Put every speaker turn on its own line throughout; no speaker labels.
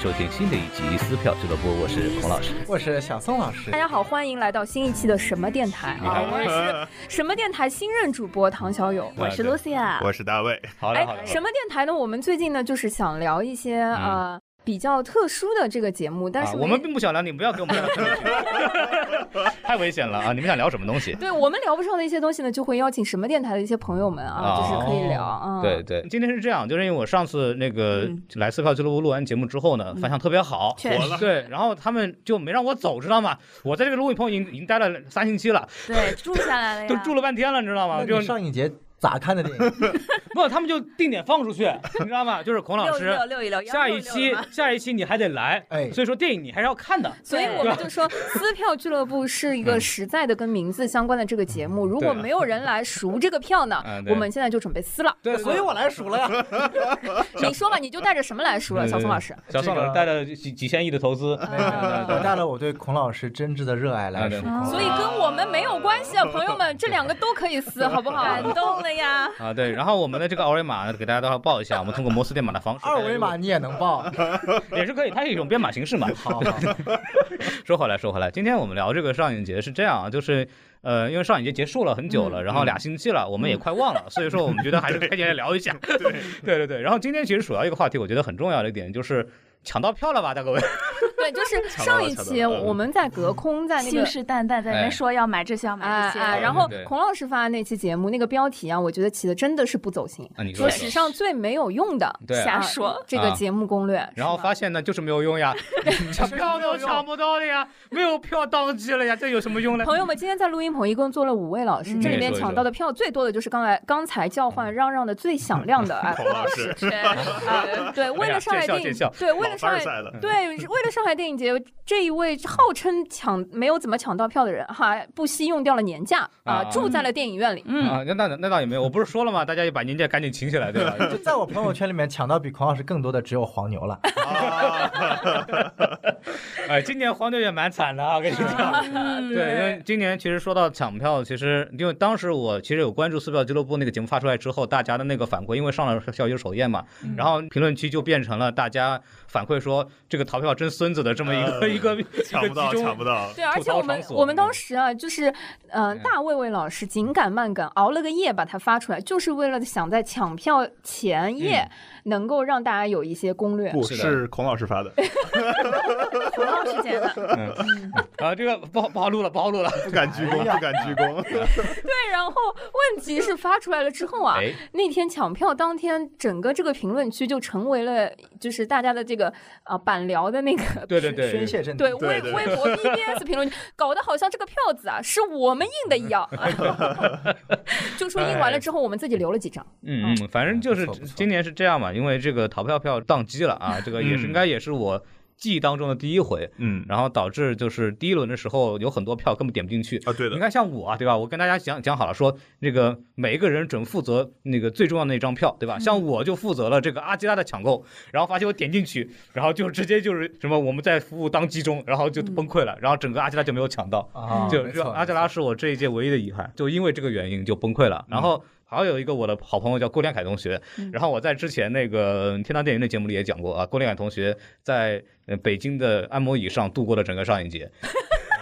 收听新的一集《撕票俱乐部》，我是孔老师。
我是小宋老师
大。家好，欢迎来到新一期的什么电台
你
啊？
看
我 是什么电台新任主播唐小友，
啊我是
Lucia。
我是大卫，
好嘞，好嘞，
哎，什么电台呢？我们最近呢，就是想聊一些呃比较特殊的这个节目，但
嗯啊
是，
我们并不想聊，你不要给我们聊太危险了啊！你们想聊什么东西？
对我们聊不上的一些东西呢，就会邀请什么电台的一些朋友们啊，就是可以聊啊。
哦对，对，嗯今天是这样，就是因为我上次那个
嗯
来撕票俱乐部录完节目之后呢，反响特别好，
确实
火了
对，然后他们就没让我走，知道吗？我在这个录音棚已经已经待了三星期了，
对，住下来了
啊
呀，
都住了半天了，你知道吗？
那
就
你上一节咋看的电影？
不，他们就定点放出去，你知道吗？就是孔老
六一
师
六，六一六，
下一
166
期
嘛
下一期你还得来，
哎
所以说电影你还是要看的。
所以我们就说，撕票俱乐部是一
嗯
个实在的跟名字相关的这个节目。如果没有人来赎这个票呢
嗯，对
我们现在就准备撕了。
对，
所以我来数了呀。
你说吧，你就带着什么来赎了，
对对
小宋老师？
小宋老师带了几几千亿的投资，
啊
我带了我对孔老师真挚的热爱来
对
数
对
孔老
哦
师。
所以跟我们没有关系啊，朋友们，这两个都可以撕，好不好？
感动
哎
了呀，
啊，对，然后我们的这个二维码呢，给大家都要报一下，我们通过摩斯电码的方式，
二维码你也能报？
也是可以，它是一种编码形 式嘛。
好，好
说回来，说回来，今天我们聊这个上影节是这样啊，就是。呃，因为上影节结束了很久
嗯
了，然后俩星期了，我们也快忘了，所以说我们觉得还 是开起来聊一下。 对对对对，然后今天其实主要一个话题，我觉得很重要的一点就是抢到票了吧，大 各位？
对， 就是上一期
嗯
我们在隔空在那
信
个。
誓旦旦在那边说要买这些，要
哎
买这
哎，
些，
然后
对对对
孔老师发的那期节目，那个标题啊，我觉得起的真的是不走心，
啊，你说
说
的
史上最没有用的
对
瞎
啊
说，
这个节目攻略。
然后发现呢，就是没有用 呀，抢票都抢不到了呀，没有票当机了呀，这有什么用呢？
朋友们，今天在录音棚一共坐了五位老师，
嗯
这里面
没嗯错
抢到的票最多的就是刚才刚才叫唤嚷嚷的最响亮的 啊，
孔老师，
确实，
对，为了上海
见哎笑
电影
见笑，
对，为
老 凡
了上
尔
海
赛 了，
对，为了上海电影节，这一位号称抢没有怎么抢到票的人，哈，不惜用掉了年假啊、
啊
住在了电影院里。
嗯，
啊，那那那倒也没有，我不是说了吗？大家也把年假赶紧请起来，对吧？
就在我朋友圈里面抢到比孔老师更多的只有黄牛了。
哎，今年黄牛也蛮惨的啊，我跟你讲。对，因
嗯
为今年其实说到抢票，其实因为当时我其实有关注撕票俱乐部那个节目发出来之后，大家的那个反馈，因为上了校友首页嘛，然后评论区就变成了大家反馈说这个逃票真孙子的这么 一个、
呃
一个
抢不到，抢不
到。
到，
对，而且
槽
我们
场所
我们
嗯
当时啊，就是呃，
嗯
大卫卫老师紧赶慢赶，熬了个夜把它发出来，就是为了想在抢票前
嗯
夜能够让大家有一些攻略。
不
是的
是孔老师发的，
孔老师剪的，
啊，这个不好不好录了，不好录了。
不敢鞠躬，不敢鞠躬，
对，然后问题是发出来了之后啊，
哎，
那天抢票当天，整个这个评论区就成为了就是大家的这个啊、板聊的那个
对对对，
宣泄阵地。
对微
对
微博 BBS 评论，搞得好像这个票子啊是我们印的一样，啊就说印完了之后我们自己留了几张。
嗯嗯，反正就是
不错不错
今年是这样嘛，因为这个逃票票宕机了啊，这个也是
嗯
应该也是我记忆当中的第一回，
嗯，
然后导致就是第一轮的时候有很多票根本点不进去。
啊，对
你
的，
看，像我啊，对吧？我跟大家讲讲好了，说那个每一个人准负责那个最重要的那张票，对吧？像我就负责了这个阿基拉的抢购，然后发现我点进去，然后就直接就是什么我们在服务当机中，然后就崩溃了，然后整个阿基拉就没有抢到。
啊，
就
没
就
错嗯
阿加拉是我这一届唯一的遗憾，就因为这个原因就崩溃了。然后还有一个我的好朋友叫郭连凯同学，然后我在之前那个天堂电影的节目里也讲过啊，郭连凯同学在呃北京的按摩椅上度过了整个上影节。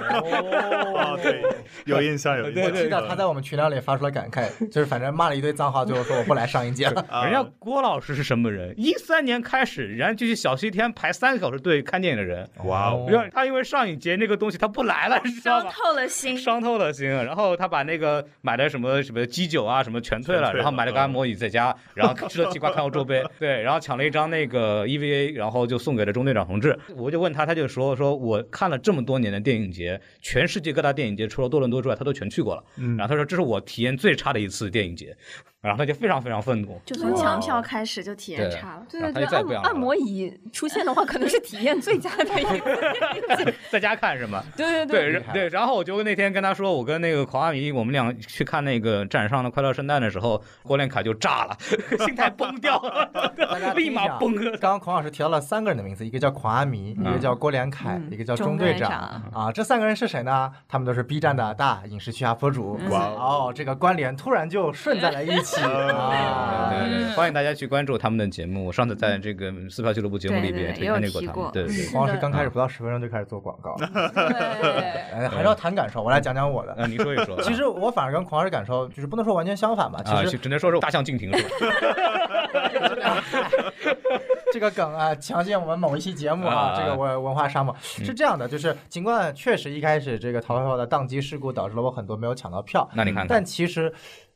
哦，对，有印象，有印
对
我
象，
记得他在我们群聊里发出了感慨，就是反正骂了一堆脏话，最后说我不来上一节 了。
啊
人家郭老师是什么人？一三年开始，人家就去小西天排三个小时队看电影的人。
哇哦，
哦
因为他因为上影节那个东西他不来了，你知道
伤
吗？
透了心，
伤透了心。然后他把那个买的什么什么鸡酒啊什么全退了，
全退了
然后买了个按摩椅在家，然后吃了 鸡瓜看欧洲杯，对，然后抢了一张那个 EVA，然后就送给了中队长同志。我就问他，他就说说我看了这么多年的电影节，全世界各大电影节除了多伦多之外，他都全去过了。
嗯
然后他说这是我体验最差的一次电影节，然后他就非常非常愤怒。
就从抢票开始就体验
对
差了，
对
然
对
后他
对，
就再也
按
不
摩
想来
按摩椅出现的话，可能是体验最佳的一个。
在家看是吗？
对对
对
对，
然对，然后我就那天跟他说，我跟那个狂阿迷，我们俩去看那个《站上的快乐圣诞》的时候，郭连凯就炸了， 心态崩掉
大家
了，
听
立
一
马
下
崩了。
刚刚孔老师提到了三个人的名字，一个叫孔阿弥，一个叫郭连凯，
嗯
一个叫
中
钟
队
队长
长
啊。这三个人是谁
嗯
呢？他们都是 B 站的大影视区 UP 主。哦
哇
哦，这个关联突然就顺在了一起。戏啊。
嗯
嗯
对对对，
嗯
欢迎大家去关注他们的节目。我上次在这个撕票俱乐部节目
对
里
对
边也
对
推
也有
荐过
提
他们
过，
对对对。
黄老师刚开始不到十分钟就开始做广告，
对，
哎还是要谈感受。我来讲讲我的。
那呃您说一说，
其实我反而跟黄老师感受就是不能说完全相反吧，
啊，
其
就
实
只能说是大相径庭是吧？
这个梗啊，强行我们某一期节目
啊
啊
啊，嗯
这个我文化沙漠是这样的，就是尽管确实一开始这个逃票的宕机事故导致了我很多没有抢到票，
那你看看
但其实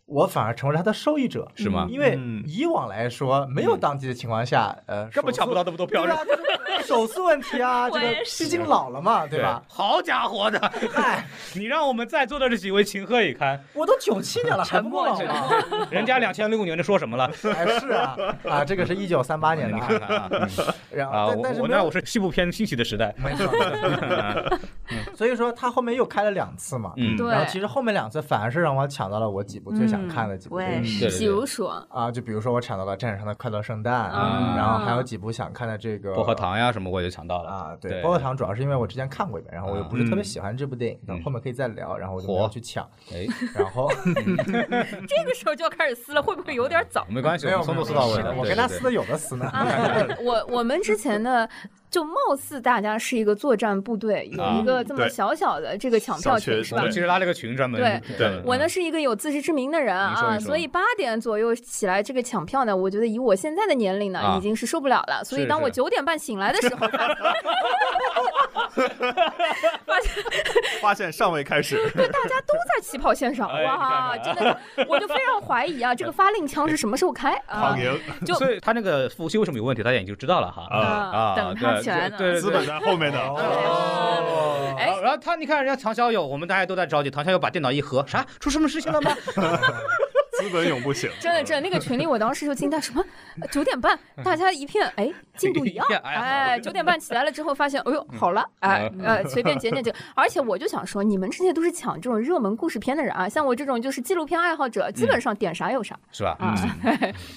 我反而成为了他的受益者，
是吗？嗯
因为
嗯
以往来说没有宕机的情况下，呃，
根本
手
抢
速
不到那么多票，
对
是吧
啊，就是 手速问题啊，这
我
个
也
毕竟老了嘛，对吧？？
好家伙的，
嗨，
你让我们在座的这几位情何以堪？
我都九 七年了，还不够老吗？
人家两千零五年的说什 么了？
哎，是啊，啊，这个是一九三八年的
你
啊，
看看啊嗯
然
啊，
后但
我
但是
我
没
那
有
我是西部片兴起的时代，
没错， 所以说他后面又开了两次嘛，
嗯，
对
然后其实后面两次反而是让我抢到了我几部最想看的几
嗯
部
我
电
也
影。
嗯
是，
对对
比
对
如说，
啊，就比如说我抢到了《战士上的快乐圣诞》
啊
然后还有几部想看的这个《
薄荷糖呀什么我也就抢到了。
啊，
对
对，包括糖主要是因为我之前看过一遍，然后我又不是特别
嗯
喜欢这部电影，等
嗯
后面可以再聊，然后我就没有
火
去抢，
哎，
然后
这个时候就要开始撕了，会不会有点 早？
没关系，
没
我
有
们从头
没有
撕到尾
没有
的。
我
对
跟他
对
撕的有的撕 呢，
我我们之前呢，就貌似大家是一个作战部队，有一个这么
对
小小的这个抢票
小
群
群
是
对
吧
我们？其实拉了个群专门
对
对
我呢是一个有自知之明的人
你说
啊，
你说
所以八点左右起来这个抢票呢，我觉得以我现在的年龄呢，
啊
已经是受不了了。所以
是
当我
是
九点半醒来的 时候，发现
发现尚未开始，
大家都在起跑线上，
哎
哇，
你
真的，我就非常怀疑啊，这个发令枪是什么时 候开啊
躺？赢
就
所以他那个复修为什么有问题，大家也就知道了哈。
啊，
啊，
啊，
等他
对
起来呢
对对
资
对
本在后面呢。
哦，
哎
然后他，你看人家唐小友，我们大家都在着急。唐小友把电脑一合，啥出什么事情了吗？
资本永不醒。
真的，真的，那个群里我当时就惊 呆，什么九点半，大家一片哎进度一样
一片，嗯 哎
哎，九点半起来了之后发现，哎
嗯
呦好了，哎呃随便剪剪 就，而且我就想说，你们这些都是抢这种热门故事片的人啊，像我这种就是纪录片爱好者，基本上点啥有啥
是吧？
啊，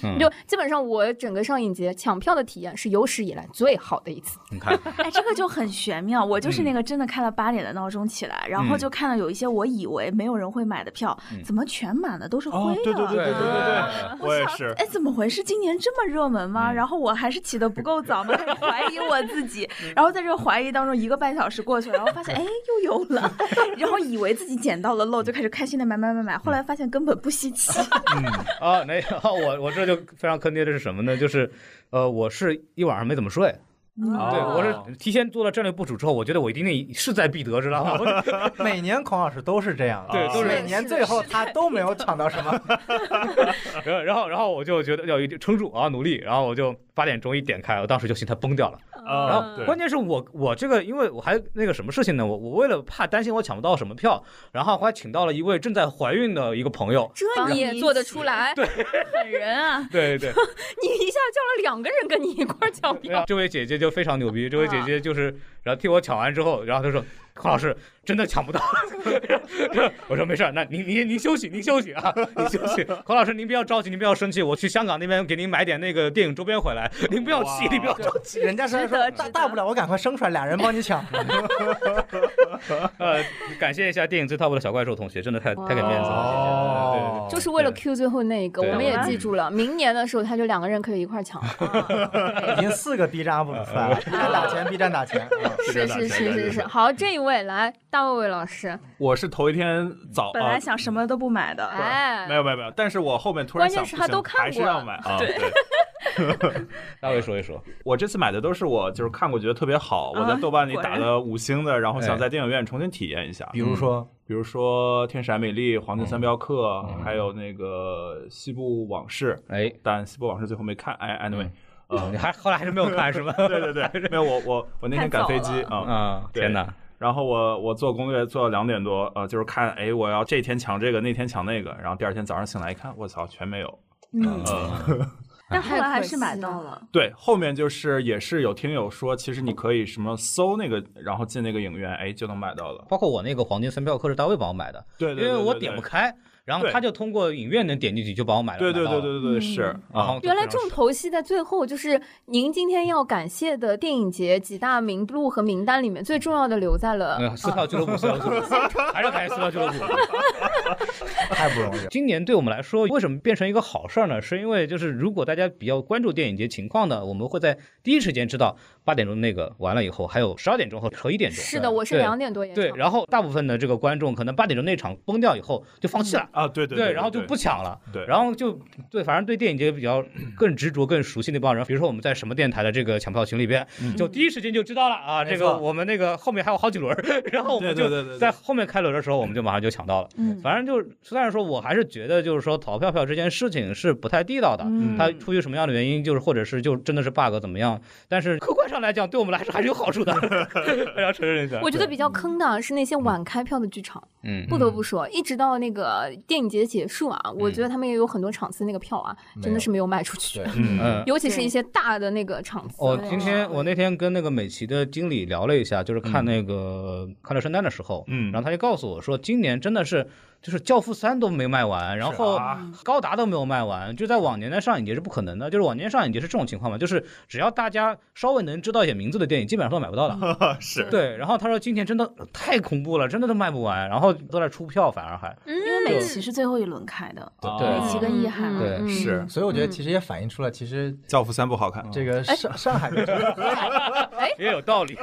嗯
就基本上我整个上影节抢票的体验是有史以来最好的一次，
你看，
哎，这个就很玄妙。我就是
嗯
那个真的开了八点的闹钟起来，然后就看到有一些我以为没有人会买的票，
嗯
怎么全满的都是
哦
灰
对
的？
对对对对对
啊
对，我也是。
哎，怎么回事？今年这么热门吗？
嗯
然后我还是起得不够早嘛，开始怀疑我自己。
嗯
然后在这个怀疑当中，一个半小时过去了，然后发现哎又有了，然后以为自己捡到了漏，就开始开心的买买买买。后来发现根本不稀奇。
嗯啊，那个我我这就非常坑爹的是什么呢？就是，呃，我是一晚上没怎么睡，
哦
对我是提前做了战略部署之后，我觉得我一定得势在必得，知道吗？我得
每年孔老师都是这样的，
对都是
每年最后他都没有抢到什么，
然后然后然后我就觉得要一定撑住啊，努力，然后我就八点钟一点开，我当时就心态崩掉了。然
啊，
后
对
关键是我我这个，因为我还那个什么事情呢，我我为了怕担心我抢不到什么票，然后我还请到了一位正在怀孕的一个朋友。
这你也做得出来，
狠人 啊！
对对
你一下叫了两个人跟你一块儿抢
对，然
票
后，这位姐姐就非常牛逼，这位姐
啊
姐就是，然后替我抢完之后，然后她说：“孔老师真的抢不到。” 我说：“没事儿，那您您您休息，您休息啊，您休息。孔老师您不要着急，您不要生气，我去香港那边给您买点那个电影周边回来，您不要气，
哇
您不要着急。
人家是
值得
说
值
大
得
大不了我赶快生出来，俩人帮你抢，
呃，感谢一下电影最 top 的小怪兽同学，真的太太给面子了，谢谢。对对对
哦，
就是为了
对
Q 最后那一个，
对
我们也
对
记住了。明年的时候，他就两个人可以一块儿抢了。
已经四个 B 站 UP 主出来了，B 站打钱，B 站打钱，啊
是
是是是是是。好，这一位来，大卫卫老师，
我是头一天早，
本来
啊
想什么都不买
啊
的，
哎
没，有没有没有，但是我后面突然想，
关键是他都
不行还
看
是
过
要买啊。对，
大卫说一说，
我这次买的都是我就是看过觉得特别好，我在豆瓣里
果然
打的五星的，然后
哎
想在电影院重新体验一下。
比如说
比如说《天使爱美丽》《黄
嗯
金三镖客》还有那个《西部往事》，
哎，
但《西部往事》最后没看。哎，anyway，
你还后来还是没有看是吧？
对对对，没有我我我那天赶飞机啊，
啊，
对
天哪！
然后我我做攻略做到两点多，呃，就是看，哎，我要这天抢这个，那天抢那个，然后第二天早上醒来一看，我操，全没有。
嗯，但后来还是买
太可惜
到了。
对，后面就是也是有听友说，其实你可以什么搜那个，然后进那个影院，哎，就能买到了。
包括我那个黄金三票课是大卫帮我买的，
对
因
对对，
为我
对
点不。
对
开，然后
对
他就通过影院能点进去就帮我买了。
对对
买到
对
了
对对对，是
然
啊，
后就
原来
非常
重头戏在最后，就是您今天要感谢的电影节几大名录和名单里面最重要的留在了。
呃 嗯，撕票俱乐部，撕票俱乐部，还是要感谢撕票俱乐部。
太不容易了。
今年对我们来说，为什么变成一个好事儿呢？是因为就是如果大家比较关注电影节情况呢，我们会在第一时间知道八点钟那个完了以后，还有十二点钟和和一点钟。
是的，我是
对
两点多演
对，
场。
然后大部分的这个观众可能八点钟那场崩掉以后就放弃了，
啊，对对
然后就不抢了，
对
然后就对，反正对电影节比 较更执着、更熟悉那帮人，比如说我们在什么电台的这个抢票群里边，
嗯
就第一时间就知道了啊，
没
这个
错
我们那个后面还有好几轮儿，然后我们
对对
就
对对对
在后面开轮的时候，我们就马上就抢到了。
嗯
反正就是，虽然说我还是觉得就是说逃票票这件事情是不太地道的。
嗯
啊它出于什么样的原因，就是或者是就真的是 bug 怎么样？但是客观上来讲，对我们来说还是有好 处的， 大家承认一下。
我觉得比较坑的是那些晚开票的剧场，
嗯，
不得不说，一直到那个电影节结束啊，我觉得他们也有很多场次那个票啊，真的是没有卖出去
对，
嗯
嗯，
尤其是一些大的那个场次。
我哦今天我那天跟那个美琪的经理聊了一下，就是看那个、看到圣诞的时候，
嗯
然后他就告诉我说，今年真的是就是《教父三》都没卖完，然后
啊
《高达》都没有卖完，就在往年的上影节是不可能的，就是往年上影节是这种情况嘛，就是只要大家稍微能知道一些名字的电影，基本上都买不到的。
是
对，然后他说今年真的太恐怖了，真的都卖不完，然后都在出票，反而还
因为美琪是最后一轮开的，
对
美琪跟易海
嗯
嘛，
对
嗯
是
所以我觉得其实也反映出了，其实
《教父三》不好
嗯
看，
这个上上海的这 个
也有道 理。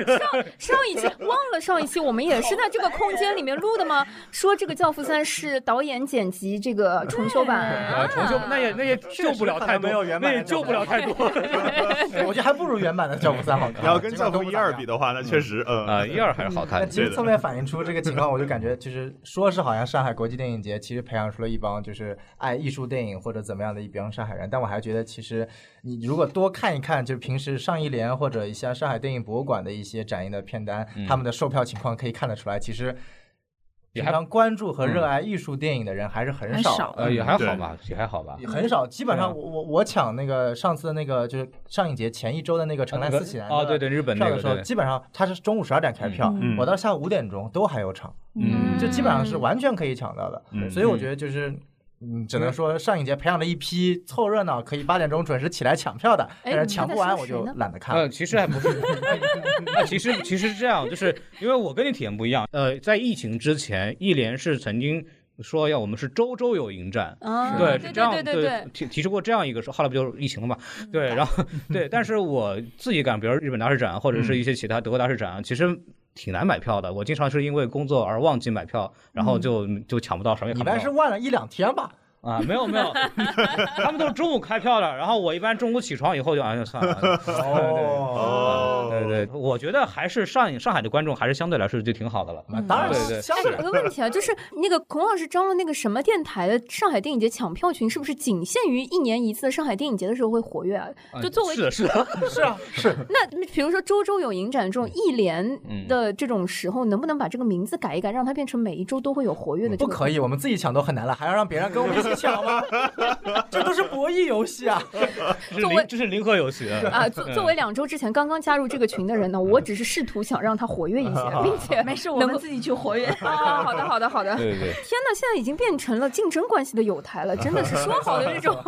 上一期忘了上一期我们也是在这个空间里面录的吗？说这个《教父三》是导演剪辑这个重修版，
啊， 重修那也那也救不了太多，
没有原版
那也
的
救不了太多。
我觉得还不如原版的《教父三》好看。
你要跟教父
尽
一
管都不咋
二
样
比的话，那确实，嗯
啊，一二还是好看
那
的。
其实
对的
侧面反映出这个情况，我就感觉就是说是好像上海国际电影节其实培养出了一帮就是爱艺术电影或者怎么样的一帮上海人，但我还觉得其实你如果多看一看，就是平时上一联或者一些上海电影博物馆的一些展映的片单，他们的售票情况可以看得出来，其实
嗯也
平
还嗯
常关注和热爱艺术电影的人还是很
很
少
少
的。
呃，也还好吧，也还好吧
也。很少，基本上
对
我我我抢那个上次的那个就是上影节前一周的那个城南四喜男
啊，对对，日本那
票
个
的时候，
对
基本上它是中午十二点开票，
嗯
我到下午五点钟都还有场，
嗯
就基本上是完全可以抢到的。
嗯
所以我觉得就是。嗯，只能说上一节培养了一批凑热闹，可以八点钟准时起来抢票的，
哎
但是
你
抢
在
不完
说
我
谁
就
呢
懒得看了。
呃，其实还不是， 呃其实其实是这样，就是因为我跟你体验不一样。呃，在疫情之前，一联是曾经说要我们是周周有迎战，
啊，
对，
嗯对
是这样
对对对
哎
对嗯
提提出过这样一个说，后来不就疫情了嘛？ 对，然后对，但是我自己干，比如日本大使展或者是一些其他德国大使展，其实挺难买票的。我经常是因为工作而忘记买票，然后就就抢不到，什么也
你
看不
一
到
般。是晚了一两天吧？
啊，没有没有，他们都是中午开票的，然后我一般中午起床以后就哎呀算了。
哦
对对，对我觉得还是上上海的观众还是相对来说就挺好的
嗯
了。
那当然
对对
是相
哎，有个问题啊，就是那个孔老师招了那个什么电台的上海电影节抢票群，是不是仅限于一年一次的上海电影节的时候会活跃啊？就作为
呃是的是的，
是啊，是
那比如说周周有影展这种
嗯
一连的这种时候，能不能把这个名字改一改，让它变成每一周都会有活跃的
嗯
这
不
个？
可以，我们自己抢都很难了，还要让别人跟我们一起抢吗？ 这都是博弈游戏啊！
这是零这是零和游戏啊
啊，作作为两周之前刚刚加入这个群的人呢，我只是试图想让它活跃一
啊
些，并且
没事，我
能
们
够
自己去活跃。
啊，好的，好的，好的。
对对对，
天呐，现在已经变成了竞争关系的友台 了，真的是说好的这种。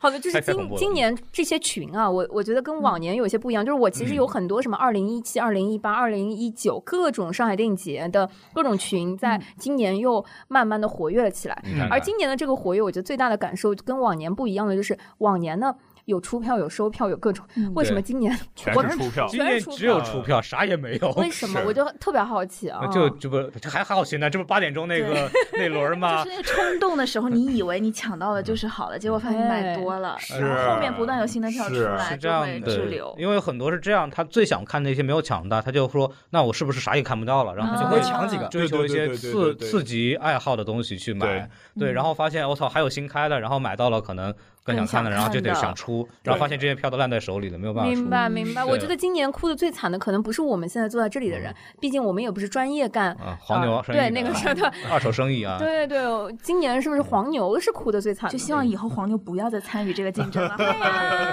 好的，就是
太太恐
今
怖了嗯
今年这些群啊，我我觉得跟往年有些不一样，就是我其实有很多什么二零一七、二零一八、二零一九各种上海电影节的各种群，在
嗯
今年又慢慢的活跃了起来。
你看
而
看
今年的这个活跃，我觉得最大的感受跟往年不一样的就是，往年呢有出票有收票有各种，
嗯
为什么今年
全
我
是出票。
今年只有出票，啥也没有。
为什么？
是
我就特别好奇啊，
就这不这还好些呢，这不八点钟那个那轮儿吗
就？是那个冲动的时候，你以为你抢到了就是好的，结果发现你买多了，
哎
然后后面不断有新的票出来，
是这
就
样
会滞
的
留，。
因为很多是这样，他最想看那些没有抢的，他就说，那我是不是啥也看不到了？然后他就
多
会
啊
抢几个，
追求一些
对对对对
刺
对对
刺激爱好的东西去买，对，然后发现我操还有新开的，然后买到了可能更想看
更想看的
的，然后就得想出，然后发现这些票都烂在手里了，没有办法
明
出。
白明白，
是嗯
我觉得今年哭的最惨的可能不是我们现在坐在这里的人，毕竟我们也不是专业干。
啊，嗯黄牛
呃
生意
对那个时候，
二手生意啊，
对对对，今年是不是黄牛是哭的最惨的？
就希望以后黄牛不要再参与这个竞争了。 哎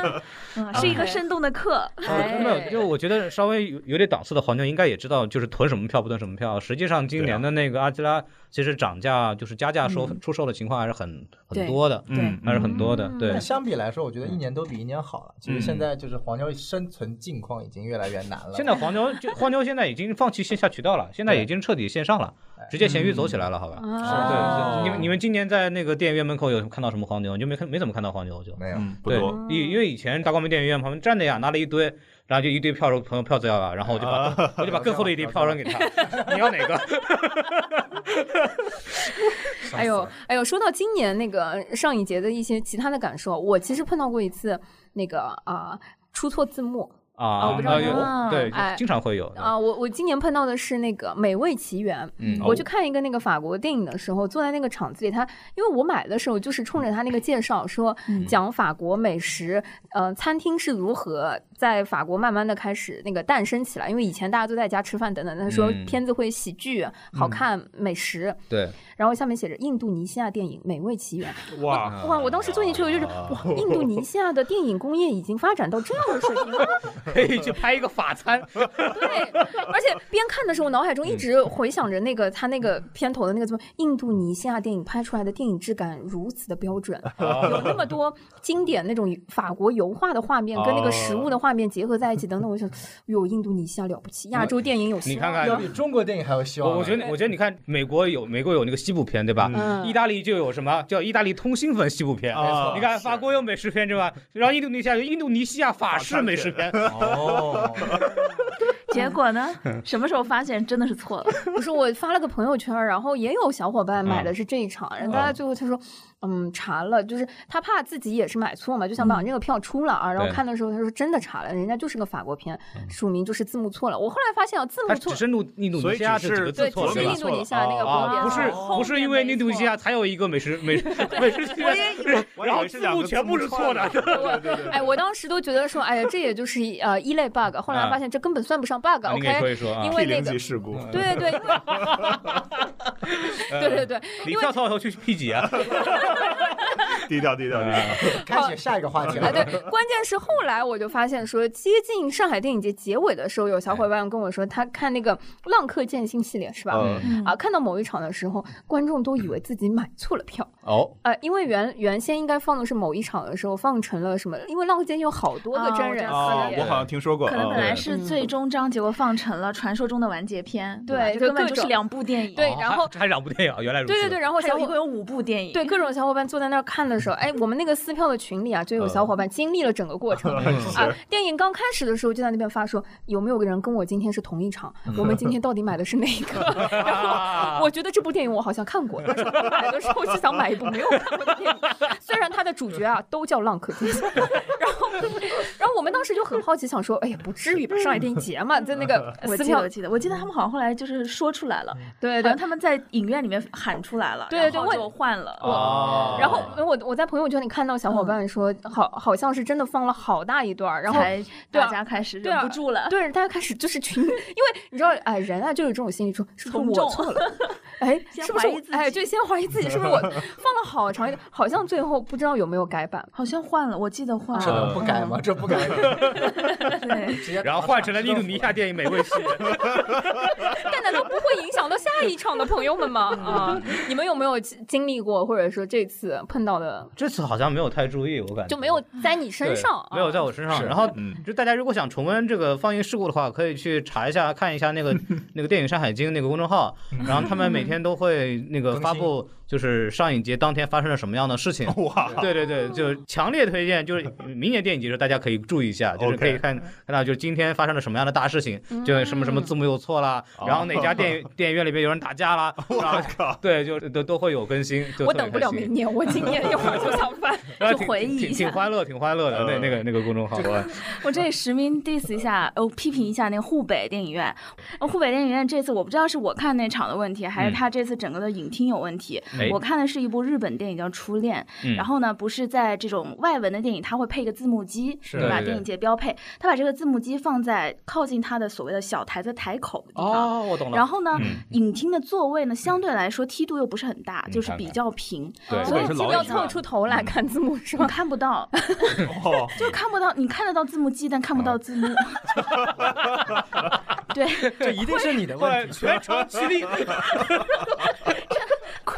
呀，嗯，是一个生动的 课。
啊，真的，就我觉得稍微有有点档次的黄牛应该也知道，就是囤什么票不囤什么票。实际上，今年的那个阿基拉其实涨价，就是加价收出售的情况还是很很
嗯对嗯
多的，
嗯，
还是很多的。对嗯
但相比来说，我觉得一年都比一年好了。其实现在就是黄牛生存境况已经越来越难了。
现在黄牛就黄牛现在已经放弃线下渠道了，现在
对
已经彻底线上了，直接闲鱼走起来了，好吧？
啊
哦
对，你们你们今年在那个电影院门口有看到什么黄牛？你就没看没怎么看到黄牛就。
没有，
嗯，不
对
多，，
因因为以前大光明电影院旁边站着呀，拿了一堆，然后就一堆票，说朋友票子要啊，然后我就把更我就把更厚的一叠票扔给他， 你要哪个？
哎呦，哎呦，说到今年那个上一节的一些其他的感受，我其实碰到过一次那个啊、出错字幕
啊，
我哦不知道
啊有
啊
对，
哎
经常会有的
啊、我我今年碰到的是那个《美味奇缘》。
嗯，
我去看一个那个法国电影的时候，坐在那个场子里，他因为我买的时候就是冲着他那个介绍说
嗯
讲法国美食，呃，餐厅是如何在法国慢慢的开始那个诞生起来，因为以前大家都在家吃饭等等，他说
嗯
片子会喜剧、好看、美食，
对，
然后下面写着印度尼西亚电影《美味奇缘》，
哇，
哇！我当时坐进去，我就是哇， 印度尼西亚的电影工业已经发展到这样的水平了。
可以去拍一个法餐，
对，而且边看的时候，我脑海中一
嗯
直回想着那个他那个片头的那个字幕，印度尼西亚电影拍出来的电影质感如此的 标准，
哦
有那么多经典那种法国油画的画面跟那个食物的画面结合在一起，等等，我想，哟，印度尼西亚了不起，亚洲电影有希
你
望。
看看
要。比中国电影还要希望
我
了。
我觉得，我觉得你看，美国有美国有那个西部片，对吧？
嗯
意大利就有什么叫意大利通心粉西部片，
啊
你看法国有美食片，对吧？然后印度尼西亚有印度尼西亚法式美食片，
哦，
结果呢，什么时候发现真的是错 了？
不是我发了个朋友圈，然后也有小伙伴买
嗯
的是这一场，然后大家最后他说，嗯，查了，就是他怕自己也是买错嘛，就想把这个票出了啊。然后
嗯对
看的时候他说真的查了，人家就是个法国片，署名就是字幕错了。我后来发现啊，字幕
它
错
只，是印度印度尼西亚这几个字
对，
错了，
只是
对吧
印？度尼西亚那
哦
个国
啊，
别
不是
错
不是因为印度尼西亚才有一个美食美食 美食剧，然后字幕全部是错的，
哎，我当时都觉得说，哎呀，这也就是一呃一类 bug。后来发现这根本算不上 bug，OK，、
你可以说嗯啊
因，为
，P
那
零
个
级事故，
对对对，因为对对对，
呃你跳槽以后去 P 几啊？
低调低调低调，
开启下一个话题
哎，
了。
对，关键是后来我就发现说，接近上海电影节结尾的时候，有
哎
小伙伴跟我说，他看那个《浪客剑心》系列是吧？
嗯
啊，看到某一场的时候，观众都以为自己买错了票，
哦，
呃，因为原原先应该放的是某一场的时候放成了什么？因为《浪客剑心》有好多个
啊
真
我
人
知道
系
哦
列，
我好像听说过，
可能
嗯
本
哦
来
对
是最终章，结果放成了传说中的完结篇，
对
吧
就
就根本
各
就
种
是两部电影。
对然后
还两部电影啊，原来如此。
对对对，然后
还
小
有一
伙
共有五部电影，
对，各种小伙伴坐在那儿看的时候，哎，我们那个撕票的群里啊，就有小伙伴经历了整个过程啊。电影刚开始的时候就在那边发说，有没有个人跟我今天是同一场？我们今天到底买的是哪一个？然
啊
后我觉得这部电影我好像看过，但是我买的时候就想买一部没有看过的电影，虽然它的主角啊都叫《浪客剑心》， 然后然后我们当时就很好奇，想说，哎呀，不至于吧？上海电影节嘛，在那个
我
撕
记得，
票
我，记得，我记得他们好像后来就是说出来了，
对
好
对
像。他们在影院里面喊出来了，
对对
然后
我
就换了。
哦
然后我我在朋友圈里看到小
嗯
伙伴说，好好像是真的放了好大一段儿，然后
才
对啊
大家开始
对啊
忍不住了，
对，大家开始就是群，因为你知道，哎，人啊就有这种心理，说是不
从
是我
众
错了？ 哎，
先
是不是
怀疑
我
自？己
哎，对，先怀疑自己是不是我放了好长一段，好像最后不知道有没有改版。
好像换了，我记得换
这能
了。
不改吗？这不改，
对，
直接
嗯然后换成了印度尼西亚电影《美味系》，
但难道不会影响到下一场的朋友们吗？ 啊，你们有没有经经历过，或者说这次碰到的
这次好像没有太注意，我感觉
就没有在你身
对
上？啊
没有在
我。
我身上。然后
嗯
就大家如果想重温这个放映事故的话，可以去查一下，看一下那个那个电影《山海经》那个公众号，然后他们每天都会那个
更新
发布，就是上影节当天发生了什么样的事情。
哇，
对对对，就强烈推荐，就是明年电影节的时候大家可以注意一下，就是可以
OK
看看到就是今天发生了什么样的大事情，
嗯
就什么什么字幕又错啦，然后哪家电影电影院里边有人打架啦，我靠，对，就都都会有更新，就
我
特别
等不了
开心
明年，我今年一会儿就想翻。
然后
就
挺
回忆一
挺
下
挺欢乐，挺欢乐的那
呃
那个那个公众号，啊我
我这里实名 diss 一下，呃我批评一下那个湖北电影院。呃湖北电影院这次我不知道是我看那场的问题，还是
嗯
他这次整个的影厅有问题。
哎
我看的是一部日本电影叫《初恋》，
嗯
然后呢，不是在这种外文的电影，它会配个字幕机，
是
吧？
对对
电影节标配，他把这个字幕机放在靠近他的所谓的小台子台口的地方。，
哦
我懂
然后呢，
哦嗯
影厅的座位呢，相对来说梯度又不是很大，
你
就是
看
比
看
较平，
对
所以
是
基
老
本
要
影
上
凑出头来看字幕是
你
吧？
看不到，
哦，
就看不到，你看得到字幕机，但看不到字幕。对，
这一定是 你的问题。
全场起 立，
亏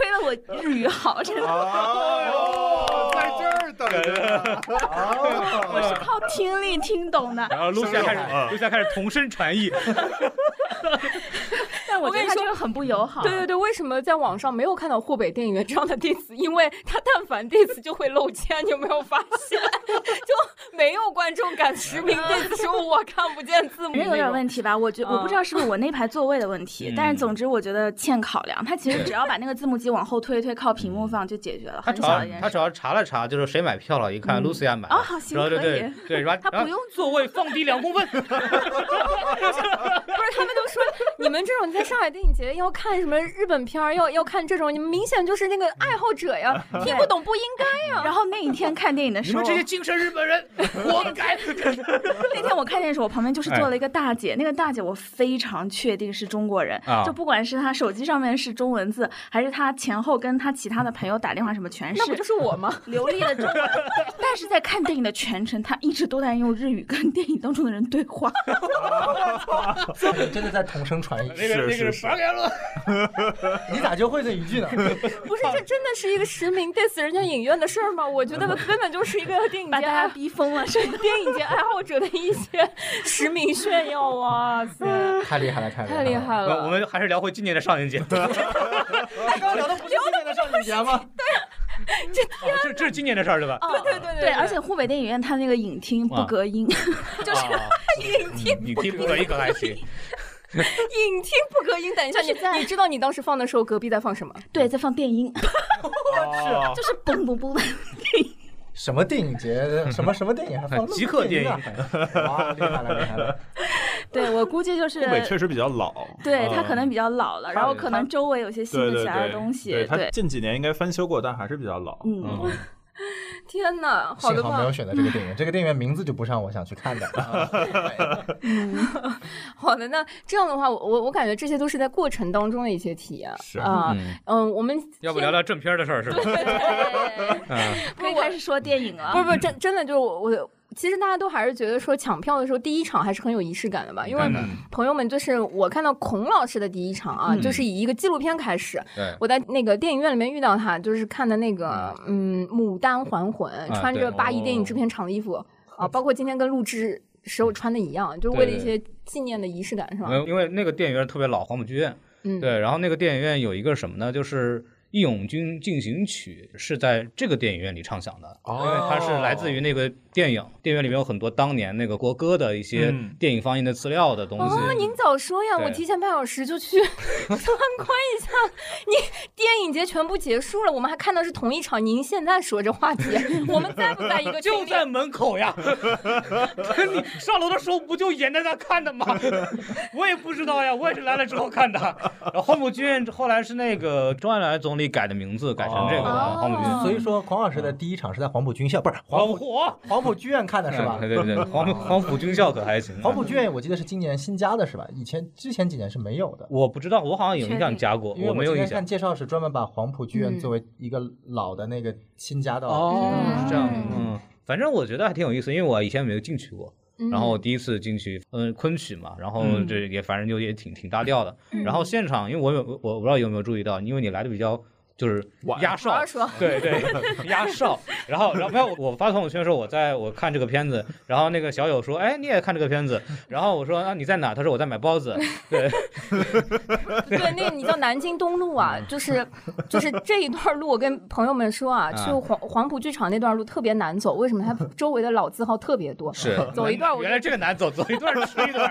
了我日语好，真的。
哎
哦，在这儿等
梗，
我是靠听力听懂的。
然后露西亚开 始，露西亚开始同声传译，
但我觉
跟你
得他
说
这个很不友好。
对对对，为什么在网上没有看到湖北电影院这样的 diss？因为他但凡 diss 就会露肩，你有没有发现？ 就没有观众敢实名 diss 说我看不见字幕
人有
那
点
种。
问题吧，我觉我不知道是不是我那排座位的问题，
嗯
但是总之我觉得欠考量。他其实只要把那个字幕机往后推一推，靠屏幕放就解决了，
他
很
主
小
要
的一件
他
事
主。要查了查，就是谁买票了，一看露西亚买了
哦好行
然后对
可以
对对，然后
他不
然后
用
座位放低两公 分，
不是，他们都说你们这种在上海电影节要看什么日本片儿，要要看这种，你们明显就是那个爱好者呀，听不懂不应该。
然后那一天看电影的
你
时候
们，这些精神日本 人，活该！
那天我看电影的时候，我旁边就是坐了一个大姐，那个大姐我非常确定是中国人，
啊
就不管是她手机上面是中文字，还是她前后跟她其他的朋友打电话什么，全是
那不就是我吗？
流利 的中文。但是在看电影的全程，她一直都在用日语跟电影当中的人对 话。
真的在同声 传译，
那个
是
那个
是是
八嘎了，
你咋就会这一句呢？
不是，这真的是一个实名 diss 人家影院的事儿吗？我觉得根本就是一个电影
把
节
大
爱
家
好
逼疯了，真的。
电影节爱好者的一些实名炫耀啊！塞，
太厉害了，太
太厉害
呃
我我
了！
们还是聊回今年的上映节。
了！刚刚聊的不是今年的上影节吗？
哦这这是今年的事儿对吧？
对对哦对
对，而且湖北电影院它那个影厅不隔音，哦
就是 影厅，影厅啊不可一个还行。
影厅不隔音，等一下，你你知道你当时放的时候隔壁在放什么？
对，在放电音，
哦
就是嘣嘣嘣的。
什么电影节？什么什么电 影还放
极客电影
啊？ 哇，厉害了，厉害了！
对我估计就是
东北确实比较老，
对
嗯
他可能比较老了，
他
然后可能周围有些新
对
的
对
其他的
对，
东西，
对他
对，
近几年应该翻修过，但还是比较老。
嗯
天哪，好
幸
的
好没
吧
有，选择这个电影，这个电影院名字就不像我想去看的。
好的。那这样的话，我我我感觉这些都是在过程当中的一些体验
是
啊。
嗯，
嗯，我们
要不聊聊正片的事儿是吧？嗯，
可以开始说电影 了。
不是不是真真的就是我我。其实大家都还是觉得说抢票的时候第一场还是很有仪式感的吧，因为
嗯
朋友们就是我看到孔老师的第一场啊，就是以一个纪录片开始，
对，
我在那个电影院里面遇到他，就是看的那个嗯《牡丹还魂》，穿着
对
八一电影制片厂的衣服啊，包括今天跟录制时候穿的一样，就是为了一些纪念的仪式感，是吧？
嗯因为那个电影院特别老，黄埔剧院。
嗯，
对，然后那个电影院有一个什么呢？就是《义勇军进行曲》是在这个电影院里唱响的，因为它
哦
是来自于那个电影。电影院里面有很多当年那个国歌的一些
嗯
电影放映的资料的东西。
哦，您早说呀！
嗯对
我提前半小时就去 参观一下。你电影节全部结束了，我们还看到是同一场。您现在说这话题，我们在不在一个群
就
里？
在门口 呀，可你上楼的时候不就沿着那看的吗？ 我也不知道呀，我也是来了之后看的。然后黄埔剧院后来是那个周恩来总理改的名字，改成这个了。
哦
黄埔剧院，
嗯
所以说，黄老师的第一场是在黄埔军校，不是黄
黄
埔
埔 嗯
黄埔剧院看的是吧？
对对对，黄黄埔军校可还行啊。
黄埔剧院我记得是今年新加的是吧？以前之前几年是没有的。
我不知道，我好像有印象加过，
因为
没
今
有印
天
象
看。介绍是专门把黄埔剧院
嗯
作为一个老的那个新加的，
哦
是这样的，
嗯
嗯，反正我觉得还挺有意思，因为我以前没有进去过。
嗯
然后我第一次进去，嗯，昆曲嘛，然后
嗯
这也反正就也挺挺搭调的。然后现场，因为我有我我不知道有没有注意到，因为你来的比较就是
晚
压
好
哨
好，说，
对对，压哨。然后然后没有，我发朋友圈的时候，我在我看这个片子，然后那个小友说，哎，你也看这个片子？然后我说，啊，你在哪？他说我在买包子。对，
对，那个你叫南京东路啊，就是就是这一段路，我跟朋友们说啊，
啊
去黄黄埔剧场那段路特别难走，为什么？它周围的老字号特别多，走一段我就
原来这个难走，走一段吃一段。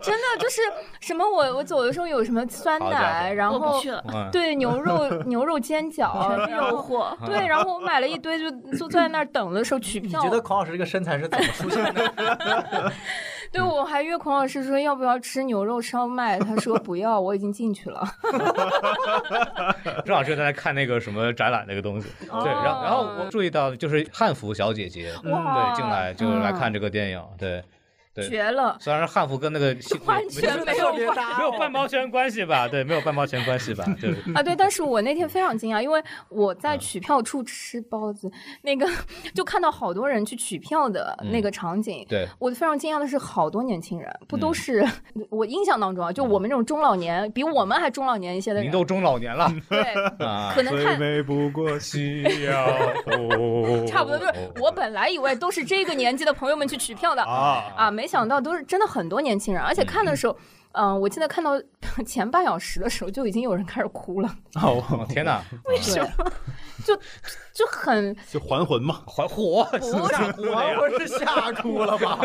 真的就是什么我我走的时候有什么酸
好家
奶，
伙
然
我不
后
去了，
嗯，
对牛肉牛肉煎饺，
全是
然后
肉货。
对，然后我买了一堆，就就坐在那儿等的时候取
你
票
觉。得孔老师这个身材是怎么出现的？
对，我还约孔老师说要不要吃牛肉烧麦，他说不要，我已经进去 了。
正好是在看那个什么展览那个东西，
哦
对，然后然
嗯
后我注意到就是汉服小姐姐，对，进来就来看这个电影，对，对
绝了，
虽然汉服跟那个西服
完全没有关
没有半毛钱关系吧？对，没有半毛钱关系吧？对，
啊，对，但是我那天非常惊讶，因为我
嗯
在取票处吃包子，那个就看到好多人去取票的
嗯
那个场景。
对，
我非常惊讶的是，好多年轻人不
嗯
都是、 我印象当中啊，就我们这种中老年，比我们还中老年一些的
您
人，
都中老年了
对，
啊
可能看
美不过夕阳
哦
红
差不多就是我本来以为都是这个年纪的朋友们去取票的
啊，
啊，没想到都是真的很多年轻人，而且看的时候，嗯、我记得看到 前半小时的时候就已经有人开始哭了，
哦！天哪，
为什么？ 就就很
就还魂嘛，
还火吓哭了呀！
我是吓哭了吧？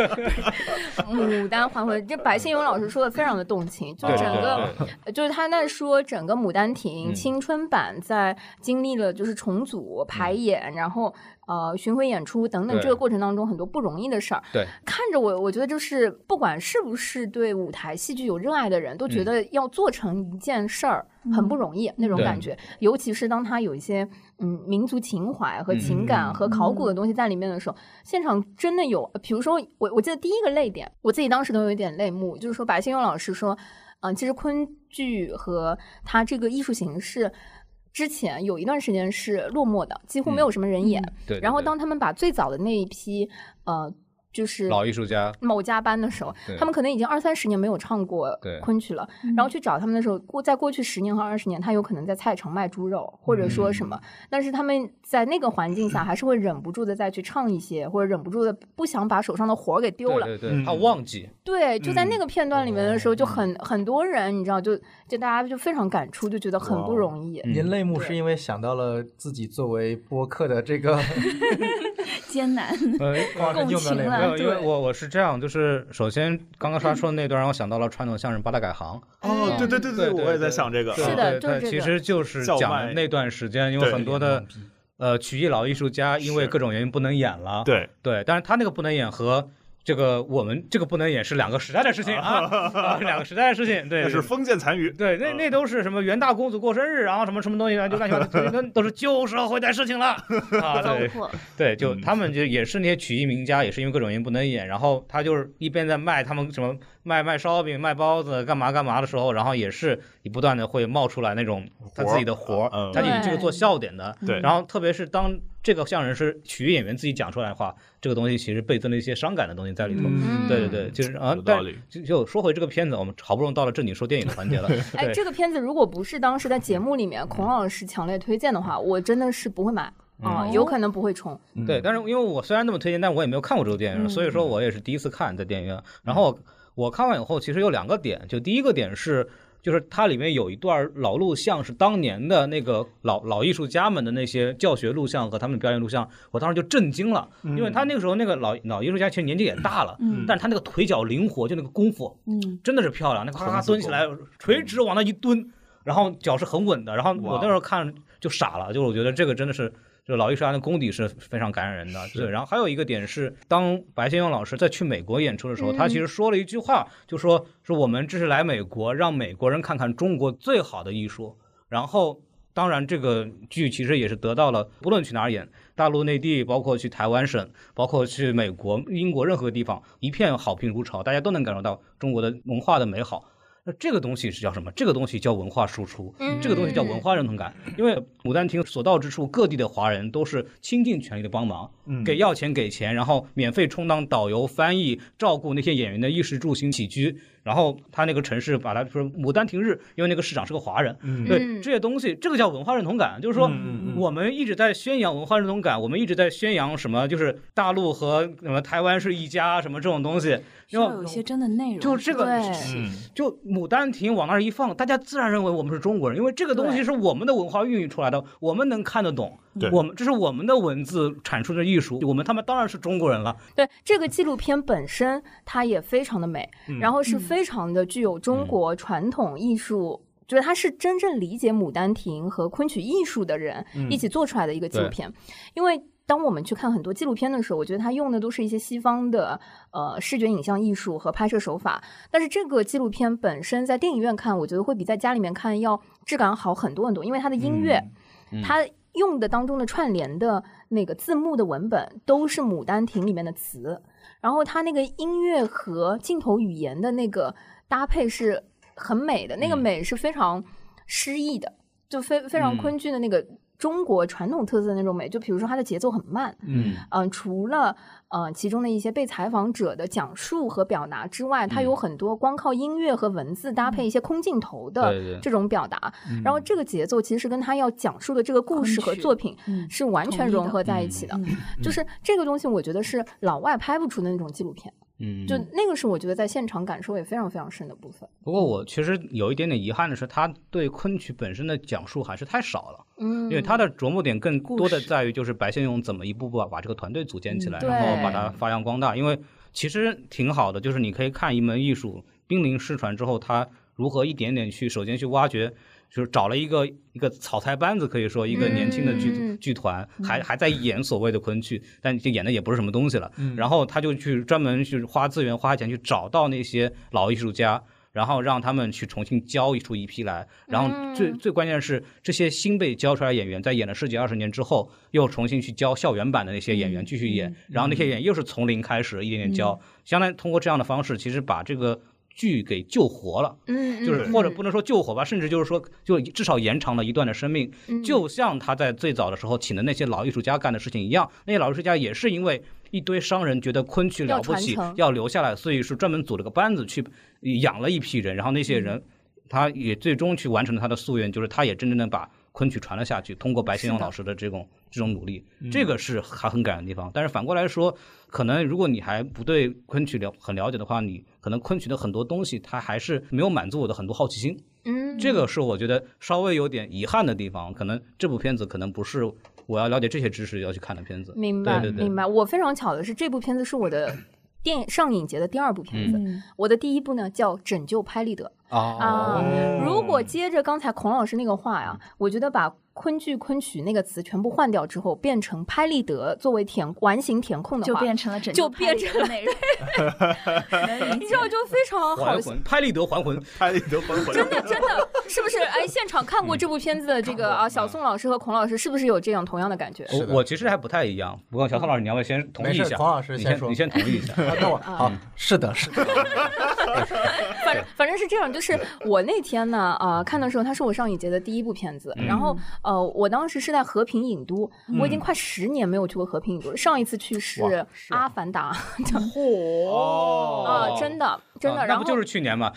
牡丹还魂，这白先勇老师说的非常的动情，就
对
整
对
个
对对
呃就是他在说整个《牡丹亭》
嗯
青春版在经历了就是重组、排演，然后呃巡回演出等等
嗯对
这个过程当中很多不容易的事儿。
对，
看着我，我觉得就是不管是不是对舞台戏剧有热爱的人，都觉得要做成一件事儿很不容易那种
嗯对
感觉。尤其是当他有一些嗯民族情怀和情感
嗯
和考古的东西在里面的时候，现场真的有，呃比如说我我记得第一个泪点，我自己当时都有一点泪目，就是说白先勇老师说，嗯、其实昆剧和它这个艺术形式。之前有一段时间是落寞的，几乎没有什么人演。
嗯对对
然后
对
当他们把最早的那一批，呃，就是
老艺术家，
某家班的时候
对，
他们可能已经二三十年没有唱过
对
昆曲了，
嗯
然后去找他们的时候，过在过去十年和二十年，他有可能在菜场卖猪肉或者说什么，
嗯
但是他们在那个环境下还是会忍不住的再去唱一些，或者忍不住的不想把手上的活儿给丢了。
对对，
嗯
对他忘 记，
对，就在那个片段里面的时候，就很很多人，你知道，就就大家就非常感触，就觉得很不容易。
嗯
您泪目
对
是因为想到了自己作为播客的 这个，
艰 难，
呃，
哇
共
你有没有
情
嗯
泪目
没
了
有，因为我我是这样，就是首先刚刚他说的那段让我想到了传统相声八大改行，
哦，对对对
对对
我也在想这个，
嗯是
对
的就
对
是这个
其实就是讲的那段时间，因为
叫卖
很多的呃曲艺老艺术家因为各种原因不能演了，
对，
对，但是他那个不能演和。这个我们这个不能演是两个时代的事情 啊，啊两个时代的事情，对，
那是封建残余，
对，那那都是什么元大公主过生日，然后什么什么东西，啊然后就乱七 八糟，那都是旧社会的事情了啊！
糟
对
粕。
对，就
嗯
他们就也是那些曲艺名家，也是因为各种原因不能演，然后他就是一边在卖他们什么卖卖烧饼、卖包子、干嘛干嘛的时候，然后也是你不断的会冒出来那种他自己的活
活儿嗯
儿，他以这个做笑点的。
对
然后特别是当这个相声是曲艺演员自己讲出来的话，这个东西其实倍增了一些伤感的东西在里头。
嗯
对对对，就是啊
有，道
但
理
就就说回这个片子，我们好不容易到了正经说电影的环节了。
哎，
对
这个片子如果不是当时在节目里面孔老师强烈推荐的话，我真的是不会买啊、有可能不会冲。
对，但是因为我虽然那么推荐，但我也没有看过这部电影，
嗯
所以说我也是第一次看在电影院。然后我看完以后，其实有两个点，就第一个点是，就是它里面有一段老录像，是当年的那个老老艺术家们的那些教学录像和他们的表演录像，我当时就震惊了，因为他那个时候那个老老艺术家其实年纪也大了，
嗯
但是他那个腿脚灵活，就那个功夫
嗯，
真的是漂亮，那个咔咔蹲起来，垂直往那一蹲，然后脚是很稳的。然后我那时候看就傻了，就是我觉得这个真的是。就老艺术家的功底是非常感染人的，对。然后还有一个点是，当白先勇老师在去美国演出的时候，他其实说了一句话，就说是我们这是来美国，让美国人看看中国最好的艺术。然后，当然这个剧其实也是得到了，不论去哪儿演，大陆内地，包括去台湾省，包括去美国、英国任何地方，一片好评如潮，大家都能感受到中国的文化的美好。那这个东西是叫什么？这个东西叫文化输出，这个东西叫文化认同感。因为《牡丹亭》所到之处，各地的华人都是倾尽全力的帮忙，
嗯
给要钱给钱，然后免费充当导游、翻译，照顾那些演员的衣食住行起居。然后他那个城市把它说牡丹亭日，因为那个市长是个华人，对
嗯
这些东西，这个叫文化认同感，就是说
嗯嗯嗯
我们一直在宣扬文化认同感，我们一直在宣扬什么，就是大陆和什么台湾是一家什么这种东西，然
要有
后
一些真的内容，
就这个
对
嗯，
就《牡丹亭》往那儿一放，大家自然认为我们是中国人，因为这个东西
对
是我们的文化孕育出来的，我们能看得懂
对，
我们这是我们的文字产出的艺术，我们他妈当然是中国人了。
对这个纪录片本身，它也非常的美，然后是非常的具有中国传统艺术，就是它是真正理解《牡丹亭》和昆曲艺术的人一起做出来的一个纪录
对
片。因为当我们去看很多纪录片的时候，我觉得它用的都是一些西方的呃视觉影像艺术和拍摄手法，但是这个纪录片本身在电影院看，我觉得会比在家里面看要质感好很多很多，因为它的音乐，它用的当中的串联的那个字幕的文本都是《牡丹亭》里面的词，然后它那个音乐和镜头语言的那个搭配是很美的，那个美是非常诗意的，就非非常昆剧的那个中国传统特色的那种美。就比如说它的节奏很慢，
嗯
嗯、除了呃其中的一些被采访者的讲述和表达之外，它
嗯
有很多光靠音乐和文字搭配一些空镜头
对对嗯
的这种表达。然后这个节奏其实跟他要讲述的这个故事和
昆曲
作品
嗯
是完全
统一的
融合在一起的。
嗯
嗯
就是这个东西，我觉得是老外拍不出的那种纪录片，
嗯，
就那个是我觉得在现场感受也非常非常深的部分。
不过我其实有一点点遗憾的是，他对昆曲本身的讲述还是太少了，
嗯，
因为他的着墨点更多的
故事
在于就是白先勇怎么一步步把把这个团队组建起来，
嗯对
然后把它发扬光大。因为其实挺好的，就是你可以看一门艺术濒临失传之后，他如何一点点去首先去挖掘。就是找了一个一个草台班子，可以说一个年轻的剧、
嗯
剧团，还还在演所谓的昆剧，但就演的也不是什么东西了。然后他就去专门去花资源花钱去找到那些老艺术家，然后让他们去重新教出一批来，然后最、最关键的是这些新被教出来的演员，在演了十几二十年之后，又重新去教校园版的那些演员继续演，然后那些演员又是从零开始一点点教，相当于通过这样的方式，其实把这个剧给救活了。
嗯，嗯
就是或者不能说救火吧，甚至就是说，就至少延长了一段的生命。
嗯
就像他在最早的时候请的那些老艺术家干的事情一样，那些老艺术家也是因为一堆商人觉得昆曲了不起
要传承，
要留下来，所以说专门组了个班子去养了一批人，然后那些
嗯
人他也最终去完成了他的夙愿，就是他也真正的把。昆曲传了下去，通过白先勇老师的这种这种努力，
嗯
这个是还很感人的地方。但是反过来说，可能如果你还不对昆曲了很了解的话，你可能昆曲的很多东西它还是没有满足我的很多好奇心，
嗯，
这个是我觉得稍微有点遗憾的地方。可能这部片子可能不是我要了解这些知识要去看的片子。
明白
对对对
明白。我非常巧的是，这部片子是我的电影上影节的第二部片子，
嗯
嗯
我的第一部呢叫《拯救拍立得》
哦
啊。如果接着刚才孔老师那个话呀，我觉得把昆剧、昆曲那个词全部换掉之后，变成拍立得作为填完形填空 的
就
话，
变成了拯
就
救
变
派
成
的美人，能理
你
解
知道就非常 好
还，魂，拍立得还魂，
拍立得还魂，
真的真的是不是？哎，现场看过这部片子的这个啊，小宋老师和孔老师是不是有这样同样的感觉？
是的
我我其实还不太一样。不过小宋老师，你要不要先同意一
没事
下？
孔老师
你
先
先
说
你先同意一下。嗯
啊那我好，
嗯
是的，是的，
反正反正是这样，就是 我那天呢，啊，看的时候，它是我上影节的第一部片子。然后，
嗯
呃，我当时是在和平影都，我已经快十年没有去过和平影都了。上一次去是《
啊
阿凡达》
嚯
哦
啊，真的 真的。
啊
然
那
后
不就是去年嘛？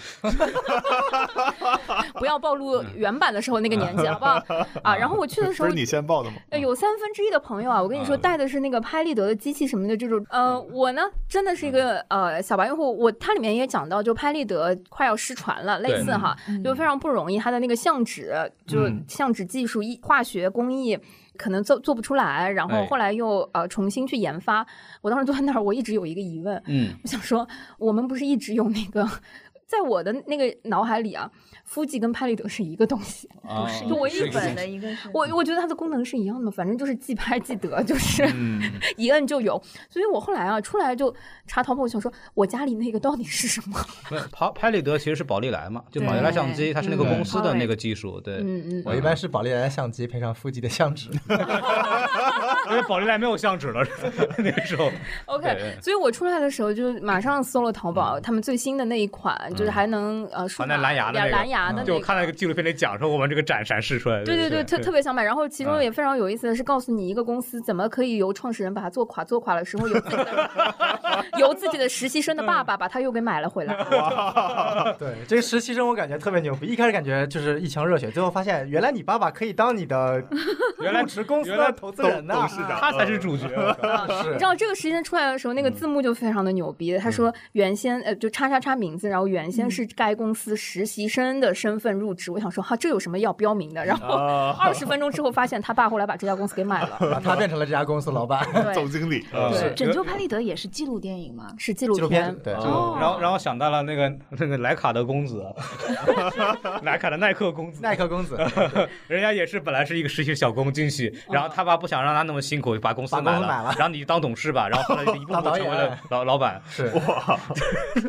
不要暴
嗯
露原版的时候那个年纪，好不好？啊，然后我去的时
不
候
是。你先报的吗？
呃有三分之一的朋友啊，我跟你说，带的是那个拍立得的机器什么的这种。呃，我呢真的是一个呃小白用户，我它里面也讲到，就拍立得快要失传了，类似哈，就非常不容易，它的那个相纸，就相纸技术、一化学工艺。可能做做不出来，然后
哎
后来又呃重新去研发。我当时坐在那儿，我一直有一个疑问，
嗯，
我想说，我们不是一直有那个， 在我的那个脑海里啊，夫妓跟拍立得是一个东西。
不
是
就我
一个
一嗯
是日
直
本的一个是
我我觉得它的功能是一样的，反正就是即拍即得，就是、
嗯，
一摁就有。所以我后来啊，出来就查淘宝，我想说我家里那个到底是什么？
没有拍拍立得其实是宝丽来嘛，就宝丽来相机，它是那个公司的那个技术，对，
嗯嗯，
我一般是宝丽来的相机配上腹肌的相纸，
因为宝丽来没有相纸了， 那个时候，
，OK
对。嗯
所以我出来的时候就马上搜了淘宝，他们最新的那一款，就是还能呃，数
还能
码
蓝牙的
呀
那个嗯
蓝牙的
就我看到
那
一个
个。
纪录片里讲说我们这个展闪示出来的，
对对对，特特别想买。然后其中
嗯
也非常有意思的是，告诉你一个公司怎么可以由创始人把它做垮，做垮了之后由自己的 由自己的实习生的爸爸把它又给买了回来。
对，这个实习生我感觉特别牛逼，一开始感觉就是一腔热血，最后发现原来你爸爸可以当你的
原来
入职公司
原来
的投资人呐、
董董事长
他才是主角。
嗯
我靠
你
是
知道这个时间出来的时候，
嗯
那个字幕就非常的牛逼。他说原先呃就叉叉叉名字，然后原
嗯
先是该公司实习生的身份入职。我想说哈，这有什么要标明的？然后
啊
啊
二十分钟之后发现他爸后来把这家公司给 买了，
把他变成了这家公司老板。
总
对，
经理，
对
嗯
拯救拍立得也是纪录电影吗？
是纪录啊
纪录片对，
哦
然后，然后想到了那个那个莱卡的公子， 莱卡的耐克公子，
耐克公子，
人家也是本来是一个实习小工进去，然后他爸不想让他那么辛苦把公司
把公
买
司
了，
买了
然后你就当董事吧，然后后来就一步
当
步
导
成为
演
了老老板。
是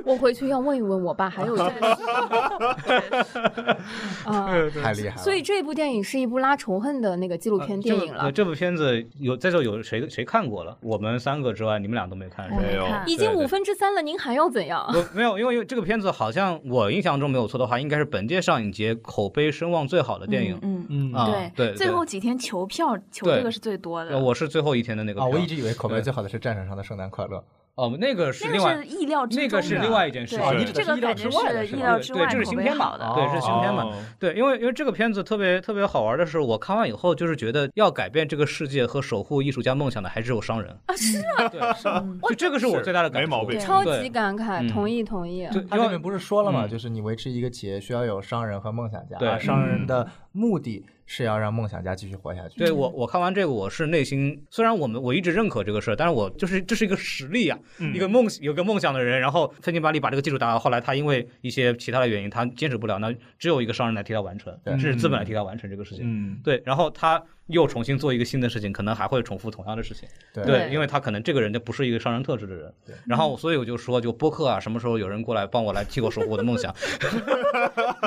我回去要问一问我爸还有这个事 啊。
太厉害了。
所以这部电影是一部拉仇恨的那个纪录片电影
呃
了，
这部片子有在座有谁谁看过了？我们三个之外，你们俩都没看是吧？
没有
看
已经
对对
五分之三了，您还要怎样？
我没有，因为因为这个片子好像我印象中没有错的话，应该是本届上影节口碑声望最好的电影。
嗯，嗯
嗯
啊，对，对
最后几天求票求
对
这个是最多
呃
的，
我是最后一天的那个
啊，
票
我一直以为口碑最好的是《战场上的圣诞快乐
哦，那个是
那
另
个
外
是意料之中
那
的，
个是另外一件事
对
情，
哦你
对
指
这个感觉是意料之
呃对，
外，
这是新片嘛
的，
对，是新片嘛。
哦
对，因为因为这个片子特别特别好玩的是，我看完以后就是觉得要改变这个世界和守护艺术家梦想的还只有商人啊，是啊， 对，
嗯
是吗就这个是我最大的感
没毛
触
病。
对
超
对
级感慨，
嗯
同意同意。》，
他
就
这
因
边
为
不是说了吗？
嗯
就是你维持一个企业需要有商人和梦想家，
对嗯
而商人的目的是要让梦想家继续活下去。
对我
嗯
我看完这个，我是内心虽然我们我一直认可这个事儿，但是我就是这是一个实力啊，
嗯
一个梦有个梦想的人，然后费劲巴力把这个技术打好，后来他因为一些其他的原因，他坚持不了，那只有一个商人来替他完成，
对
嗯
是资本来替他完成这个事情。
嗯，
对，然后他又重新做一个新的事情，可能还会重复同样的事情。
对
因为他可能这个人就不是一个商人特质的人
对。
然后，所以我就说，就播客啊，什么时候有人过来帮我来替我守护我的梦 想？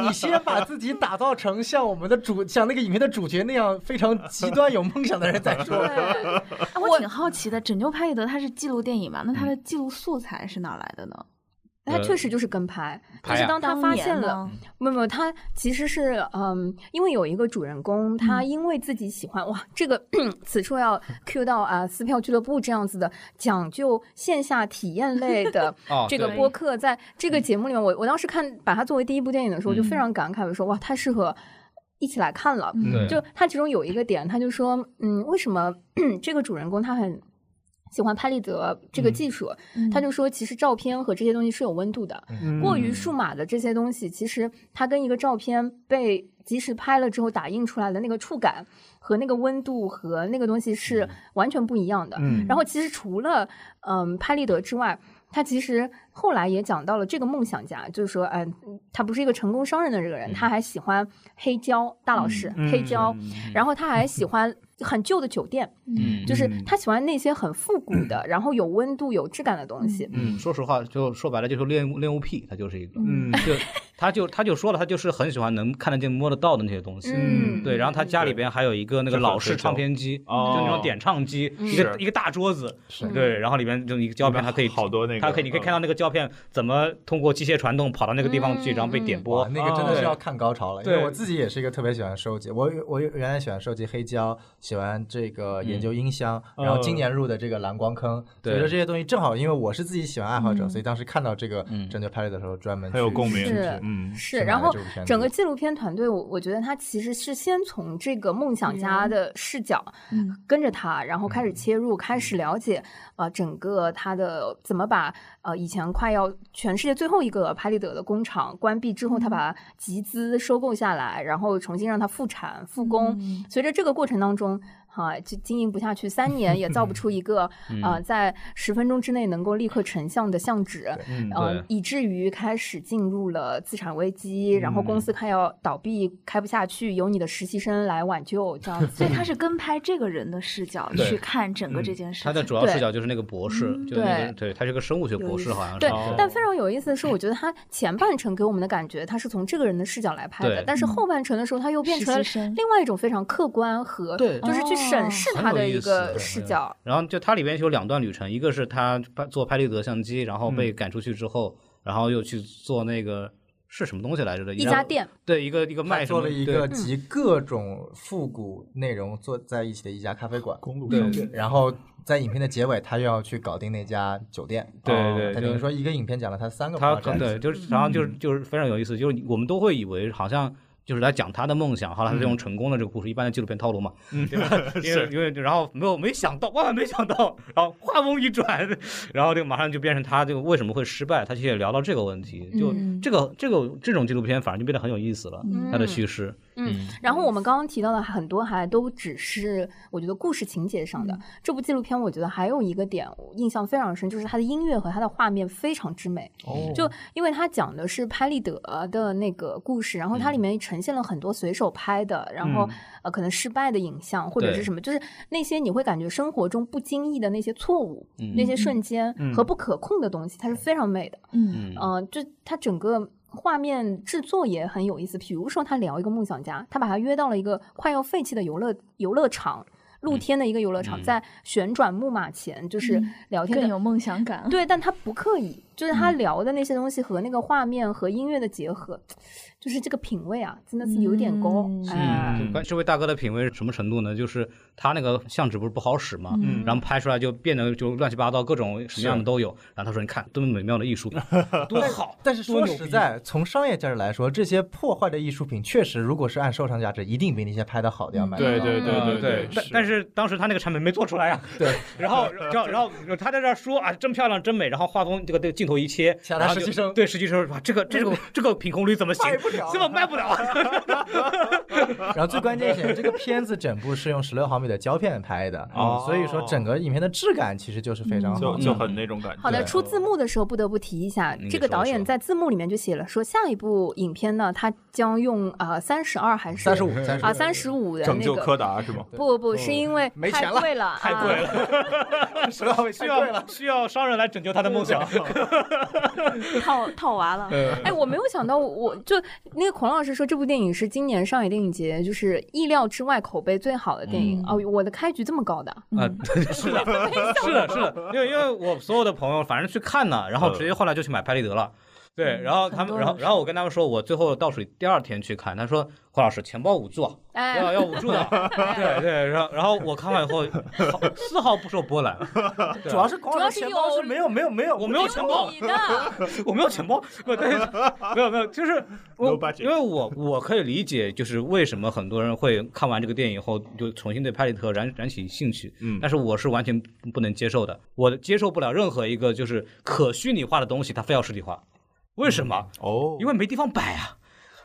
你先把自己打造成像我们的主，像那个影片的主角那样非常极端有梦想的人再说。
哎我挺好奇的，《拯救派伊德》它是记录电影嘛？那它
嗯
的记录素材是哪来的呢？
他确实就是跟拍，但
呃拍
是
啊
当他发现
当年
了，
呢，
没有没有，他其实是嗯，因为有一个主人公，他因为自己喜欢、哇，这个 此处要 cue 到啊，撕票俱乐部这样子的讲究线下体验类的
哦，
这个
对嗯
播客，在这个节目里面，我我当时看把它作为第一部电影的时候，我就非常感慨，我说哇，太适合一起来看了。
对
就他其中有一个点，他就说，嗯，为什么 这个主人公他很喜欢拍立得这
嗯
个技术？
嗯
他就说，其实照片和这些东西是有温度的。过
嗯
于数码的这些东西，其实它跟一个照片被及时拍了之后打印出来的那个触感和那个温度和那个东西是完全不一样的。
嗯
然后其实除了嗯拍立得之外，他其实后来也讲到了这个梦想家，就是说，嗯、他不是一个成功商人的这个人，他还喜欢黑胶大老师、
嗯
黑胶，然后他还喜欢很旧的酒店，
嗯
就是他喜欢那些很复古的，然后有温度、有质感的东西。
嗯，说实话，就说白了就是恋物恋物癖，他就是一个，
嗯
就他就他就说了，他就是很喜欢能看得见摸得到的那些东西。
嗯
对，然后他家里边还有一个那个
这很
老式
追求
唱片机，
哦
就那种点唱机，
嗯
一个
是
一个大桌子，
是
对，然后里面就一个胶片，它可以
好多那个，嗯
它可以，你可以看到那个胶片怎么通过机械传动跑到那个地方去，
嗯
然后被点
哇
播，。哦
那个真的是要看高潮了，因为
对
我自己也是一个特别喜欢收集，我我原来喜欢收集黑胶，喜欢这个研究音箱，然后今年入的这个蓝光坑，
嗯
所
对
以说这些东西正好，因为我是自己喜欢爱好者，所以当时看到这个
嗯
拯救派对的时候，专门
很有
去
共鸣
去
是
嗯
是，
是
然
哪个
后
纪录片
整
子
个纪录片团队，我我觉得他其实是先从这个梦
嗯
想家的视角，
嗯
跟着他，然后开始切入，开始了解，呃，整个他的怎么把呃以前快要全世界最后一个拍立得的工厂关闭之后，
嗯
他把它集资收购下来，然后重新让它复产复工。
嗯
随着这个过程当中，哈、就经营不下去，三年也造 不
嗯
出一个呃在十分钟之内能够立刻成像的相纸。
嗯，
呃
对，，
以至于开始进入了资产危机，然后公司
嗯
快要倒闭，开不下去，由你的实习生来挽救，这样子。
所以他是跟拍这个人的视角
对
去看整个这件事情。
他的主要视角就是那个博士，
嗯
就是那个对，他是个生物学博士，好像是。
对
哦，
但非常有意思的是，我觉得他前半程给我们的感觉，他是从这个人的视角来拍的
对，
但是后半程的时候，他又变成了
嗯实习生哦
另外一种非常客观和，
对
就是去审视他的一
很有
个
意思
视角。
然后就它里边有两段旅程，一个是他拍做拍立得相机，然后
嗯
被赶出去之后，然后又去做那个是什么东西来着的
一家，店，
对，一个一个
他
卖什
做
么
了一
对
个集各种复古内容做在一起的一家咖啡馆，
公路
对
上，
然后在影片的结尾，他又要去搞定那家酒店。哦
对对
他
就
等于说一个影片讲了他三个
他
发
可
展
能对，就是然后就是就是非常有意思，就是我们都会以为好像。就是来讲他的梦想，好了，他这种成功的这个故事，一般的纪录片套路嘛，对吧？因为因为然后没有没想到，万万没想到，然后话锋一转，然后这个马上就变成他这个为什么会失败，他其实也聊到这个问题，就这个这个这种纪录片反而就变得很有意思了，他的叙事，
嗯，然后我们刚刚提到的很多还都只是我觉得故事情节上的。
嗯
这部纪录片我觉得还有一个点我印象非常深，就是它的音乐和它的画面非常之美。
哦
就因为它讲的是拍立得的那个故事，然后
嗯
它里面呈现了很多随手拍的，然后、呃可能失败的影像或者
对
是什么，就是那些你会感觉生活中不经意的那些错误、
嗯
那些瞬间
嗯
和不可控的东西，它是非常美的。
嗯
嗯
嗯、就它整个画面制作也很有意思。比如说，他聊一个梦想家，他把他约到了一个快要废弃的游乐游乐场，露天的一个游乐场，
嗯
在旋转木马前，就是
嗯
聊天
更
的。
有梦想感。
对，但他不刻意，就是他聊的那些东西和那个画面和音乐的结合，就是这个品味啊，真的是有点高。
嗯
哎
关这位大哥的品味是什么程度呢？就是他那个相纸不是不好使吗？
嗯
然后拍出来就变得就乱七八糟，各种什么样的都有。然后他说：“你看，多么美妙的艺术，多好。
但是
多
说
牛
实
逼
在，从商业价值来说，这些破坏的艺术品确实，如果是按收藏价值，一定比那些拍的好的要卖。
嗯对对
啊”
对对
但但是当时他那个产品没做出来呀。对，然后然后然后他在这儿说啊，真漂亮，真美。然后画风这个这个镜头一切，
其他
然后
实习
就
生
对实习生说哇，这个这个这个品控率怎么行
卖不了？
这么卖不了啊？
然后最关键一点，这个片子整部是用十六毫米的胶片拍的，嗯
哦
所以说整个影片的质感其实就是非常好
就
的。
就很那种感觉。
好的，
对
出字幕的时候不得不提一下
你，
这
给
个
说
导演
说
在字幕里面就写了说，下一部影片呢，他将用啊三十二还是
三十五，三
啊三十五的
拯
那
救柯
个。
达是吗？
不不，是因为
没钱
太
了
贵了，
太贵
啊。
了，
十六毫米太
需
哎贵了
要。需要商人来拯救他的梦想。
套套娃了，
哎，我没有想到我，我就那个孔老师说这部电影是今年上海电影节就是意料之外口碑最好的电影
嗯
哦，我的开局这么高的啊，
啊，是的，是的，是的，因为因为我所有的朋友反正去看呢，然后直接后来就去买拍立得了。对，然后他
很
们，
多
然后
人
然后我跟他们说，我最后倒数第二天去看，他说黄老师钱包捂住啊，要
哎，
要捂住的，对对，然后然后我看完以后毫丝毫不受波澜，对
主要是光
主要是
钱包
有
是没有没有没有，
我没有钱包，
你的，
我没有钱包，不对，没有没有，就是我
No budget
因为我我可以理解，就是为什么很多人会看完这个电影以后就重新对拍立特燃燃起兴趣，
嗯
但是我是完全不能接受的，我接受不了任何一个就是可虚拟化的东西，它非要实体化，为什么？
嗯
哦
因为没地方摆啊。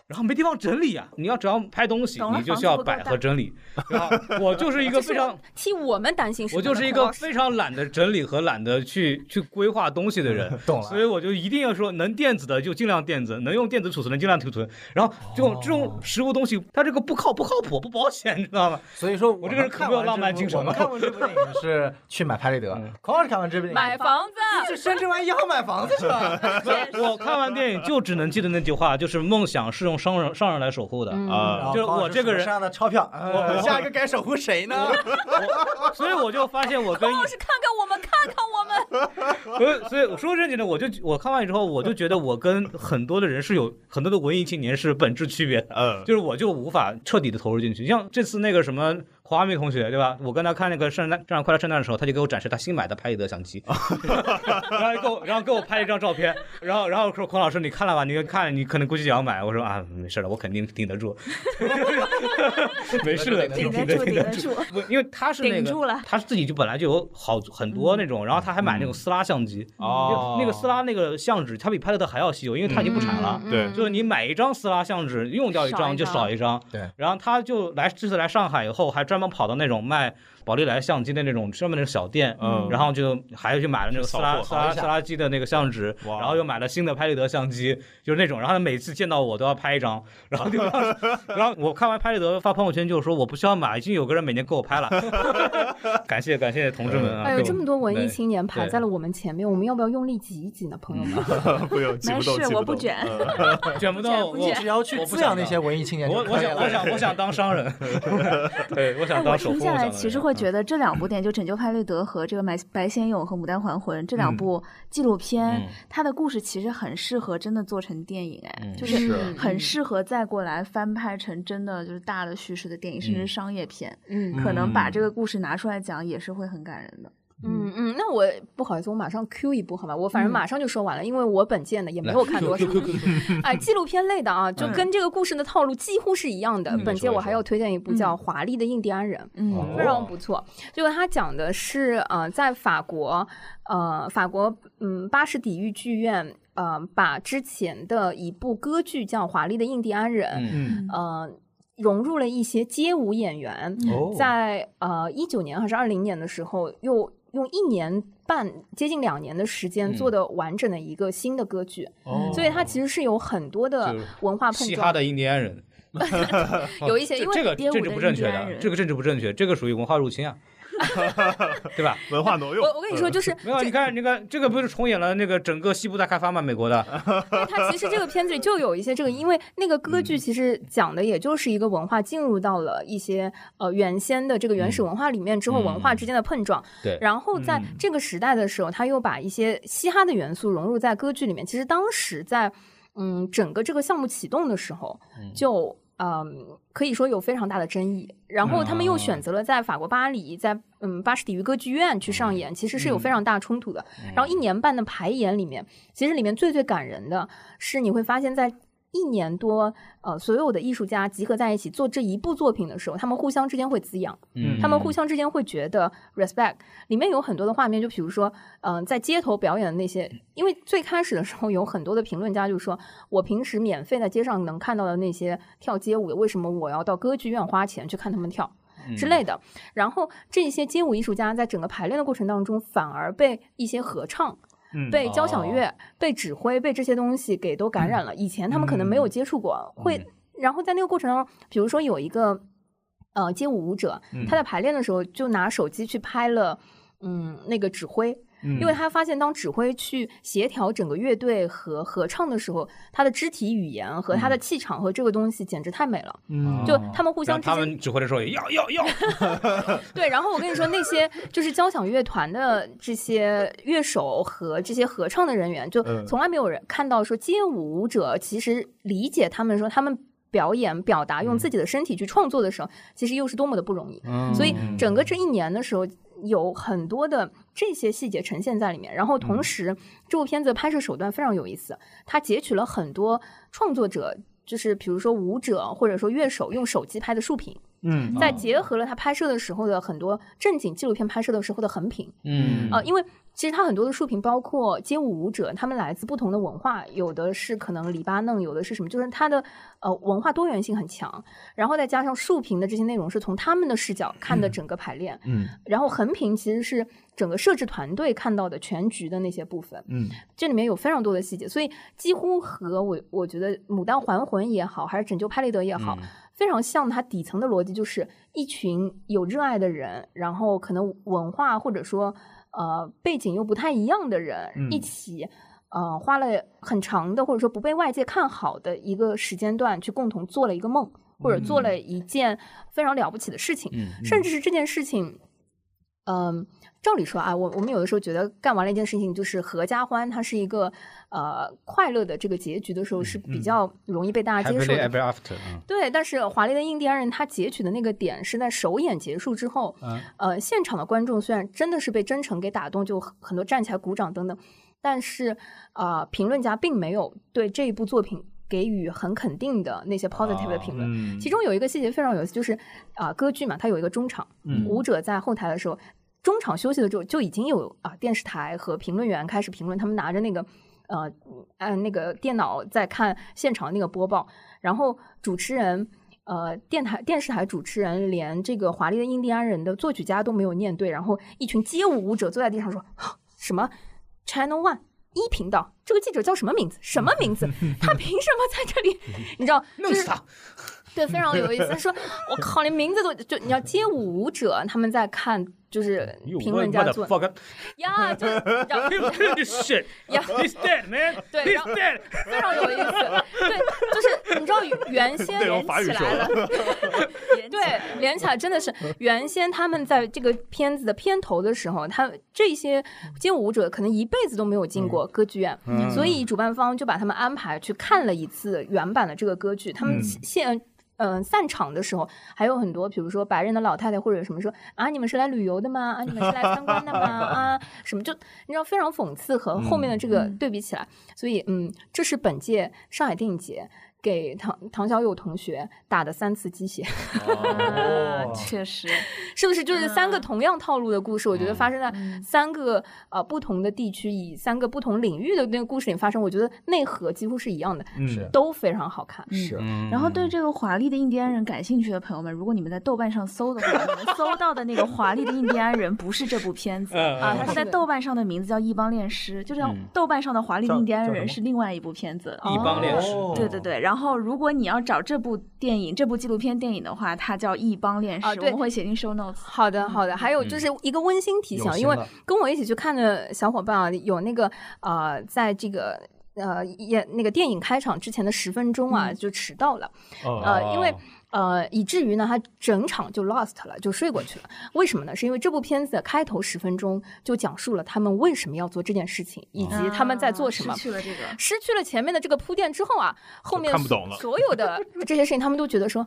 然后没地方整理啊！你要只要拍东西
懂，了
你就需要摆和整理。然后我就是一个非常，
替我们担心什
我
么呢？
就是一
孔
个
老师
非常懒得整理和懒得去去规划东西的人，
懂了
所以我就一定要说，能电子的就尽量电子，能用电子储存的尽量储存。然后这种、这种实物东西，它这个不靠不靠谱，不保险，你知道吗？
所以说
我这个人可没有浪漫精神
我们看完这部电影是去买拍立得，孔老师看完这部电影
买房子，
去深圳湾一号买房子是吧？
我看完电影就只能记得那句话，就是梦想是用商人商人来守护
嗯
的。
啊，
然后
就是
孔老师
我这个人
手上的钞票，
我
呃下一个该守护谁呢？
我所以我就发现我跟
老师看看我们，看看我们。
所以所以我说正经的，我就我看完以后，我就觉得我跟很多的人是有很多的文艺青年是本质区别的。
嗯，
就是我就无法彻底的投入进去。像这次那个什么黄阿妹同学，对吧？我跟他看那个圣诞《圣诞快乐圣诞》的时候，他就给我展示他新买的拍立得相 机，然后给我然后给我拍了一张照片，然后然后说孔老师你看了吧？你看你可能估计也要买。我说啊没事的，我肯定顶 得住，没事的，
顶
挺
得
挺
住，
挺
顶
得
得住，
不，因为他是那
顶住了
个，他自己就本来就有好很多那
嗯
种，然后他还买那种撕拉相机，
哦
就那个撕拉那个相纸，它比拍立得还要稀有，因为它已经不产
嗯
了。
对
就是你买一张撕拉相纸，用掉一
少
张
一
就
张
少一张。
对
然后他就来这次来上海以后，还专门跑到那种卖宝丽来相机的那种专门的小店，
嗯
然后就还去买了那个
扫
撕
货
拉撕
扫
拉
一下
撕拉机的那个相纸，
哇
然后又买了新的拍立得相机，就是那种。然后他每次见到我都要拍一张，然后就 然后我看完拍立得发朋友圈就说我不需要买，已经有个人每年给我 拍了。 感谢感谢同志们
嗯
啊！
哎呦，
对
这么多文艺
对
青年排
对
在了我们前面，我们要不要用力挤一挤呢，朋友们？
不用，记
没
不动，
事
记，
我
动
不。卷。
卷 不到我，
你只要去
我不
滋养
想
那
当
些文艺青年
我
就
我
可以
想
了
我想我想当商 人，对，我
哎，
想
我
当首
听
富。
下
我
来
想当
其实
人
会觉得这两部电影，就《拯救拍立得》和这个《白白先勇》和《牡丹还魂》这两部纪录片
嗯，
它的故事其实很适合真的做成电影，哎
嗯，
就是
嗯
很适合再过来翻拍成真的就是大的叙事的电影，甚至商业片，
嗯
可能把这个故事拿出来讲也是会很感人的。
嗯嗯，那我不好意思，我马上 Q 一部好吧？我反
嗯
正马上就说完了，因为我本届呢也没有看 多少。
嗯
哎，纪录片类的啊，就
嗯
跟这个故事的套路几乎是一样的。
嗯
本届我还要推荐一部叫《
嗯
华丽的印第安人》。
哦
嗯
非
哦
常不错，就是他讲的是，呃，在法国，呃，法国，嗯，巴士底狱剧院，呃，把之前的一部歌剧叫《华丽的印第安人》，
嗯
嗯
呃，融入了一些街舞演员，
哦
在呃一九年还是二零年的时候，又用一年半接近两年的时间
嗯
做的完整的一个新的歌剧，
哦
嗯所以它其实是有很多的
就是
文化碰
嘻哈
撞，
的印第安人，
有一些
这
因为
这个
编舞
政治
的印
不正
第
确
安
的，
人
这个政治不正确，这个属于文化入 侵啊，对吧？
文化挪用。
我我跟你说，就是
没有，你看那个这个不是重演了那个整个西部大开发吗？美国的，
但它其实这个片子里就有一些这个，因为那个歌
嗯
剧其实讲的也就是一个文化进入到了一些呃原先的这个原始文化里面之后，
嗯
文化之间的碰撞。
对
然后在这个时代的时候，他又把一些嘻哈的元素融入在歌剧里面。其实当时在嗯整个这个项目启动的时候，就嗯可以说有非常大的争议。然后他们又选择了在法国巴黎，在嗯巴士底鱼歌剧院去上演，其实是有非常大冲突的。然后一年半的排演里面，其实里面最最感人的是，你会发现在一年多，呃，所有的艺术家集合在一起做这一部作品的时候，他们互相之间会滋养，
嗯
他们互相之间会觉得 respect。里面有很多的画面，就比如说，嗯、在街头表演的那些，因为最开始的时候有很多的评论家就说，我平时免费在街上能看到的那些跳街舞的，为什么我要到歌剧院花钱去看他们跳？之类的，然后这些街舞艺术家在整个排练的过程当中，反而被一些合唱、
嗯
被交响乐、被指挥、被这些东西给都感染了。以前他们可能没有接触过，会，然后在那个过程当中，比如说有一个呃街舞舞者，他在排练的时候就拿手机去拍了，嗯，那个指挥。因为他发现，当指挥去协调整个乐队和合唱的时候，他的肢体语言和他的气场和这个东西简直太美了。
嗯
就他们互
然
相
后
之
他
间
们指挥的时候也要要要，
对，然后我跟你说，那些就是交响乐团的这些乐手和这些合唱的人员，就
嗯
从来没有人看到说街舞舞者其实理解他们说他们表演、表达用自己的身体去创作的时候，其实又是多么的不容易。嗯
嗯
所以整个这一年的时候，有很多的这些细节呈现在里面。然后同时，这部片子的拍摄手段非常有意思，它截取了很多创作者。就是比如说舞者或者说乐手用手机拍的竖屏，
嗯
再结合了他拍摄的时候的很多正经纪录片拍摄的时候的横屏，
嗯
呃，因为其实他很多的竖屏，包括街舞舞者，他们来自不同的文化，有的是可能黎巴嫩，有的是什么，就是他的呃文化多元性很强。然后再加上竖屏的这些内容是从他们的视角看的整个排练，
嗯
然后横屏其实是整个摄制团队看到的全局的那些部分。
嗯，
这里面有非常多的细节，所以几乎和我我觉得《牡丹还魂》也好，还是《拯救派雷德》也
嗯
好，非常像它底层的逻辑，就是一群有热爱的人，然后可能文化或者说呃背景又不太一样的人、一起。呃，花了很长的，或者说不被外界看好的一个时间段，去共同做了一个梦，或者做了一件非常了不起的事
嗯
情，甚至是这件事情嗯，照理说啊，我我们有的时候觉得干完了一件事情，就是合家欢，它是一个呃快乐的这个结局的时候，是比较容易被大家接受
happily
的。
ever after，嗯
对，但是《华丽的印第安人》它截取的那个点是在首演结束之后，呃，现场的观众虽然真的是被真诚给打动，就很很多站起来鼓掌等等，但是呃，评论家并没有对这一部作品给予很肯定的那些 positive 的评论。
嗯
其中有一个细节非常有意思，就是啊、歌剧嘛，它有一个中场，舞者在后台的时候，中场休息的时候就已经有啊、电视台和评论员开始评论，他们拿着那个呃按那个电脑在看现场那个播报，然后主持人。呃，电台电视台主持人连这个华丽的印第安人的作曲家都没有念对，然后一群街舞舞者坐在地上说 啊什么 Channel One 一频道，这个记者叫什么名字？什么名字？他凭什么在这里？你知道，
弄死他！
对，非常有意思。他说：“我靠，连名字都就你要街舞舞者他们在看，
哎
就是评论家做
fuck，
呀，就是然后
this shit，
呀
he's dead man，
对
he's
然后
dead，
非常有意思。对，就是你知道原先
内容法语
起
说
来了
的，
对，连起来真的是原先他们在这个片子的片头的时候，他这些街舞舞者可能一辈子都没有进过歌剧院，所以主办方就把他们安排去看了一次原版的这个歌剧。他们现嗯、散场的时候，还有很多，比如说白人的老太太或者什么说啊，你们是来旅游的吗？啊，你们是来参观的吗？啊，什么就你知道非常讽刺和后面的这个对比起来，所以嗯，这是本届上海电影节给唐唐小友同学打的三次鸡血，
哦
啊，确实，
是不是？就是三个
嗯
同样套路的故事，我觉得
嗯
发生在
嗯
三个呃不同的地区，以三个不同领域的那个故事里发生，我觉得内核几乎是一样的，
嗯
是
都非常好看。
嗯
是，
嗯
然后对这个华丽的印第安人感兴趣的朋友们，如果你们在豆瓣上搜的话，你们搜到的那个华丽的印第安人不是这部片子
嗯嗯
啊
嗯，
它在豆瓣上的名字叫《一帮恋师》，就像
嗯
豆瓣上的华丽的
叫
印第安
叫什
人
么
是另外一部片子。
一帮恋师，
哦
对对，对，然后如果你要找这部电影、这部纪录片电影的话，它叫《一帮恋师
啊》，
我
对
们会写进 show notes。
好的，好
嗯
的。还有就是一个温馨提
嗯
醒，
有心
因为
了
跟我一起去看的小伙伴啊，有那个呃，在这个呃演那个电影开场之前的十分钟啊，
嗯
就迟到了。
哦
呃，因为呃，以至于呢，他整场就 lost 了，就睡过去了。为什么呢？是因为这部片子的开头十分钟就讲述了他们为什么要做这件事情，以及他们在做什么
啊。失去了这 个，
失去了前面的这个铺垫之后啊，后面
看不懂了
所有的 这些事情，他们都觉得说。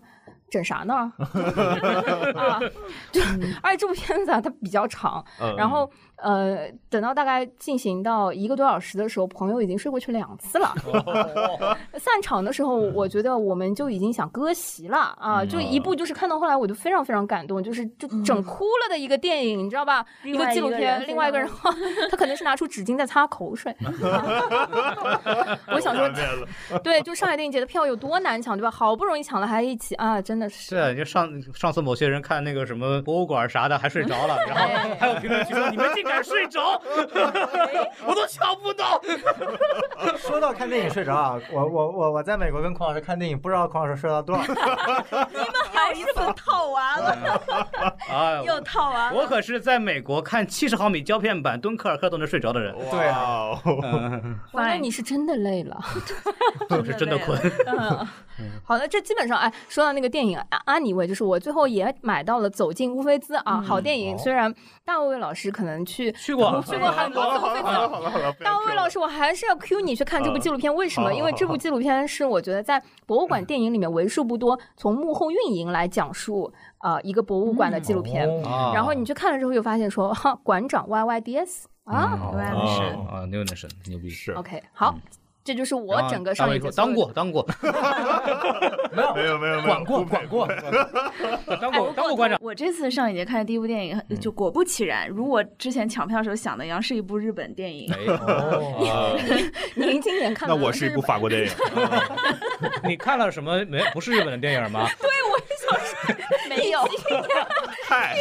整啥呢？ 啊，就
嗯
而且这部片子啊，它比较长，
嗯
然后呃，等到大概进行到一个多小时的时候，朋友已经睡过去两次了。散场的时候，我觉得我们就已经想割席了啊！就一部就是看到后来，我就非常非常感动，就是就整哭了的一个电影，你知道吧？一
嗯另外
纪录
一个
片，
人
另外一个人， 他可能是拿出纸巾在擦口 水。我想说， 对，就上海电影节的票有多难抢，对吧？好不容易抢了，还一起啊，真的 是。
是啊，就上上次某些人看那个什么博物馆啥的还睡着了，然
哎
后还有评论区说你们竟敢睡着， 我都抢不到。
说到看电影睡着啊，我我我我在美国跟孔老师看电影，不知道孔老师睡到 多少次。
哎
还一次套完了，
哎呦，
又套完了。
我可是在美国看七十毫米胶片版《敦刻尔克》都能睡着的人，
对啊，
哦
哇，那
Fine
你是真的累了。
我是真的困。
嗯， 好的，这基本上哎，说到那个电影《安安妮薇》，就是我最后也买到了《走进乌菲兹》啊，好电影。
哦
虽然大卫老师可能去
去过
去过很多次乌菲兹，
好了好了，
大卫老师，我还是要 cue 你去看这部纪录片，为什么？
好嗯
因为这部纪录片是我觉得在博物馆电影里面为数不多从幕后运营来讲述呃一个博物馆的纪录片。
嗯
哦
然后你去看了之后，又发现说，哈，馆长 YYDS
嗯
啊、
原来
哦
是
啊，牛的神，牛逼！
是
o k
嗯
好，这就是我整个
大
上
卫
一
说
节
当过当
哎
过
没有没有没有，
管过管 过，
当过当过馆嗯
哎
长，
我这次上影节看的第一部电影，就果不其然，如我之前抢票的时候想的一样，是一部日本电影。
哎
哦
您今年看
那
了
我是一部法国电影，
你看了什么没？不是日本的电 影吗？
没有，
嗨，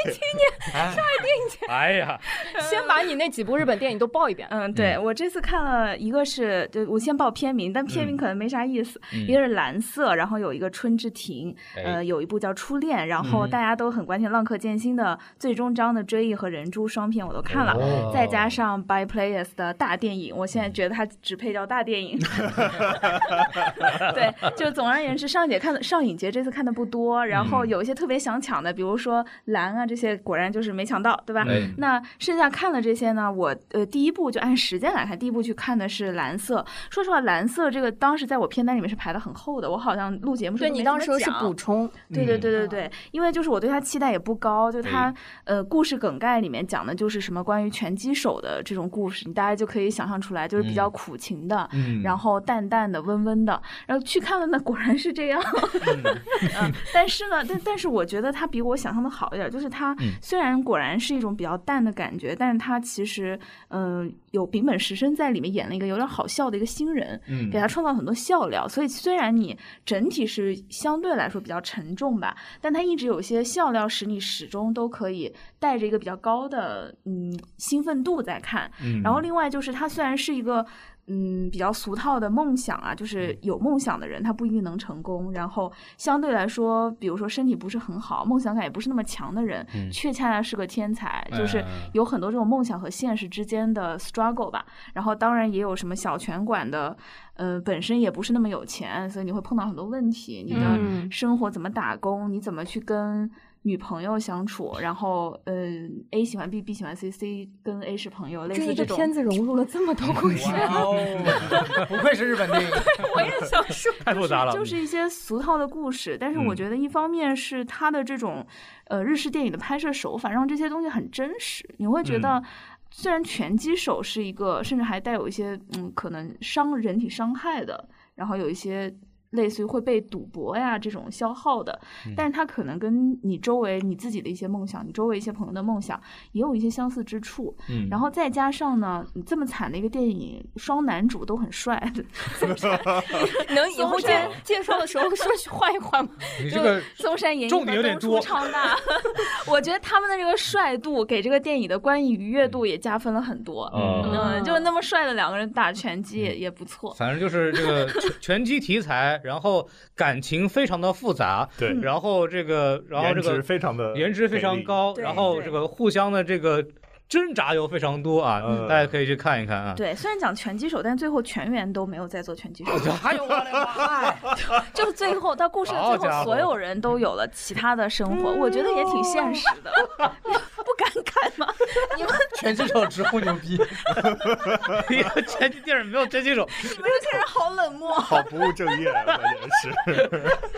哎呀，
先把你那几部日本电影都报一遍。
嗯，对我这次看了一个是，就我先报片名，但片名可能没啥意思。一个是蓝色，然后有一个春之庭，呃，有一部叫《初恋》，然后大家都很关心浪客剑心的最终章的追忆和人猪双片我都看了，
哦
再加上 By Players 的大电影，我现在觉得它只配叫大电影。对，就总而言之，上影节看的上影节这次看的不多，然后有一些特别想抢的，比如说蓝啊这些，果然就是没抢到，对吧？
哎
那剩下看的这些呢，我呃第一部就按时间来看，第一部去看的是蓝色。说实话，蓝色这个当时在我片单里面是排的很厚的，我好像录节目时
对
候都
你
没
当
怎
时
么
是
讲
补充，嗯
对对对对对，因为就是我对他期待也不高，就他呃故事梗概里面讲的就是什么关于拳击手的这种故事，你大概就可以想象出来，就是比较苦情的，
嗯
然后淡淡的、温温的，然后去看了呢，果然是这样。 嗯，但是呢，但但是我觉得它比我想象的好一点，就是它虽然果然是一种比较淡的感觉，但是它其实嗯、呃有丙本时生在里面演了一个有点好笑的一个新人，
啊
嗯
给他创造很多笑料，所以虽然你整体是相对来说比较沉重吧，但它一直有一些笑料使你始终都可以带着一个比较高的嗯兴奋度在看，
嗯
然后
嗯
另外就是它虽然是一个。嗯，比较俗套的梦想啊，就是有梦想的人他不一定能成功。然后相对来说，比如说身体不是很好，梦想感也不是那么强的人，却恰恰是个天才，就是有很多这种梦想和现实之间的 struggle 吧。然后当然也有什么小拳馆的，呃，本身也不是那么有钱，所以你会碰到很多问题，你
嗯
的生活怎么打工，你怎么去跟。女朋友相处，然后呃，A 喜欢 B，B 喜欢 C，C 跟 A 是朋友，类
这
似
一个
这种。
片子融入了这么多故 事，
哦， 不愧是日本电影，
我也想说，
太复杂了。
就是一些俗套的故事。但是我觉得，一方面是它的这种、呃日式电影的拍摄手法，让这些东西很真实。你会觉得，虽然拳击手是一个，甚至还带有一些嗯可能伤人体伤害的，然后有一些。类似于会被赌博呀这种消耗的，但是它可能跟你周围你自己的一些梦想，你周围一些朋友的梦想也有一些相似之处。
嗯
然后再加上呢，你这么惨的一个电影，双男主都很帅，
能以后介介绍的时候说去换一换吗？
你这个
嵩山演艺
重点有点
馆都
多
出超 大，我觉得他们的这个帅度给这个电影的观影愉
嗯
悦度也加分了很多。
哦
嗯
嗯，就是那么帅的两个人打拳
嗯
击也也不错。
反正就是这个拳拳击题材，然后感情非常的复杂，
嗯
对，
然后这个，然后
颜
这
值
个
非常的
颜值非
给
常
力，
高，
对
然后这个互相的这个挣扎又非常多啊，
嗯
大家可以去看一看 啊。
对，虽然讲拳击手，但最后全员都没有在做拳击手，
哦还有我的妈！
就是最后到故事
好
的最
家
后，
伙
所有人都有了其他的生活，我觉得也挺现实的，
嗯
不感慨 吗？
全职手直呼牛 逼，
哎拳击电影没有拳击手，
你们这些人好冷漠。
好不务正业啊，关键是。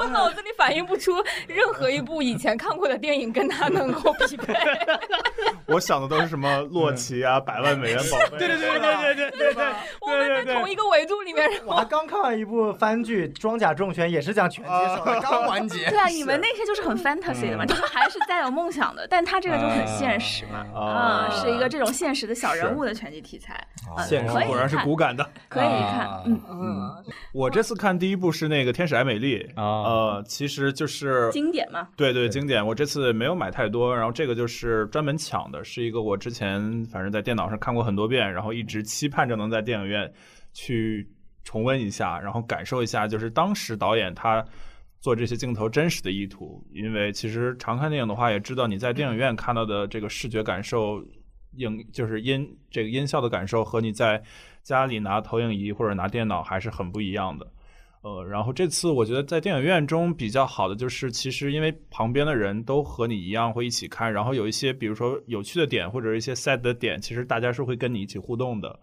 我脑子里反映不出任何一部以前看过的电影跟它能够匹配。
我想的都是什么洛奇啊、百万美元宝贝，
嗯对对对对对对对
我们
对
在
对对
同
对。
一个维度里面，
我还刚看了一部番剧《装甲重拳》，也是讲拳击手的，刚完结。
对啊，你们那些就是
嗯
很 fantasy 的嘛，就是还是带有梦想的，但他这个就
啊
很现实嘛，啊，是一个这种现实的小人物的拳击题材，啊
嗯
现实
可以
果然是
看
骨感的。
可以看
啊，
嗯，
我这次看第一部是那个《天使爱美丽》
啊
哦
呃，其实就是
经典嘛，
对对经典。我这次没有买太多，然后这个就是专门抢的，是一个我之前反正在电脑上看过很多遍，然后一直期盼着能在电影院去重温一下，然后感受一下，就是当时导演他。做这些镜头真实的意图，因为其实常看电影的话，也知道你在电影院看到的这个视觉感受，影就是音这个音效的感受和你在家里拿投影仪或者拿电脑还是很不一样的。呃，然后这次我觉得在电影院中比较好的就是，其实因为旁边的人都和你一样会一起看，然后有一些比如说有趣的点或者一些 sad 的点，其实大家是会跟你一起互动的。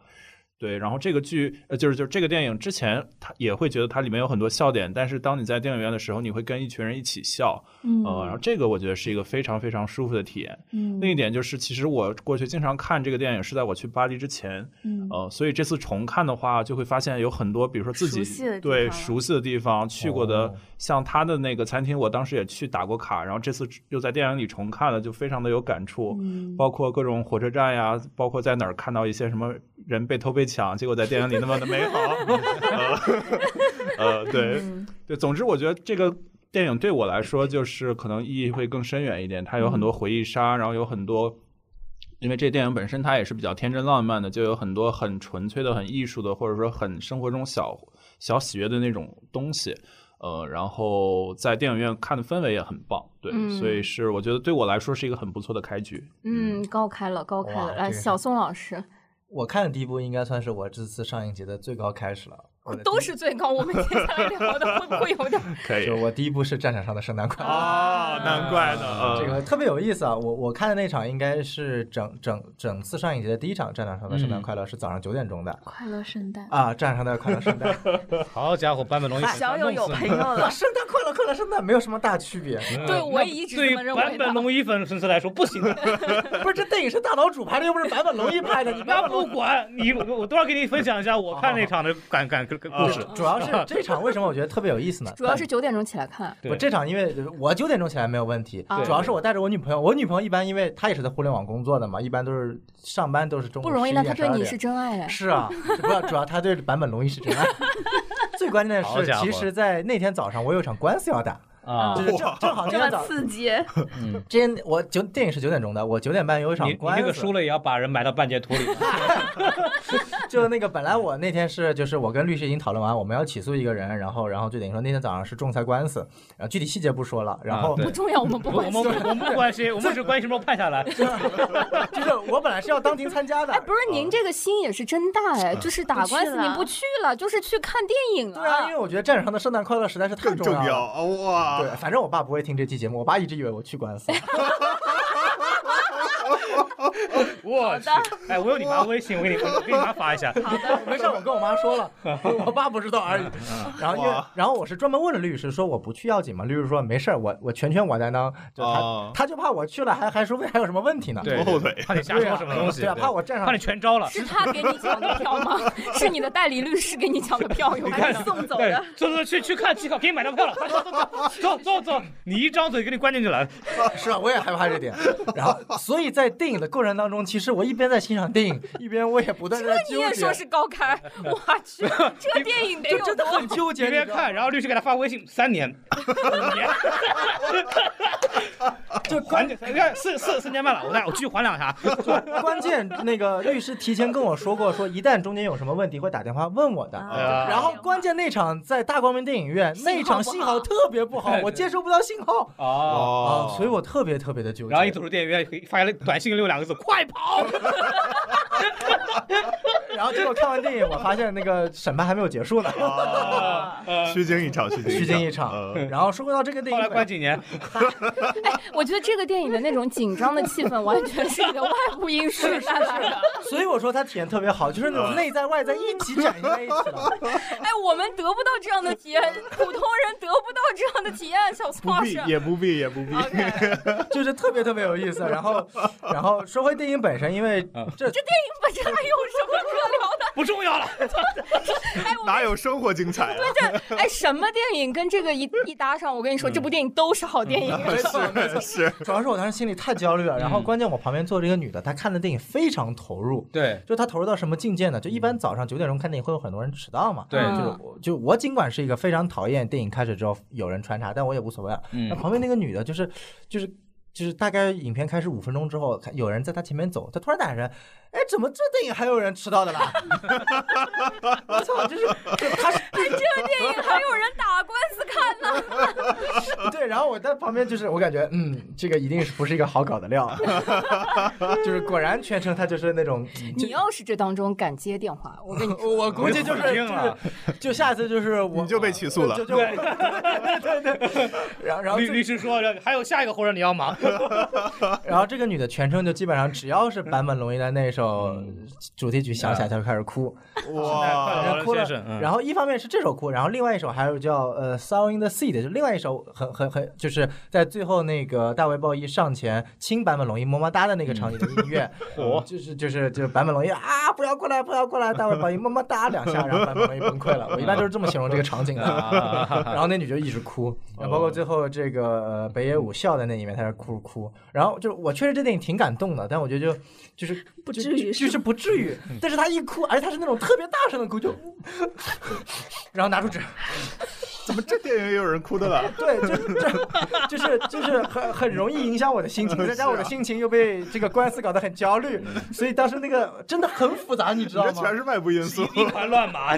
对，然后这个剧呃，就是就是这个电影之前，它也会觉得它里面有很多笑点，但是当你在电影院的时候，你会跟一群人一起笑，
嗯
呃，然后这个我觉得是一个非常非常舒服的体验。
嗯
另一点就是，其实我过去经常看这个电影是在我去巴黎之前，
嗯
呃，所以这次重看的话，就会发现有很多，比如说自
熟
己
悉的地方
对
了
熟悉的地方去过的，
哦
像他的那个餐厅，我当时也去打过卡，然后这次又在电影里重看了，就非常的有感触。
嗯
包括各种火车站呀，包括在哪儿看到一些什么人被偷被抢，结果在电影里那么 的美好。 呃，呃对
嗯
对，总之我觉得这个电影对我来说就是可能意义会更深远一点，它有很多
嗯
回忆杀，然后有很多。因为这电影本身它也是比较天真浪漫的，就有很多很纯粹的、很艺术的，或者说很生活中小小喜悦的那种东西。呃，然后在电影院看的氛围也很棒，对，
嗯
所以是我觉得对我来说是一个很不错的开局。
嗯，高开了，高开
哇
了。来，
这个
小宋老师，
我看的第一部应该算是我这次上映节的最高开始了，我的
都
第
是最高。我们接下来聊的会不会有点？
可以
就我第一部是战场上的圣诞快乐。
啊，难怪呢，啊
这个特别有意思啊！我我看的那场应该是整整整次上映节的第一场《战场上的圣诞快乐》，是早上九点钟的
快乐圣诞，
啊，《战场上的快乐圣诞》啊
好家伙，坂本龙一
小友有朋友了，
圣诞快乐，快乐圣诞，没有什么大区别。
嗯
对我也一直这么
对
认为的
坂本龙一粉丝来说不行，啊
不是，这电影是大岛主拍的，又不是坂本龙一拍的，你不要
那不管你，我我多少给你分享一下我看那场的感感感啊故事。
主要是这场为什么我觉得特别有意思呢？
主要是九点钟起来看，
对
我这场因为我九点钟起来没有问题
对，
主要是我带着我女朋友，我女朋友一般因为她也是在互联网工作的嘛，一般都是上班都是中午
不容易。
11
那
点
他对你
12
是真爱 呀
点。是啊，主要主要她对坂本龙一是真爱。 最关键的
好
是
家，伙
其实，在那天早上我有场官司要打，
啊
就是正正好那
这
天
么
早，
刺 激，
之前我九电影是九点钟的，我九点半有一场
你你
官司。
这个输了也要把人埋到半截 土里。
就那个本来我那天是就是我跟律师已经讨论完，我们要起诉一个人，然后然后就等于说那天早上是仲裁官司，然后具体细节不说了，然
啊
后
对
不重要，我们不
我
关
们
心。
我们我们不关心，我们只关心什么时候判下来。
就是我本来是要当庭参加的
哎，，不是您这个心也是真大哎，就是打
不去
官司您
了
不去了，就是去看电影
对啊，因
了。
为我觉得战场上的圣诞快乐实在是太
更重
要
要
了。
啊！哇，
对，反正我爸不会听这期节目，我爸一直以为我去官司。
我去，哎，我有你妈微信，我给你我给你妈发一下。
没事，我跟我妈 说了，我爸不知道
嗯
而已。 然后因为，然后我是专门问了律师，说我不去要紧吗？律师说没事儿，我我全权我担当。就他、
哦
他就怕我去了还还说不定还有什么问题呢。
对，
拖后腿
怕你瞎
对啊
说什么东西，
对啊，怕我站上
怕你全招了。
是他给你抢的票吗？ 是你的代理律师给你抢的票，有
把
可
你
能。
送走
对
的。，
走走去去看机考，给你买张票了，快走走走走走走，你一张嘴给你关进去 了。
是啊，我也害怕这点。然后，所以在电影的过程当中，其实我一边在欣赏电影，一边我也不断的在
你
纠
也
结
说，是高 开，我去，这电影得有多
很纠结。
一边看，然后律师给他发微信，三年，五年， 就还你看四四四年半了，我再我继续还两 下。
关键那个律师提前跟我说过，说一旦中间有什么问题会打电话问我的。
啊
然后关键那场在大光明电影院，
信号不好
那场信号特别不好，我接收不到信号
哦。
啊，
哦，
所以我特别特别的纠结。
然后一走出电影院，发现了短信六两个字：快跑！
然后结果看完电影，我发现那个审判还没有结束呢。
哦 啊
虚惊一场，虚惊
虚惊一场
呃
然后说回到这个电
后来
影
关
本，
几 年，
我觉得这个电影的那种紧张的气氛，完全是你的外部因素带来的。
所以我说他体验特别好，就是
嗯
那种内在外在一起展现在一起了。
哎，我们得不到这样的体验，普通人得不到这样的体验，小
不
宋老
必
师。
也不必也
哎
不必，
OK，
就是特别特别有意思。然后，然后说回电影本身，因为
嗯
这
本身还有什么可聊的？
不重要了。
哎，我
哪有生活精彩啊？
这 哎什么电影跟这个一一搭上？我跟你说，这部电影都是好电影。
是是，
主要是我当时心里太焦虑了。然后，
嗯
关键我旁边坐着一个女的，她看的电影非常投入。
对，
就她投入到什么境界呢？就一般早上九点钟看电影会有很多人迟到嘛。
嗯对嗯
就是我就我尽管是一个非常讨厌电影开始之后有人穿插，但我也无所谓啊了。
嗯
那旁边那个女的，就是就是就是大概影片开始五分钟之后，看有人在她前面走，她突然打人，哎，怎么这电影还有人迟到的啦？我操，就是就她是
哎，这个电 影还有人打官司看呢。
对，然后我在旁边就是，我感觉，嗯，这个一定是不是一个好搞的料，就是果然全程他就是那种，嗯
你要是这当中敢接电话，我跟你说，
我估计就是
我
就
定了
是，就下次就是我
你就被起诉了
就就对对对对，然后然后
律
这
律师说，还有下一个活人你要 忙。
然后这个女的全程就基本上只要是坂本龙一的那首主题曲响起来，她就开始哭，
快
哇
乐
然后哭了
先生嗯，
然后一方面是这首哭，然后另外一首还有叫呃《Song in the Sea》的，就另外一首很很很就是在最后那个大卫鲍伊上前亲版本龙一么么哒的那个场景的音乐，嗯
嚯
就是就是就是版本龙一啊不要过来不要过来，大卫鲍伊么么哒两下，然后版本龙一崩溃了。我一般都是这么形容这个场景的。 然后那女就一直
哦
哭，然后包括最后这个呃北野武笑的那一面，她是哭哭。然后就我确实这电影挺感动的，但我觉得就就是
不
就
至于
就就是不至 于。但是她一哭，而且她是那种特别大声的哭，就然后拿出纸，
怎么这电影也有人哭的了？
对，就是这，就是就是很很容易影响我的心情，
哦啊
再加上我的心情又被这个官司搞得很焦虑，所以当时那个真的很复杂，你知
你
道
这
吗？
全是外部 因素。
一团乱麻，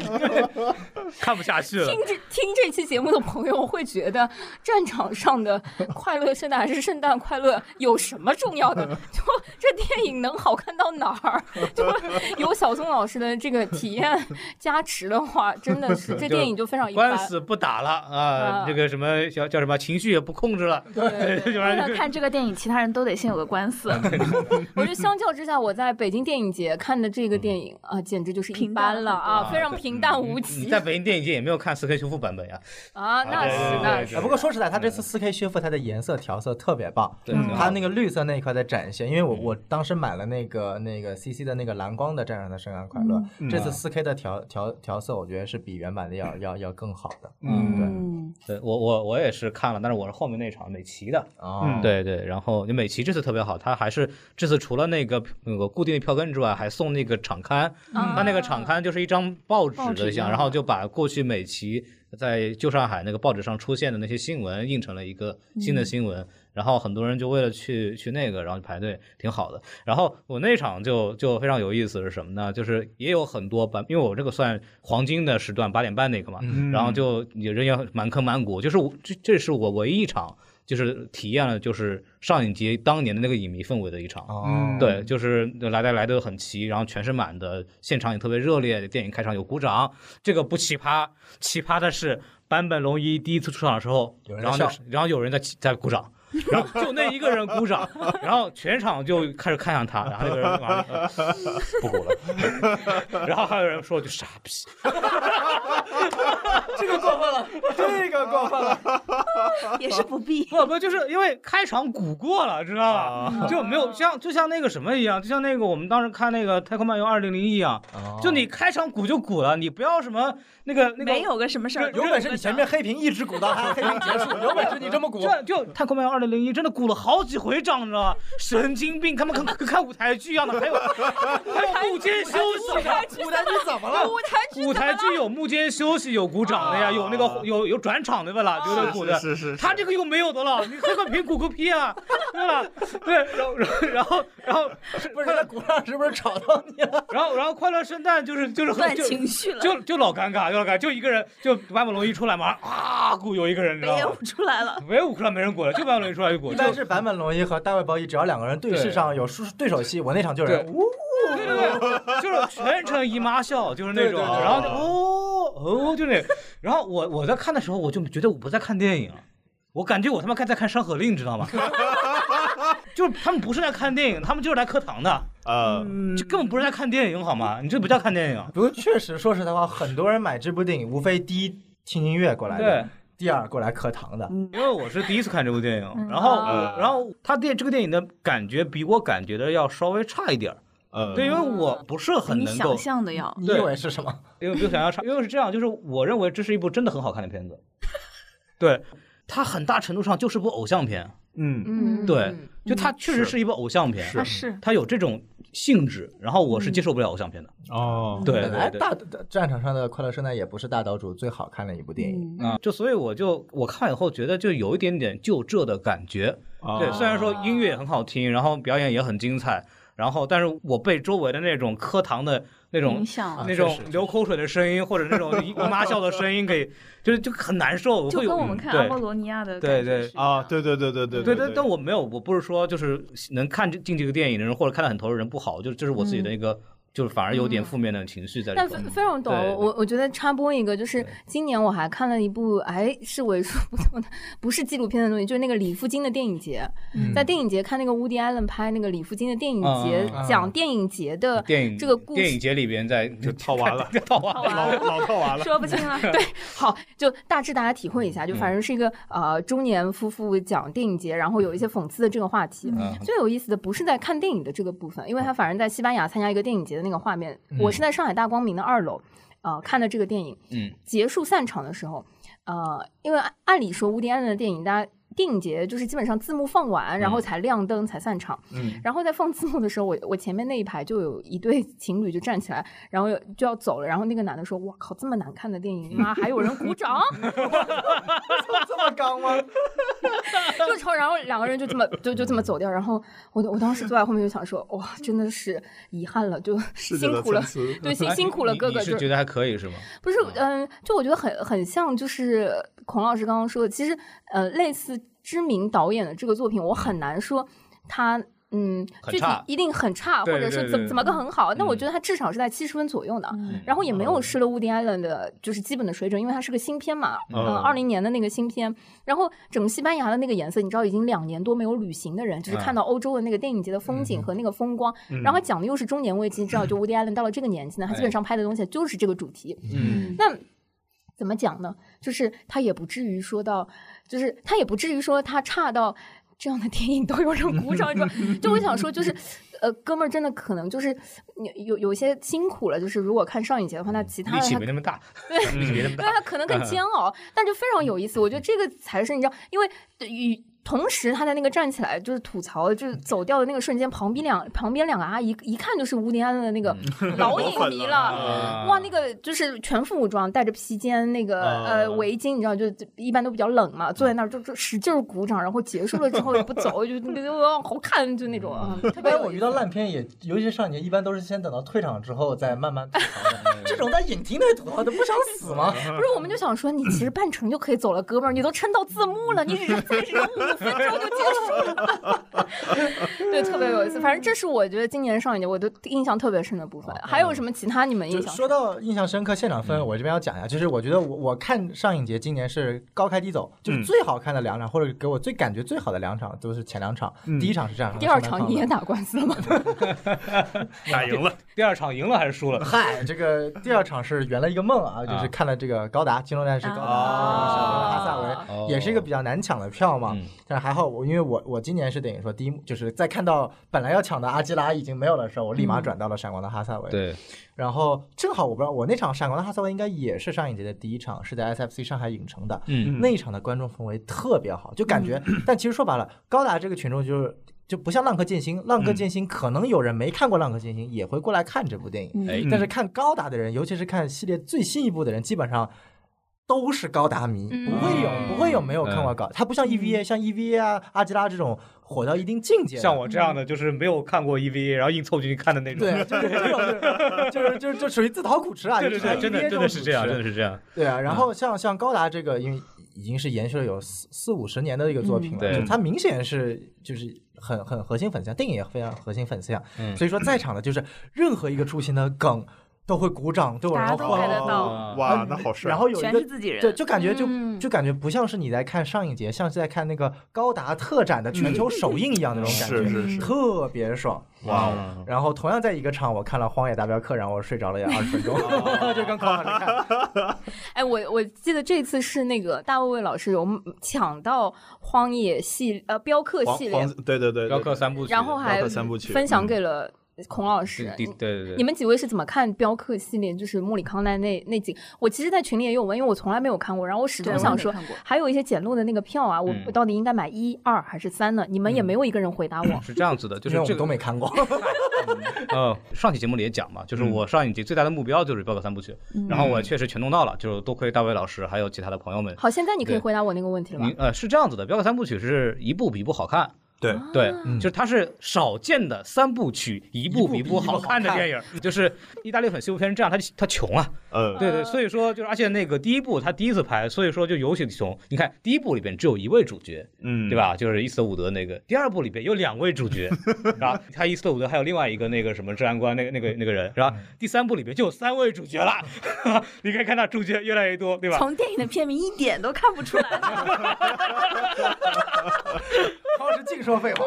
看不下去了
听。这听这期节目的朋友会觉得，战场上的快乐圣诞还是圣诞快乐有什么重要的？ 就这电影能好看到哪儿？就有小宋老师的这个体验加持的话，真的是这电影就非常一般
官。司不打了啊，
啊
这个什么叫叫什么情绪也不控制了，
对
这
为
玩意
了
儿
看这个电影，其他人都得先有个官 司。啊
我觉得相较之下，我在北京电影节看的这个电影啊，简直就是一般了
平
啊，
淡
非常平淡无
你
奇
嗯在北京电影节也没有看四 K 修复版本呀，
啊，那是那
对
是。
啊，不过说实在，它这次四 K 修复它的颜色调色特别棒，
嗯对嗯
它那个绿色那一块在展现，因为我我当时买了那个那个 CC 的那个蓝光的《战场的圣诞快乐》，这
嗯
次四 K 的调调调色，我觉得是比原版的要要要更好的。
嗯，
嗯，
对呃我我我也是看了，但是我是后面那场美琪的，
哦，
嗯对对，然后美琪这次特别好，她还是这次除了那个那个固定的票根之外，还送那个场刊，她那个场刊就是一张啊报纸啊的像，然后就把过去美琪在旧上海那个报纸上出现的那些新闻印成了一个新的新闻，然后很多人就为了去去那个，然后排队，挺好的。然后我那场就就非常有意思是什么呢？就是也有很多版，因为我这个算黄金的时段，八点半那个嘛，然
嗯
后就也人也满坑满谷，就是我这这是我唯一一场。就是体验了就是上影节当年的那个影迷氛围的一场。
哦，
嗯对，就是来的来的很齐，然后全是满的，现场也特别热烈，电影开场有鼓掌，这个不奇葩，奇葩的是坂本龙一第一次出场的时候，
有人在
然后那
笑
然后有人在在鼓掌，然后就那一个人鼓掌， 然后全场就开始看向他，然后那个人马上不鼓了，然后还有人说句傻逼，
这个过分了，
嗯
这个过分了。
也是不必。
不不，就是因为开场鼓过了，知道
啊
吧？就没有像就像那个什么一样，就像那个我们当时看那个《太空漫游二零零一》一样，
哦
就你开场鼓就鼓了，你不要什么那个 那个
没有个什么事儿，
有本事你前面黑屏一直鼓到它黑屏结束，有本事 你这么鼓。
这就《太空漫游二零零一》真的鼓了好几回掌，你知道吧？神经病，他们跟跟看舞台剧一样的，还有还有幕间休息啊，
舞台剧怎么了？
舞台剧
舞台剧有幕间休息，有鼓掌的呀，有那个有有转场的吧啦，有那个鼓的。
是是是，
他这个又没有的了，你黑个屏鼓个屁啊，对吧？对，然后然后然后
不是，那鼓上是不是吵到你了？
然后然后快乐圣诞就是就是很
乱
就
情绪了，
就就老尴尬，就老尴尬，就一个人，就坂本龙一出来嘛，啊，鼓有一个人，你知
没
道吗
有？出来了。
没有鼓了，没人鼓了，就坂本龙一出来就鼓，
一
就
般是坂本龙一和大卫鲍伊，只要两个人对视上有输对手戏，我那场就有人
对
呜。
对对对，就是全程姨妈笑，就是那种，啊
对对对
然后就哦哦，就那，然后我我在看的时候，我就觉得我不在看电影，我感觉我他妈看在看《山河令》，你知道吗？ 就是他们不是来看电影，他们就是来课堂的，
呃，
这根本不是在看电影好吗？你这不叫看电影。
不过确实，说实在话，很多人买这部电影，无非第一听音乐过来
对
的，，第二过来课堂的。
因为我是第一次看这部电影，然后
啊
然后他电这个电影的感觉比我感觉的要稍微差一点儿，
呃，
对，因为我不是很
你
能够
想，象的要
你
对嗯
以为是什么？
因为比我想象差，因为是这样，就是我认为这是一部真的很好看的片子，对，它很大程度上就是部偶像片，
嗯，
嗯，
对，就它确实是一部偶像片，
是
啊是
它有这种性质，然后我是接受不了偶像片的，
哦，
对
本来
对对。
大战场上的快乐圣诞也不是大岛主最好看的一部电影。
啊，就所以我就我看完以后觉得就有一点点就这的感觉，
啊
对，虽然说音乐也很好听，然后表演也很精彩，然后但是我被周围的那种课堂的那种啊
影响
啊
那种流口水的声音或者那 种姨妈笑的声音给，就是就很难受，我
就
会
跟
有嗯
我们看
对
阿波罗尼亚的
对
感觉
对
是一
啊，
样，
对对对对对
对
对
但但我没有，我不是说就是能看这进这个电影的人或者看得很投入的人不好，就这是我自己的一个，就是反而有点负面的情绪在里
但
头
非。非常懂
对，
我我觉得插播一个，就是今年我还看了一部，哎，是为数不多的，不是纪录片的东西，就是那个李富金的电影节，嗯
嗯
在
嗯
电影节看那个 Woody Allen 拍那个李富金的电影节，
啊
讲电影节的
电影
这个故
电影
事。
节里边在 就
套娃了
套娃了，
老老套娃了，
说不清了。
对， 好，就大致大家体会一下，就
嗯
反正是一个、呃中年夫妇讲电影节，然后有一些讽刺的这个话题。
嗯
最有意思的不是在看电影的这个部分，因为他反正在西班牙参加一个电影节的那个画面，我是在上海大光明的二楼，呃，看的这个电影。
嗯，
结束散场的时候，呃，因为按按理说乌迪安的电影，大家。电影节就是基本上字幕放完，
嗯
然后才亮灯，才散场。
嗯，
然后在放字幕的时候，我我前面那一排就有一对情侣就站起来，然后就要走了。然后那个男的说：“我靠，这么难看的 电影，妈还有人鼓掌！”
这么刚吗？
就抽，然后两个人就这么就就这么走掉。然后我我当时坐在后面就想说，哇，真的是遗憾了，就
世界
辛
的
苦了
参， 差，
对辛
哎
辛苦了
你
哥
你
哥。
是
就
觉得还可以是吗？
不是嗯，就我觉得很很像，就是孔老师刚刚说的，其实呃，类似知名导演的这个作品，我很难说他。嗯，
很
具体
差
一定很差，
对
或者
对
是
对
怎么
对
怎么个很好，但我
嗯
觉得他至少是在七十分左右呢。
嗯
然后也没有失了 Woody Allen 的就是基本的水准，因为它是个新片嘛，
嗯
嗯，二零年的那个新片。然后整个西班牙的那个颜色，你知道已经两年多没有旅行的人，就是看到欧洲的那个电影节的风景和那个风光，然后讲的又是中年危机，知道就 Woody Allen 到了这个年纪呢，他基本上拍的东西就是这个主题。
嗯，
那怎么讲呢？就是他也不至于说到，就是他也不至于说他差到这样的电影都有人鼓掌，你知道吗就我想说，就是呃，哥们儿真的可能就是有有有些辛苦了，就是如果看上影节的话，那其他
力
的
气
他
没那么大，
对
力气没那么
对
大。
他可能更煎熬，但就非常有意思。我觉得这个才是你知道，因为与同时他在那个站起来就是吐槽，就是走掉的那个瞬间，旁边两旁边两个阿姨一看就是吴迪安的那个老影迷了，啊
啊
哇，那个就是全副武装，戴着披肩，那个呃围巾，你知道，就就一般都比较冷嘛，坐在那儿就就使劲儿鼓掌，然后结束了之后也不走，就那个好看，就那种，啊，特
一
别
般
有
哎我
意
遇
思
到烂片也，尤其是上一年，一般都是先等到退场之后再慢慢吐槽 的。这种在影厅内吐槽的，不想死吗？
不是，我们就想说，你其实半程就可以走了，哥们儿，你都撑到字幕了，你只是暂时五
两分钟就结束了。 对，特别有意思。反正这是我觉得今年上一年我都印象特别深的部分。还有什么其他你们印
就
象？
说到印象深刻现场氛围，
嗯
我这边要讲一下，就是我觉得我我看上影节今年是高开低走，
嗯
就是最好看的两场，或者给我最感觉最好的两场都是前两场，
嗯
第一场是这样，
第二
上半
场你也
的
打官司了吗？
打赢了，
第二场赢了还是输了？
嗨，这个第二场是圆了一个梦啊，就是看了这个高达《金龙战士》高达
啊
然后是哈萨
哦
维，也是一个比较难抢的票嘛
嗯，
但是还好我因为我我今年是等于说第一幕就是在看到本来要抢的阿基拉已经没有的时候，我
嗯
立马转到了闪光的哈萨维，
对，
然后正好我不知道，我那场闪光的哈萨维应该也是上一节的第一场，是在 SFC 上海影城的。
嗯
那一场的观众氛围特别好，就感觉，但其实说白了，高达这个群众就是就不像浪客剑心，浪客剑
嗯
心可能有人没看过浪客剑心也会过来看这部电影，
哎，
但是看高达的人，尤其是看系列最新一部的人，基本上。都是高达迷，
嗯
不会有不会有没有看
嗯
过高，它不像 EVA，像 EVA 啊、阿基拉这种火到一定境界的，
像我这样的就是没有看过 EVA，然后硬凑进去看的那种。
对，就是这种，就是就是就属于自讨苦吃 啊，
对对对，真的真的是 E 这样，真
的。
的是这样。
对啊，然后像像高达这个，因为已经是延续了有四四五十年的一个作品了，
嗯对
就它明显是就是很很核心粉丝向，电影也非常核心粉丝向，
嗯
所以说在场的就是任何一个出现的梗都会鼓掌，对我然
大家
后
都看得
哦
到，
啊
哇，那好帅，
然后有一
全
个
是自己
对，
人。
就感觉就、
嗯
就感觉不像是你在看上一节，像是在看那个高达特展的全
嗯
球首映一样那种感
是
觉，
是是
特别爽。
哇哦，
嗯
然后同样在一个场，我看了《荒野大镖客》，然后我睡着了也二十分钟，就跟高达在看。
哎，我我记得这次是那个大卫卫老师有抢到荒野系呃镖客
黄
系
黄
列，
对对对，
镖
对
客三部曲，
然后还
镖客三部曲嗯
分享给了孔老师
对。对对对，
你们几位是怎么看镖客系列？就是莫里康奈那那几，我其实，在群里也有问，因为我从来没有看过，然后我始终
对
想说
我也没看过，
还有一些捡漏的那个票啊，我
嗯
我到底应该买一、二还是三呢？你们也没有一个人回答我。
是这样子的，就
因
是
为我
这
们都
个
没看过，
呃，上期节目里也讲嘛，就是我上一集最大的目标就是《镖客三部曲》，
嗯
然后我确实全弄到了，就多亏大卫老师还有其他的朋友们。
好，现在你可以
对
回答我那个问题了吧啊
你？呃是这样子的，《镖客三部曲》是一部比一部好看，
对，
对，就是它是少见的三部曲一部嗯比一部好看的电影，就是意大利粉西部片是这样，他他穷啊，
呃
嗯，
对对，所以说就是而且那个第一部他第一次拍，所以说就尤其穷。你看第一部里边只有一位主角，
嗯，
对？吧？就是伊斯特伍德那个。第二部里边有两位主角，是吧？他伊斯特伍德还有另外一个那个什么治安官，那个那个那个人，是吧？第三部里边就有三位主角了，你可以看到主角越来越多，对吧？
从电影的片名一点都看不出 来，
当时净说废话。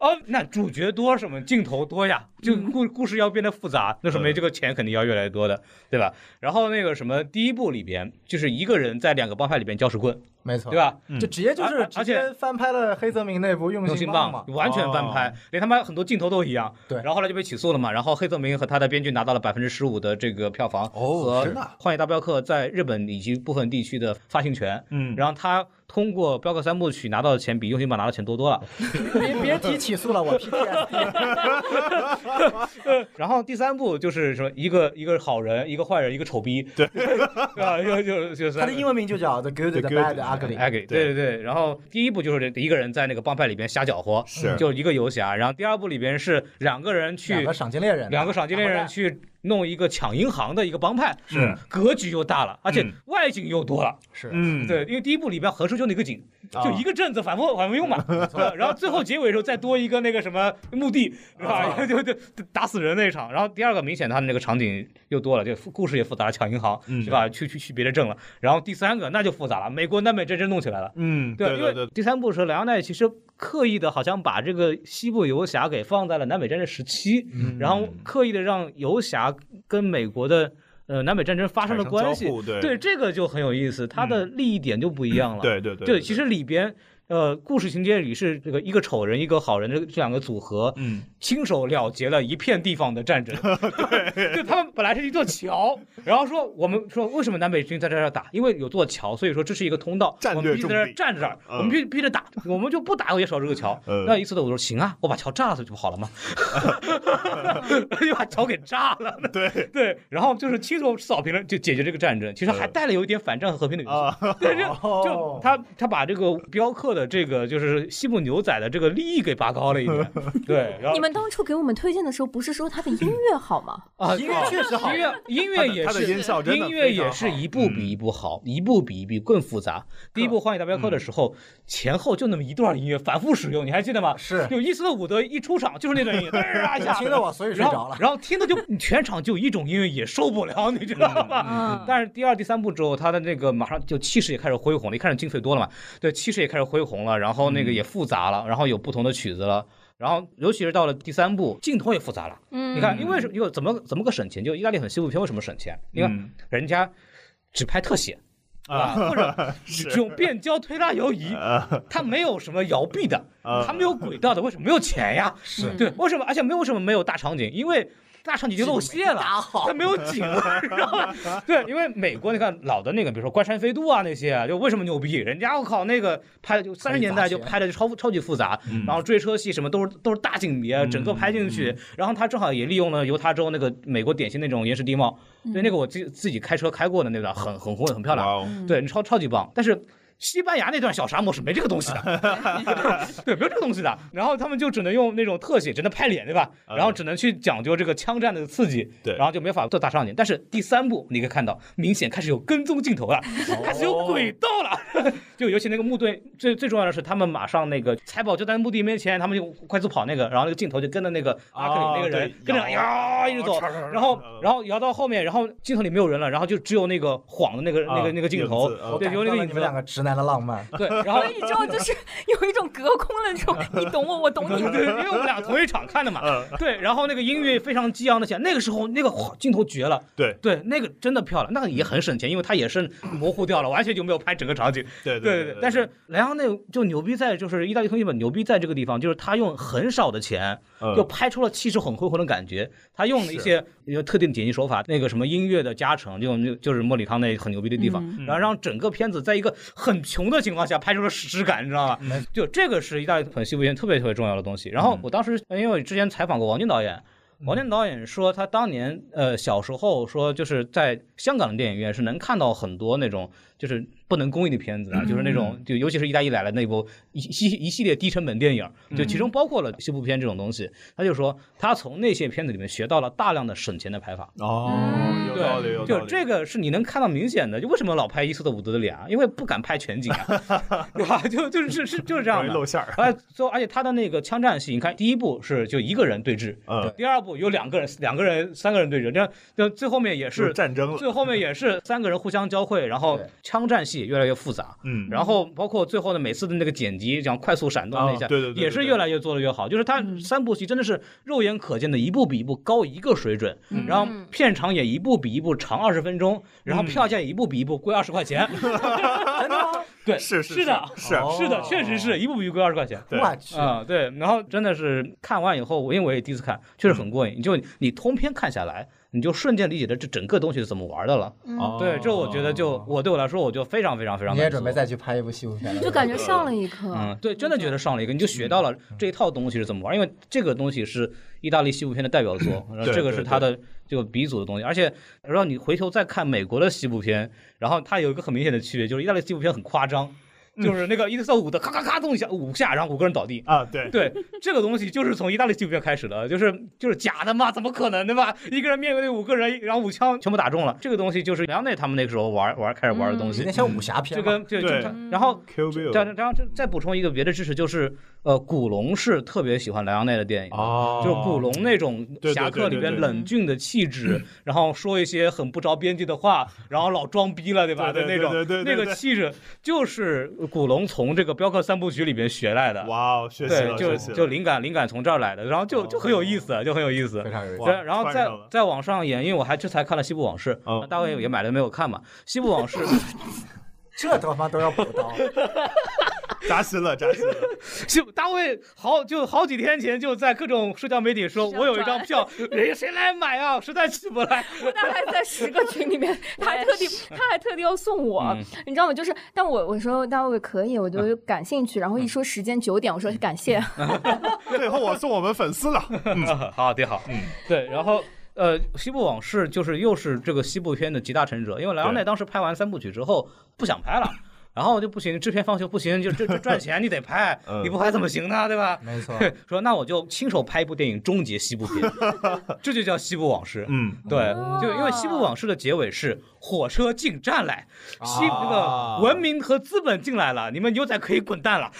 哦，那主角多什么镜头多呀，就故故事要变得复杂，那说明
嗯
这个钱肯定要越来越多的，对吧？然后那个什么，第一部里边就是一个人在两个帮派里边搅屎棍，
没错，
对？吧？
就直接就是
嗯而
直接翻拍了黑泽明那部《用
用
心
心
棒》
棒
嘛，
完全翻拍，连他妈很多镜头都一样。
对
然后后来就被起诉了嘛。然后黑泽明和他的编剧拿到了百分之十五的这个票房
哦
和
真的
《
啊
荒野大镖客》在日本以及部分地区的发行权。
嗯
然后他通过《镖客三部曲》拿到的钱比《用心棒》拿到的钱多多了。
别别提起诉了，我 PTSD。
然后第三部就是什么一个一个好人，一个坏人，一个丑逼， 对吧？就就就是
他的英文名就叫《The Good, the
The
Bad,
Good
the Ugly》。
哎，给对对对，然后第一部就是一个人在那个帮派里边瞎搅和，
是
嗯就一个游侠，然后第二部里边是两个人去
两个赏金猎人，
两个赏金猎人去弄一个抢银行的一个帮派，嗯
是
格局又大了，而且
嗯
外景又多了。
是
嗯，
对，因为第一部里边横竖就那个景，
啊
就一个镇子反复反复用嘛。对然后最后结尾的时候再多一个那个什么墓地，是吧？ 就就打死人那一场。然后第二个明显他的那个场景又多了，就故事也复杂了，抢银行
嗯
是吧？去去去别的镇了。然后第三个那就复杂了，美国南北战争弄起来了。
嗯，对
因
对
为
对，
第三部的时候，莱昂奈其实刻意的，好像把这个西部游侠给放在了南北战争时期，
嗯
然后刻意的让游侠跟美国的呃南北战争发生了关系
产生交互，对嗯
这个就很有意思，它的利益点就不一样了。
对对对
其实里边。呃，故事情节里是这个一个丑人一个好人这这两个组合，
嗯，
亲手了结了一片地方的 战争。对，就他们本来是一座桥， 然后说我们说为什么南北军在这儿打？因为有座桥，所以说这是一个通道，
战略
我们必须在这
重
儿
地
站着这儿，
嗯
我们必必须得打，我们就不打我也守这个桥。
嗯
那一次的我说行啊，我把桥炸了就不好了吗？ 就把桥给炸了。
对
对，然后就是亲手扫平了，就解
嗯
决
哦
这个战争。其实还带了有一点反战和和平的元素。
啊，
哦对，就就他他把这个镖客的这个就是西部牛仔的这个利益给拔高了一 点。对，然后
你们当初给我们推荐的时候，不是说他的音乐好吗？
啊，
音乐确实好
音乐音乐也
他的
是
音效真的
音乐
非常
也是
好
一步比一步好，一步比一步更复杂。第一部《荒野大镖客》的时候，前后就那么一段音乐反复使用，你还记得吗？
是
有伊斯特伍德一出场就是那段音 乐，嘚儿啊一下，
听得我所以睡
然
着
后
了。
然后听的就你全场就一种音乐也受不了，你知道
嗯
吗？嗯但是第二、第三部之后，他的那个马上就气势也开始恢宏了，一开始经费多了嘛，对，气势也开始恢宏了，然后那个也复杂了，然后有不同的曲子了。然后，尤其是到了第三部，镜头也复杂了。
嗯
你看，因为是因为怎么怎么个省钱？就意大利很西部片为什么省钱？你看、
嗯
人家只拍特写
啊，
或者只用变焦推拉摇移，它没有什么摇臂的，
啊
它没有轨道的，为什么没有钱呀？
是
对，为什么？而且没有什么没有大场景，因为。大场景就露馅了，它没有景了，知道吧？对，因为美国你看老的那个，比如说《关山飞渡》啊那些啊，就为什么牛逼？人家我靠那个拍的就三十年代就拍的就超超级复杂，然后追车戏什么都是都是大景别，整个拍进去。然后他正好也利用了犹他州那个美国典型那种岩石地貌，对，那个我自己自己开车开过的那段，很很宏伟，很漂亮。
哇哦
对，超超级棒。但是西班牙那段小沙漠是没这个东西的， 对，没有这个东西的。然后他们就只能用那种特写，只能拍脸，对吧？然后只能去讲究这个枪战的刺激，
嗯对
然后就没法做大场景。但是第三部你可以看到，明显开始有跟踪镜头了，
哦
开始有轨道了。 就尤其那个部队，最最重要的是，他们马上那个财宝就在墓地面前，他们就快速跑那个，然后那个镜头就跟着那个阿克里那个人
哦对哦啊
跟着呀一直走，然后
呃
然后摇到后面，然后镜头里没有人了，然后就只有那个晃的那个那个那个镜头
啊嗯影子，哦
我
对，
感
有
觉
那个
到了
影
你
子
们，两个直男的浪漫。
对，然 后
所以 你知道，就是有一种隔空的那种，你懂我，我懂你。
对，因为我们俩同一场看的嘛，对，然后那个音乐非常激昂的起来，那个时候那个哗镜头绝了，
对
对，那个真的漂亮，那个也很省钱，因为它也是模糊掉了，完全就没有拍整个场景，
对
对
对
对。但是莱昂内就牛逼在就是意大利同学们牛逼在这个地方，就是他用很少的钱
嗯
就拍出了气势很恢宏的感觉。他用了一些有特定的剪辑手法，那个什么音乐的加成，就就就是莫里康内很牛逼的地方，然后让整个片子在一个很穷的情况下拍出了史诗感，你知道吗？就这个是意大利很西部片特别特别重要的东西。然
嗯
后我当时因为我之前采访过王晶导演。王健导演说，他当年呃小时候说，就是在香港的电影院是能看到很多那种就是不能公映的片子啊，就是那
嗯
种就尤其是意大利来的那部一系一系列低成本电影，就其
嗯
中包括了西部片这种东西。他就说，他从那些片子里面学到了大量的省钱的拍法。
哦，有道理，有
对，
道
就
理。
这个是你能看到明显的。就为什么老拍伊斯特伍德的脸啊？因为不敢拍全景啊， 对吧？就就是是就是这样
容易
的。
露馅儿，
而最后，而且他的那个枪战戏，你看第一部是就一个人对峙，
嗯
第二部有两个人、两个人、三个人对峙，这样就最后面也
就是
是，
战争了，
最后面也是三个人互相交汇，然后
对
枪战戏越来越复杂，
嗯，
然后包括最后的每次的那个剪辑，讲快速闪动那一下，
啊对对对对
也是越来越做的越好。就是它三部戏真的是肉眼可见的，一步比一步高一个水准，
嗯
然后片长也一步比一步长二十分钟，然
嗯
后票价也一步比一步贵二十块 钱。对，
是是
是的，
是
哦
是的，确实是一步比一步贵二十块钱。
对
我去，
啊、 对，然后真的是看完以后，我因为我也第一次看，确实很过瘾。你就你通篇看下来，你就瞬间理解了这整个东西是怎么玩的了。
哦
对，这我觉得就我对我来说，我就非常非常非常。
你也准备？再去拍一部西部片了？
就感觉上了一课。
嗯，对，真的觉得上了一个，你就学到了这一套东西是怎么玩，因为这个东西是意大利西部片的代表作，然后这个是它的就鼻祖的东西。而且让你回头再看美国的西部片，然后它有一个很明显的区别，就是意大利西部片很夸张，就是那个伊特瑟伍的咔咔咔动一下五下，然后五个人倒地。
啊，对，
对，这个东西就是从意大利纪录片开始的，就是就是假的嘛，怎么可能对吧？一个人面对五个人，然后五枪全部打中了，这个东西就是梁内他们那个时候玩玩开始玩的东
有
西，
点像武侠片
就
嘛。
跟就就
对
他然后。
Q Bill
然后然后这再补充一个别的知识，就是呃，古龙是特别喜欢莱昂内的电影的，
哦
就是古龙那种
对对
侠客里
对对
边
对
冷峻的气质，然后说一些很不着边际的话，然后老装逼了，对吧？
对
的
对
那种
对对对
那
对
个气质，就是古龙从这个镖客三部曲里边学来的。
哇哦，学习
对，
了，
就
学习了
就灵感灵感从这儿来的，然后就就很有意思，就很有意思
非。常有意思
哇。
对，然后
串
再
上了
再往上演，因为我还这才看了《西部往事》
嗯
那大卫也买了没有看嘛，《西部往 事》
这他妈都要补 刀，
扎心了，扎心了，
西部大卫好就好几天前就在各种社交媒体说，
宣
我有一张
传
票，谁谁来买啊？实在起不来。
那还在十个群里面，他还特地，他还特地要送我，你知道吗？就是，但我我说大卫可以，我就感兴趣。然后一说时间九点，我说感谢。
最后我送我们粉丝了，
好，挺好。嗯，对，然后。呃，西部往事就是又是这个西部片的集大成者，因为莱昂内当时拍完三部曲之后不想拍了，然后就不行，制片方就不行，就就就赚钱，你得拍，
嗯
你不拍怎么行呢？对吧？
没错，
说那我就亲手拍一部电影终结西部片，这就叫西部往事。
嗯，
对，就因为《西部往事》的结尾是火车进站来，西那
啊
个文明和资本进来了，你们牛仔可以滚蛋了。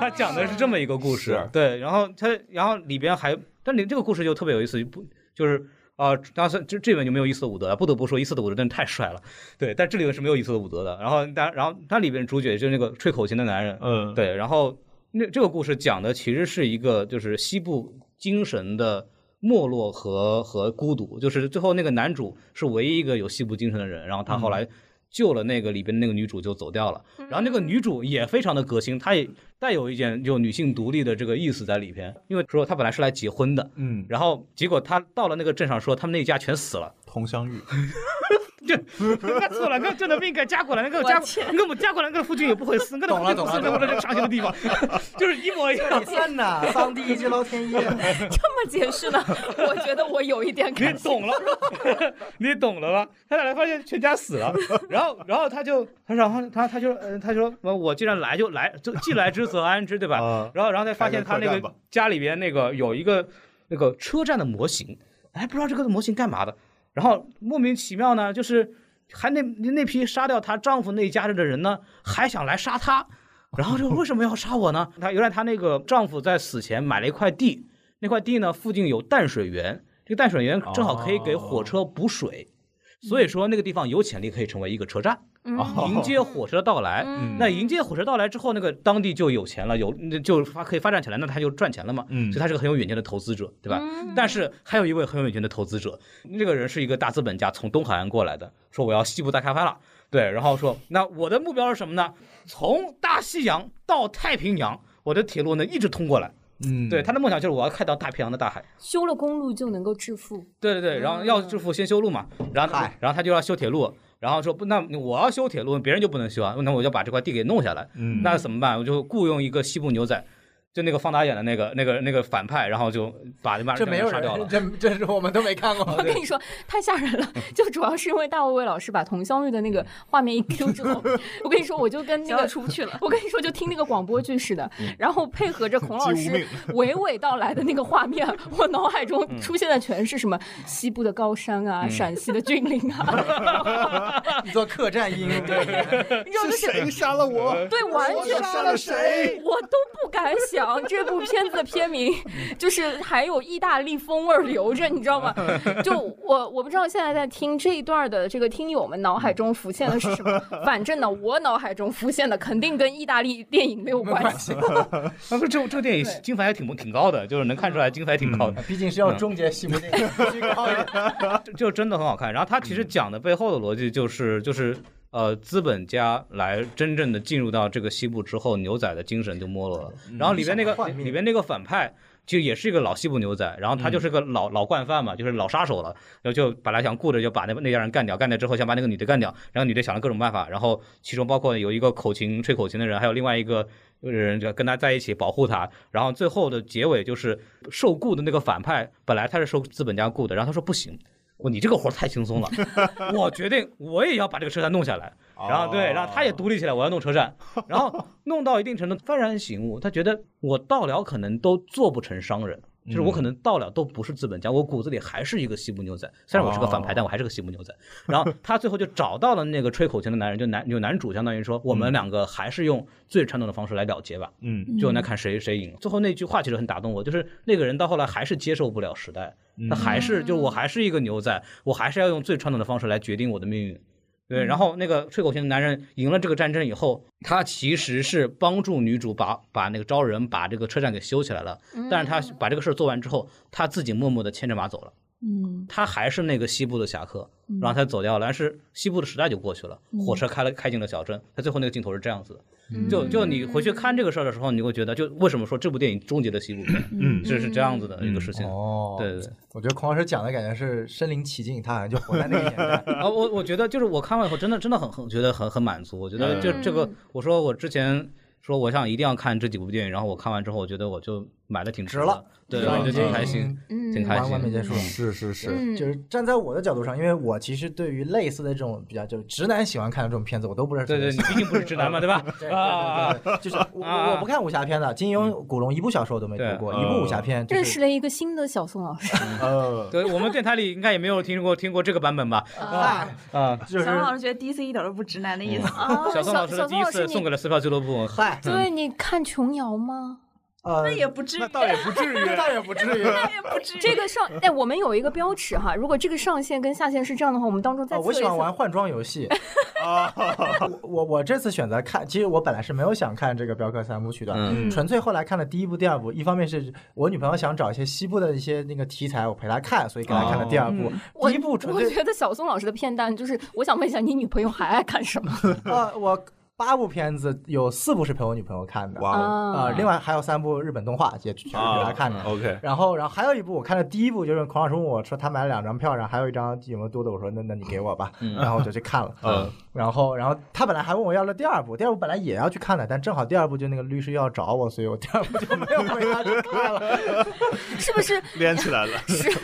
他讲的是这么一个故事
是，
对，然后他，然后里边还，但你这个故事就特别有意思，不就是。啊，当时这这本就没有伊斯特伍德啊了，不得不说伊斯特伍德真的太帅了，对，但这里面是没有伊斯特伍德的。然后，但然后它里边主角就是那个吹口琴的男人，
嗯，
对，然后那这个故事讲的其实是一个就是西部精神的没落和和孤独，就是最后那个男主是唯一一个有西部精神的人，然后
嗯
他后来救了那个里边那个女主就走掉了，然后那个女主也非常的革新，她也带有一点就女性独立的这个意思在里边，因为说她本来是来结婚的。
嗯，
然后结果她到了那个镇上，说他们那一家全死 了。
佟湘玉，
那错了，那真的命给嫁过来，那个嫁，那么嫁过来，那个附近也不会死，那个
懂了
附近不
懂了
死那
懂
个这上学的地方， 就是一模一样。
天哪，上帝一直捞 天衣。
这么 解释呢？我觉得我有一点
你
感兴趣
懂了， 你懂了吧？他俩发现全家死了，然后，然后他就，他然后他他就，嗯，他说，呃我既然来就来，就既来之则安之，对吧？
啊
然后，然后才发现他
开个
那
客栈
个
吧
家里边那个有一个那个车站的模型，哎，不知道这个模型干嘛的，然后莫名其妙呢，就是还那那批杀掉她丈夫那一家子的人呢，还想来杀她。然后就为什么要杀我呢？她原来她那个丈夫在死前买了一块地，那块地呢附近有淡水源，这个淡水源正好可以给火车补水，所以说那个地方有潜力可以成为一个车站，
哦
迎接火车的到来。
嗯
那迎接火车到来之后，那个当地就有钱了，有那就发可以发展起来，那他就赚钱了嘛。
嗯
所以他是个很有远见的投资者，
嗯
对吧？
嗯
但是还有一位很有远见的投资者，那个人是一个大资本家，从东海岸过来的，说我要西部大开发了，对，然后说那我的目标是什么呢？从大西洋到太平洋，我的铁路呢一直通过来。
嗯，
对，他的梦想就是我要开到太平洋的大海。
修了公路就能够致富，
对对对，然后要致富先修路嘛，然后他
嗯嗨
然后他就要修铁路，然后说不，那我要修铁路，别人就不能修啊，那我就把这块地给弄下来，
嗯
那怎么办？我就雇佣一个西部牛仔，就那个放大眼的那个那个那个反派，然后就把那帮
这没有
杀掉了
人，。这这是我们都没看过。
我跟你说太吓人了，就主要是因为大卫老师把佟湘玉的那个画面一 Q 之后， 我跟你说我就跟那
那个
个
出不去 了。
我跟你说，就听那个广播剧似的，然后配合着孔老师 娓娓道来的那个画面， 我脑海中出现的全是什么西部的高山啊，陕西的峻岭啊，
你做客栈音，
你知道就是
谁杀了我？
对，完全
杀了谁？
我都不敢想这部片子的片名，就是还有意大利风味儿留着，你知道吗？就我我不知道现在在听这一段的这个听友们脑海中浮现的是什么，反正呢，我脑海中浮现的肯定跟意大利电影没有关 系。
啊，不是这这个电影经费还挺挺高的，就是能看出来经费还挺高的，
毕竟是要终结西部电影，必须高一点。
就就真的很好看。然后他其实讲的背后的逻辑就是就是。呃，资本家来真正的进入到这个西部之后，牛仔的精神就没落了。然后里边那个
幻灭
里边那个反派，就也是一个老西部牛仔，然后他就是个老、老惯犯嘛，就是老杀手了。然后就本来想顾着就把那那家人干掉，干掉之后想把那个女的干掉，然后女的想了各种办法，然后其中包括有一个口琴吹口琴的人，还有另外一个呃人就跟他在一起保护他。然后最后的结尾就是受雇的那个反派，本来他是受资本家雇的，然后他说不行。我你这个活儿太轻松了，我决定我也要把这个车站弄下来，
哦
然后对，然后他也独立起来，我要弄车站，然后弄到一定程度幡然醒悟，他觉得我到了可能都做不成商人，就是我可能到了都不是资本家，我骨子里还是一个西部牛仔，虽然我是个反派，但我还是个西部牛仔。然后他最后就找到了那个吹口琴的男人，就男有男主相当于说，我们两个还是用最传统的方式来了结吧，
嗯，
最后那看谁谁赢。最后那句话其实很打动我，就是那个人到后来还是接受不了时代，他还是就是我还是一个牛仔，我还是要用最传统的方式来决定我的命运。对，
嗯
然后那个吹口琴的男人赢了这个战争以后，他其实是帮助女主把把那个招人把这个车站给修起来了，
嗯
但是他把这个事儿做完之后，他自己默默的牵着马走了。
嗯，
他还是那个西部的侠客，
嗯
然后他走掉了，但是西部的时代就过去了，火车开了开进了小镇，他最后那个镜头是这样子的，
嗯
就就你回去看这个事儿的时候，你会觉得，就为什么说这部电影终结了西部片，
嗯
这是这样子的一个事情。嗯
哦
对对对，
我觉得孔老师讲的感觉是身临其境，他好像就活在那个年代。
啊，我我觉得就是我看完以后，真的真的很很觉得很很满足。我觉得就
嗯
这个，我说我之前说我想一定要看这几部电影，然后我看完之后，我觉得我就买的挺值
值了
的， 对，我觉得挺开心。
嗯，
挺开
完
心
完美结束了。
是是是，
嗯，
就是站在我的角度上，因为我其实对于类似的这种比较就是直男喜欢看的这种片子，我都不是特
对
别
对，
喜
你
欢
毕竟不是直男嘛，对吧？
对
啊啊
对
啊！
对对，就是我
啊嗯
我我不看武侠片的，金庸、古龙一部小说我都没读过，
对
一部武侠片
哦
就
认识
是
了一个新的小宋老 师，
呃，
对我们电台里应该也没有听过听过这个版本吧？
嗨，
啊，
就是
小宋老师觉得 DC 一点都不直男的意思，
嗯
啊
小宋老师的第一次送给嗯了撕票俱乐部，
嗨，
对，你看琼瑶吗？
呃
那，也不至于
那，倒 也不至于，
这倒也不至于。
那也不至于。
这个上，哎，我们有一个标尺哈，如果这个上限跟下限是这样的话，我们当中再
啊，
测
我
一
喜
次。
欢玩换装游戏。我 我我这次选择看，其实我本来是没有想看这个镖客三部曲的，
嗯
纯粹后来看了第一部、第二部。一方面是我女朋友想找一些西部的一些那个题材，我陪她看，所以给她看了第二部。
我
第一部纯
我
粹
觉得小宋老师的片单就是，我想问一下，你女朋友还爱看什么
呃，我八部片子有四部是陪我女朋友看的，
哇啊哦
啊、
啊？
另外还有三部日本动画也全
啊
是给她看的。
，OK，
然后，然后还有一部我看的第一部就是孔老师问我说他买了两张票，然后还有一张有没有多的，我说那那你给我吧，然后我就去看了。
嗯，
然后，然后他本来还问我要了第二部，第二部本来也要去看的，但正好第二部就那个律师要找我，所以我第二部就没有回他去 看了。
是不是
连起来了。
史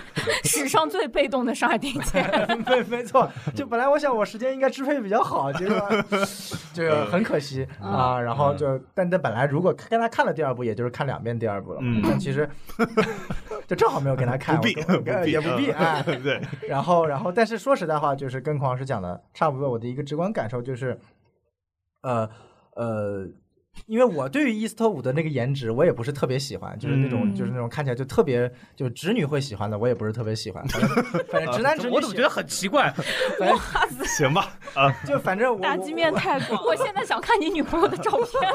史上最被动的上海电影节？
没没错，就本来我想我时间应该支配比较 好，结果这个很可惜
嗯
啊。然后就，但但本来如果跟他看了第二部，也就是看两遍第二部了嘛
嗯，
但其实 就正好没有跟他看，
不必
我跟 我
不必嗯
也不必
啊
哎。
对，
然后，然后，但是说实在话，就是跟孔老师讲的差不多。我的一个直观感受就是，呃呃，因为我对于伊斯特伍的那个颜值，我也不是特别喜欢，就是那种、就是那种看起来就特别就直女会喜欢的，我也不是特别喜欢。反正反正直男直女喜，
我怎么觉得很奇怪？
行吧，
就反正我
打击面。太广
我
了，
现在想看你女朋友的照片。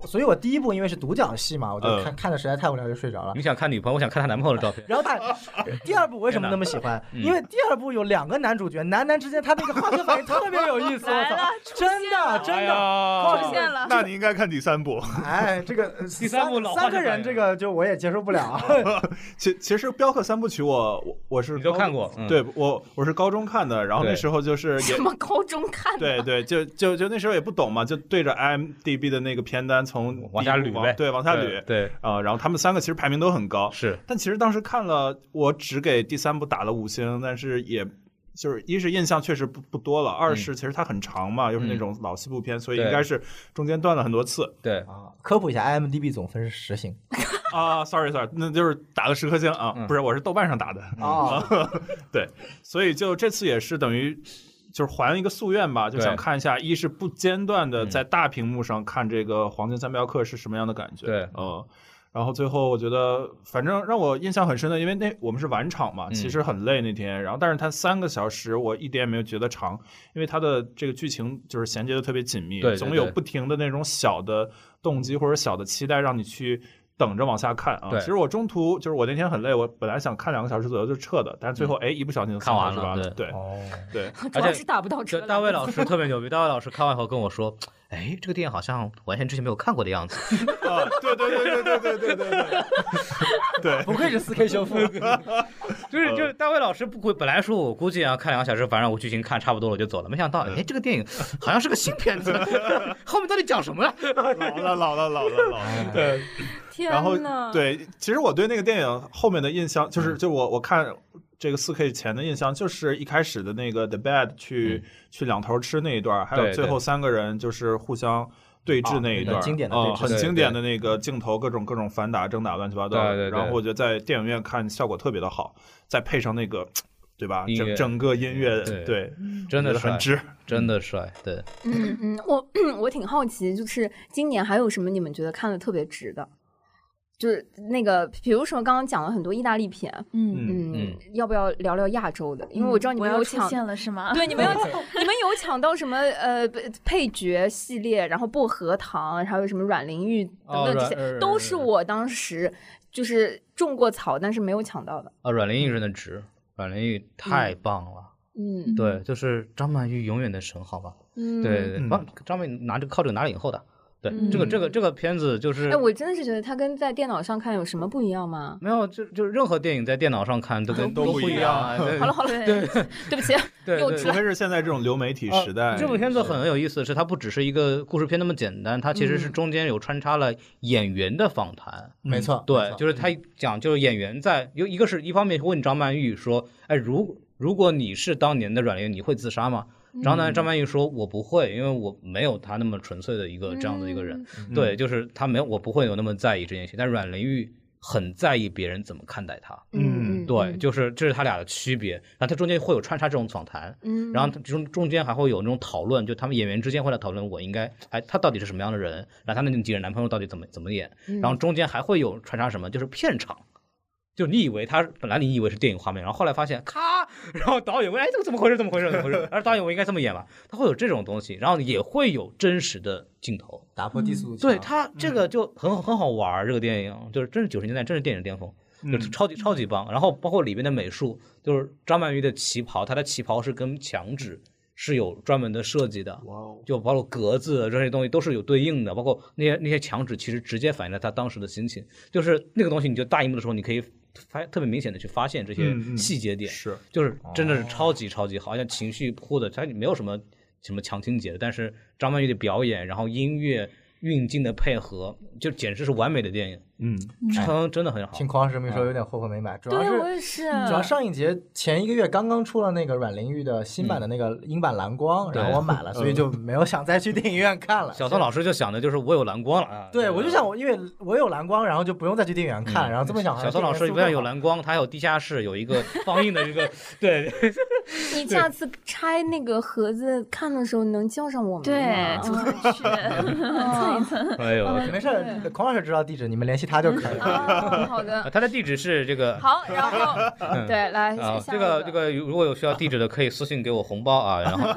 我所以我第一部因为是独角戏嘛，我就
嗯
看、看的实在太无聊就睡着了
你。想看女朋友，我想看她男朋友的照片。
然后他第二部为什么那么喜欢？因为第二部有两个男主角，男男之间他那个化学反应特别有意思，我
来
操
了，
真的
哎
真的。
的
出现了。
那你应该看第三部。
哎，这个
第三部老化
三
学
个
反
人，
应
这个就我也接受不了 啊。
其其实《镖客三部曲》我我我是
你都
高
看过嗯
对我我是高中看的，然后那
对
时候就是也
什么高中看的？啊
对对，就就就那时候也不懂嘛，就对着 IMDB 的那个片单从
往下
第
捋
一部
呗，
对，往下捋
对，
啊、然后他们三个其实排名都很高，
是
但其实当时看了，我只给第三部打了五星，但是也就是一是印象确实不不多了，二是其实它很长嘛，又是那种老西部片，所以
嗯对
应该是中间断了很多次
对，
啊科普一下，IMDB 总分是十星
啊。sorry sorry，那就是打了十颗星啊，
嗯
不是，我是豆瓣上打的，
啊，
所以就这次也是等于。就是还一个夙愿吧，就
对
想看一下，一是不间断的
嗯
在大屏幕上看这个《黄金三镖客》是什么样的感觉，
对
嗯，然后最后我觉得，反正让我印象很深的，因为那我们是晚场嘛，
嗯
其实很累那天，然后但是它三个小时我一点也没有觉得长，因为它的这个剧情就是衔接的特别紧密，
对对
总有
对
不停的那种小的动机或者小的期待让你去。等着往下看啊！
对
其实我中途就是我那天很累，我本来想看两个小时左右就撤的，但是最
嗯
后哎、一不小心就
看完
四个
了
小时完对
哦，
对，
主
而
要
且
是打不到
这
车。
大卫老师特别牛逼，大卫老师看完以后跟我说。哎，这个电影好像完全之前没有看过的样子。
啊，对对对对对对对对对，
不愧是四 K 修复，
就是就是，大卫老师不估，本来说我估计啊，看两个小时，反正我剧情看差不多了，我就走了。没想
嗯
到，哎，这个电影好像是个新片 子， 后面到底讲什么呀？
老了老了老了老了， 对，
天
然后
呐，
对，其实我对那个电影后面的印象，
嗯
就是就我我看这个四 K 前的印象，就是一开始的那个 The Bad 去、去两头吃那一段，还
嗯
有
对
最后三个人就是互相。对峙那一段，
啊那个经典的
嗯
对峙
很
对
经典的那个镜头，各种各种反打、正打、乱七八糟
对
的。
对对
然后我觉得在电影院看效果特别的好，再配上那个，对吧？
音
整
乐
整个音乐，
对
对，
真
觉
的
得
帅
很，值。
真的帅，对。
嗯嗯，我 我挺好奇，就是今年还有什么你们觉得看的特别值的？就是那个，比如说刚刚讲了很多意大利片，
嗯，
嗯，
嗯
要不要聊聊亚洲的？因为我知道你
我
们
嗯要
有
出
抢，
现了是吗？
对，你们有你们有抢到什么呃配角系列，然后薄荷糖，还有什么阮玲玉等
哦
等这
阮
些，
呃
都是我当时就是种过草，但是没有抢到的。
啊，阮玲玉真的值，阮玲玉太棒了。
嗯
对，就是张曼玉永远的神，好吧？
嗯，
对对对，
嗯
啊张曼玉拿这个靠这个拿了影后的，对，这个这个这个片子就是
哎，我真的是觉得它跟在电脑上看有什么不一样吗？
没有，就就任何电影在电脑上看都跟
都
不
不一
样啊。对
好了好了，
对，
对不起，
对
又
对
出
除非是现在这种流媒体时代，
啊这部片子很有意思，是它不只是一个故事片那么简单，它其实是
嗯
中间有穿插了演员的访谈。
没错，没
对，
错
就是他讲就是演员在有一个是一方面问张曼玉说，哎，如如果你是当年的阮玲，你会自杀吗？
嗯
然后呢，张曼玉说：“我不会，因为我没有他那么纯粹的一个这样的一个人。
嗯
对，，就是他没有，我不会有那么在意这件事情。但阮玲玉很在意别人怎么看待他。
嗯
对，就是这是他俩的区别。然后他中间会有穿插这种访谈，
嗯，
然后它中中间还会有那种讨论，就他们演员之间会来讨论我应该，哎，他到底是什么样的人，然后他那几个男朋友到底怎么怎么演，
嗯
然后中间还会有穿插什么，就是片场。就你以为他本来你以为是电影画面，然后后来发现咔，然后导演问哎这个怎么回事怎么回事怎么回事，而导演我应该这么演吧，他会有这种东西，然后也会有真实的镜头，
打破低速
嗯对他这个就很很好玩儿，这个电影就是真是九十年代真是电影巅峰，
嗯
就是超级超级棒。然后包括里面的美术，就是张曼玉的旗袍，她的旗袍是跟墙纸是有专门的设计的，
哇哦，
就包括格子啊这些东西都是有对应的，包括那些那些墙纸其实直接反映了她当时的心情，就是那个东西你就大荧幕的时候你可以发特别明显的去发现这些
嗯嗯哦
细节点，
是
就是真的是超级超级好，像情绪铺的，它没有什么什么强情节的，但是张曼玉的表演，然后音乐运镜的配合，就简直是完美的电影，
嗯，
真真的很好。
听匡老师这么一说，有点后悔没买，主要
对我
是。
也是，
主要上一节前一个月刚刚出了那个阮玲玉的新版的那个英版蓝光，
嗯对
然后 我买了，所以就没有想再去电影院看了。
小宋老师就想的就是我有蓝光了啊，
对，我就想我因为我有蓝光，然后就不用再去电影院看，然后这么想。
小宋老师不但有，蓝光，他还有地下室，有一 个放映的一个对，
你下次拆那个盒子看的时候能叫上我们
对，
吗嗯
组团去，蹭一 蹭。
哎呦，
没事儿，孔老师知道地址，你们联系他就可以了。
啊好的，
呃他的地址是这个。
好，然后
嗯
对，来
啊，
下
这个这个，如果有需要地址的，可以私信给我红包啊。然 后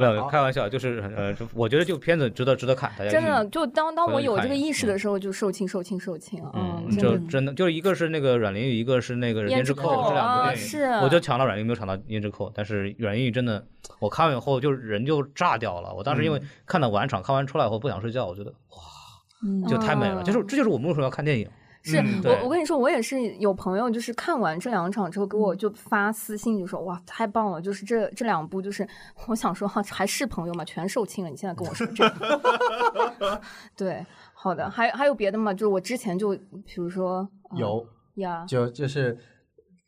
没有开玩笑，就是呃，就我觉得这个片子值得值得看，大家
真
去
的，就当当
回
我
去
有
看
这个
一眼
意识的时候，就受罄受罄受罄，
嗯，
真
就
的。
真的就是一个是那个阮玲玉，一个是那个
胭
胭
脂
脂
扣
扣，这两部
啊，
电影。
是，
我就抢到阮玲玉，没有抢到胭脂扣，但是阮玲玉真的，我看完以后就是人就炸掉了。我当时因为看到晚场，看完出来以后不想睡觉，我觉得
嗯
就太美了。就是这就是我们为什么要看电影。
是
嗯
对
我，我跟你说，我也是有朋友，就是看完这两场之后，给我就发私信，就说哇，太棒了！就是这这两部，就是我想说哈、还是朋友嘛，全售罄了。你现在跟我说这个，对，好的，还还有别的吗？就是我之前就比如说、
嗯
呃
有，
呀，
就就是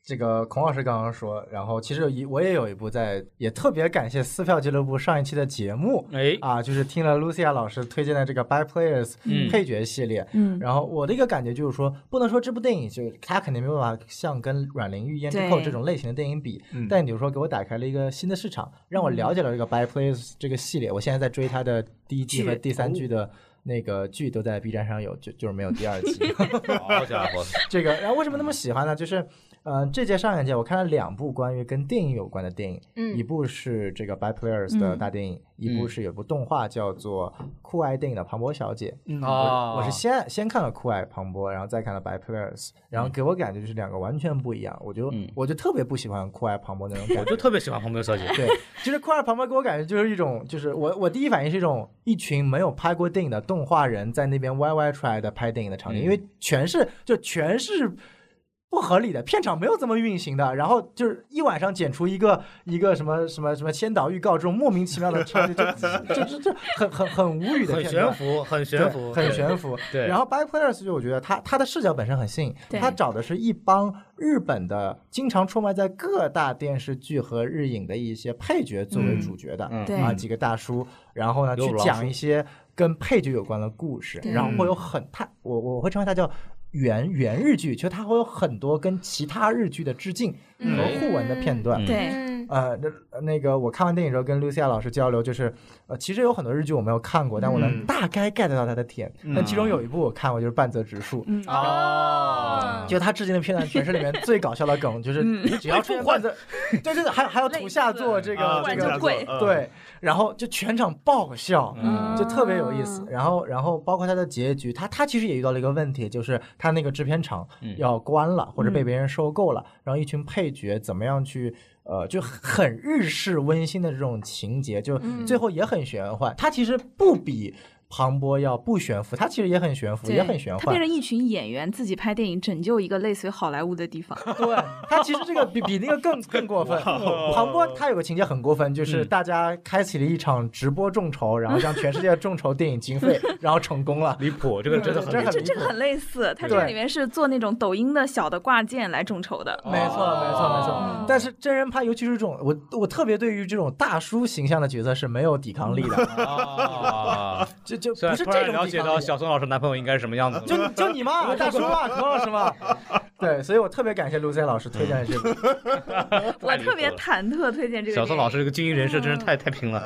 这个孔老师刚刚说，然后其实有一我也有一部在，也特别感谢撕票俱乐部上一期的节目。
哎，
啊，就是听了 Lucia 老师推荐的这个《By Players
嗯》
配角系列，
嗯
然后我的一个感觉就是说，不能说这部电影就是它肯定没有办法像跟《阮玲玉》《胭脂扣》
对
这种类型的电影比，但比如说给我打开了一个新的市场，让我
嗯
了解了这个《By Players》这个系列。我现在在追它的第一季和
剧哦
第三季的那个剧都在 B 站上有，就就是没有第二季。
好家 伙，
这个，然后为什么那么喜欢呢？就是，呃，这届上影节我看了两部关于跟电影有关的电影，
嗯
一部是这个《By Players》的
嗯
大电影，一部是有部动画叫做《酷爱电影》的庞博小姐。
啊
我是先先看了酷爱庞博，然后再看了《By Players》，然后给我感觉就是两个完全不一样。我就、
嗯
我就特别不喜欢酷爱庞博那种感觉，
我就特别喜欢旁边的小姐。
对，其实《酷爱庞博》给我感觉就是一种，就是我我第一反应是一种一群没有拍过电影的动画人在那边 YY 出来的拍电影的场景，
嗯
因为全是就全是不合理的，片场没有这么运行的。然后就是一晚上剪出一个一个什么什么什么先导预告这种莫名其妙的场景，就 就就就很很很无语 的
很
片
悬
段。
浮，很
对
悬浮，
很悬浮。
对
然后 By Players 就我觉得他他的视角本身很新颖，
对
他找的是一帮日本的经常出卖在各大电视剧和日影的一些配角作为主角的、
嗯
对
啊几个大叔，然后呢
有
去
老
讲
鼠嗯
一些跟配角有关的故事，
对
然后会有很他我我会称为它叫。原原日剧，就它会有很多跟其他日剧的致敬和
嗯
互文的片段，
对，
嗯
呃，那那个我看完电影之后跟 Lucia 老师交流，就是呃，其实有很多日剧我没有看过，但我能
嗯
大概 get 到它的点。但其中有一部我看过，就是《半泽直树》。
嗯
啊
哦，
就他致敬的片段全是里面最搞笑的梗，就是你只要出现半泽，对对对，还有还要图下做这个
啊
不
这
然
个
就贵，
对，然后就全场爆笑，
嗯
就特别有意
哦
思。然后，然后包括他的结局，他他其实也遇到了一个问题，就是他那个制片厂
嗯
要关了，或者被
嗯
别人收购了，然后一群配角怎么样去。呃，就很
嗯
日式温馨的这种情节，就最后也很玄幻。它其实不比庞博要不悬浮，他其实也很悬浮，
对
也很玄
他
幻
变。成一群演员自己拍电影，拯救一个类似于好莱坞的地方。
对，他其实这个比比那个更更过分。庞博他有个情节很过分，就是大家开启了一场直播众筹，然后向全世界众筹电影 经费，然后成功了。
离谱，这个真的很
这
离
嗯这
谱
很
这
离
个
谱
很类似，他这个
对
里面是做那种抖音的小的挂件来众筹的。
哦没错，没错，没错。
嗯
但是真人派，尤其是这种，我我特别对于这种大叔形象的角色是没有抵抗力
嗯
的，
啊！
就 就
虽
不
然
是
突
这
然
种
了
抵
解
抗
到
力
小宋老师男朋友应该是什么样子了，
就就你嘛，大叔嘛，何老师嘛， 对，所以我特别感谢卢 C 老师推荐的这部，
我
太离谱
特别
了
忐忑推荐这个。
小宋老，师这个精英人设真是太太拼了。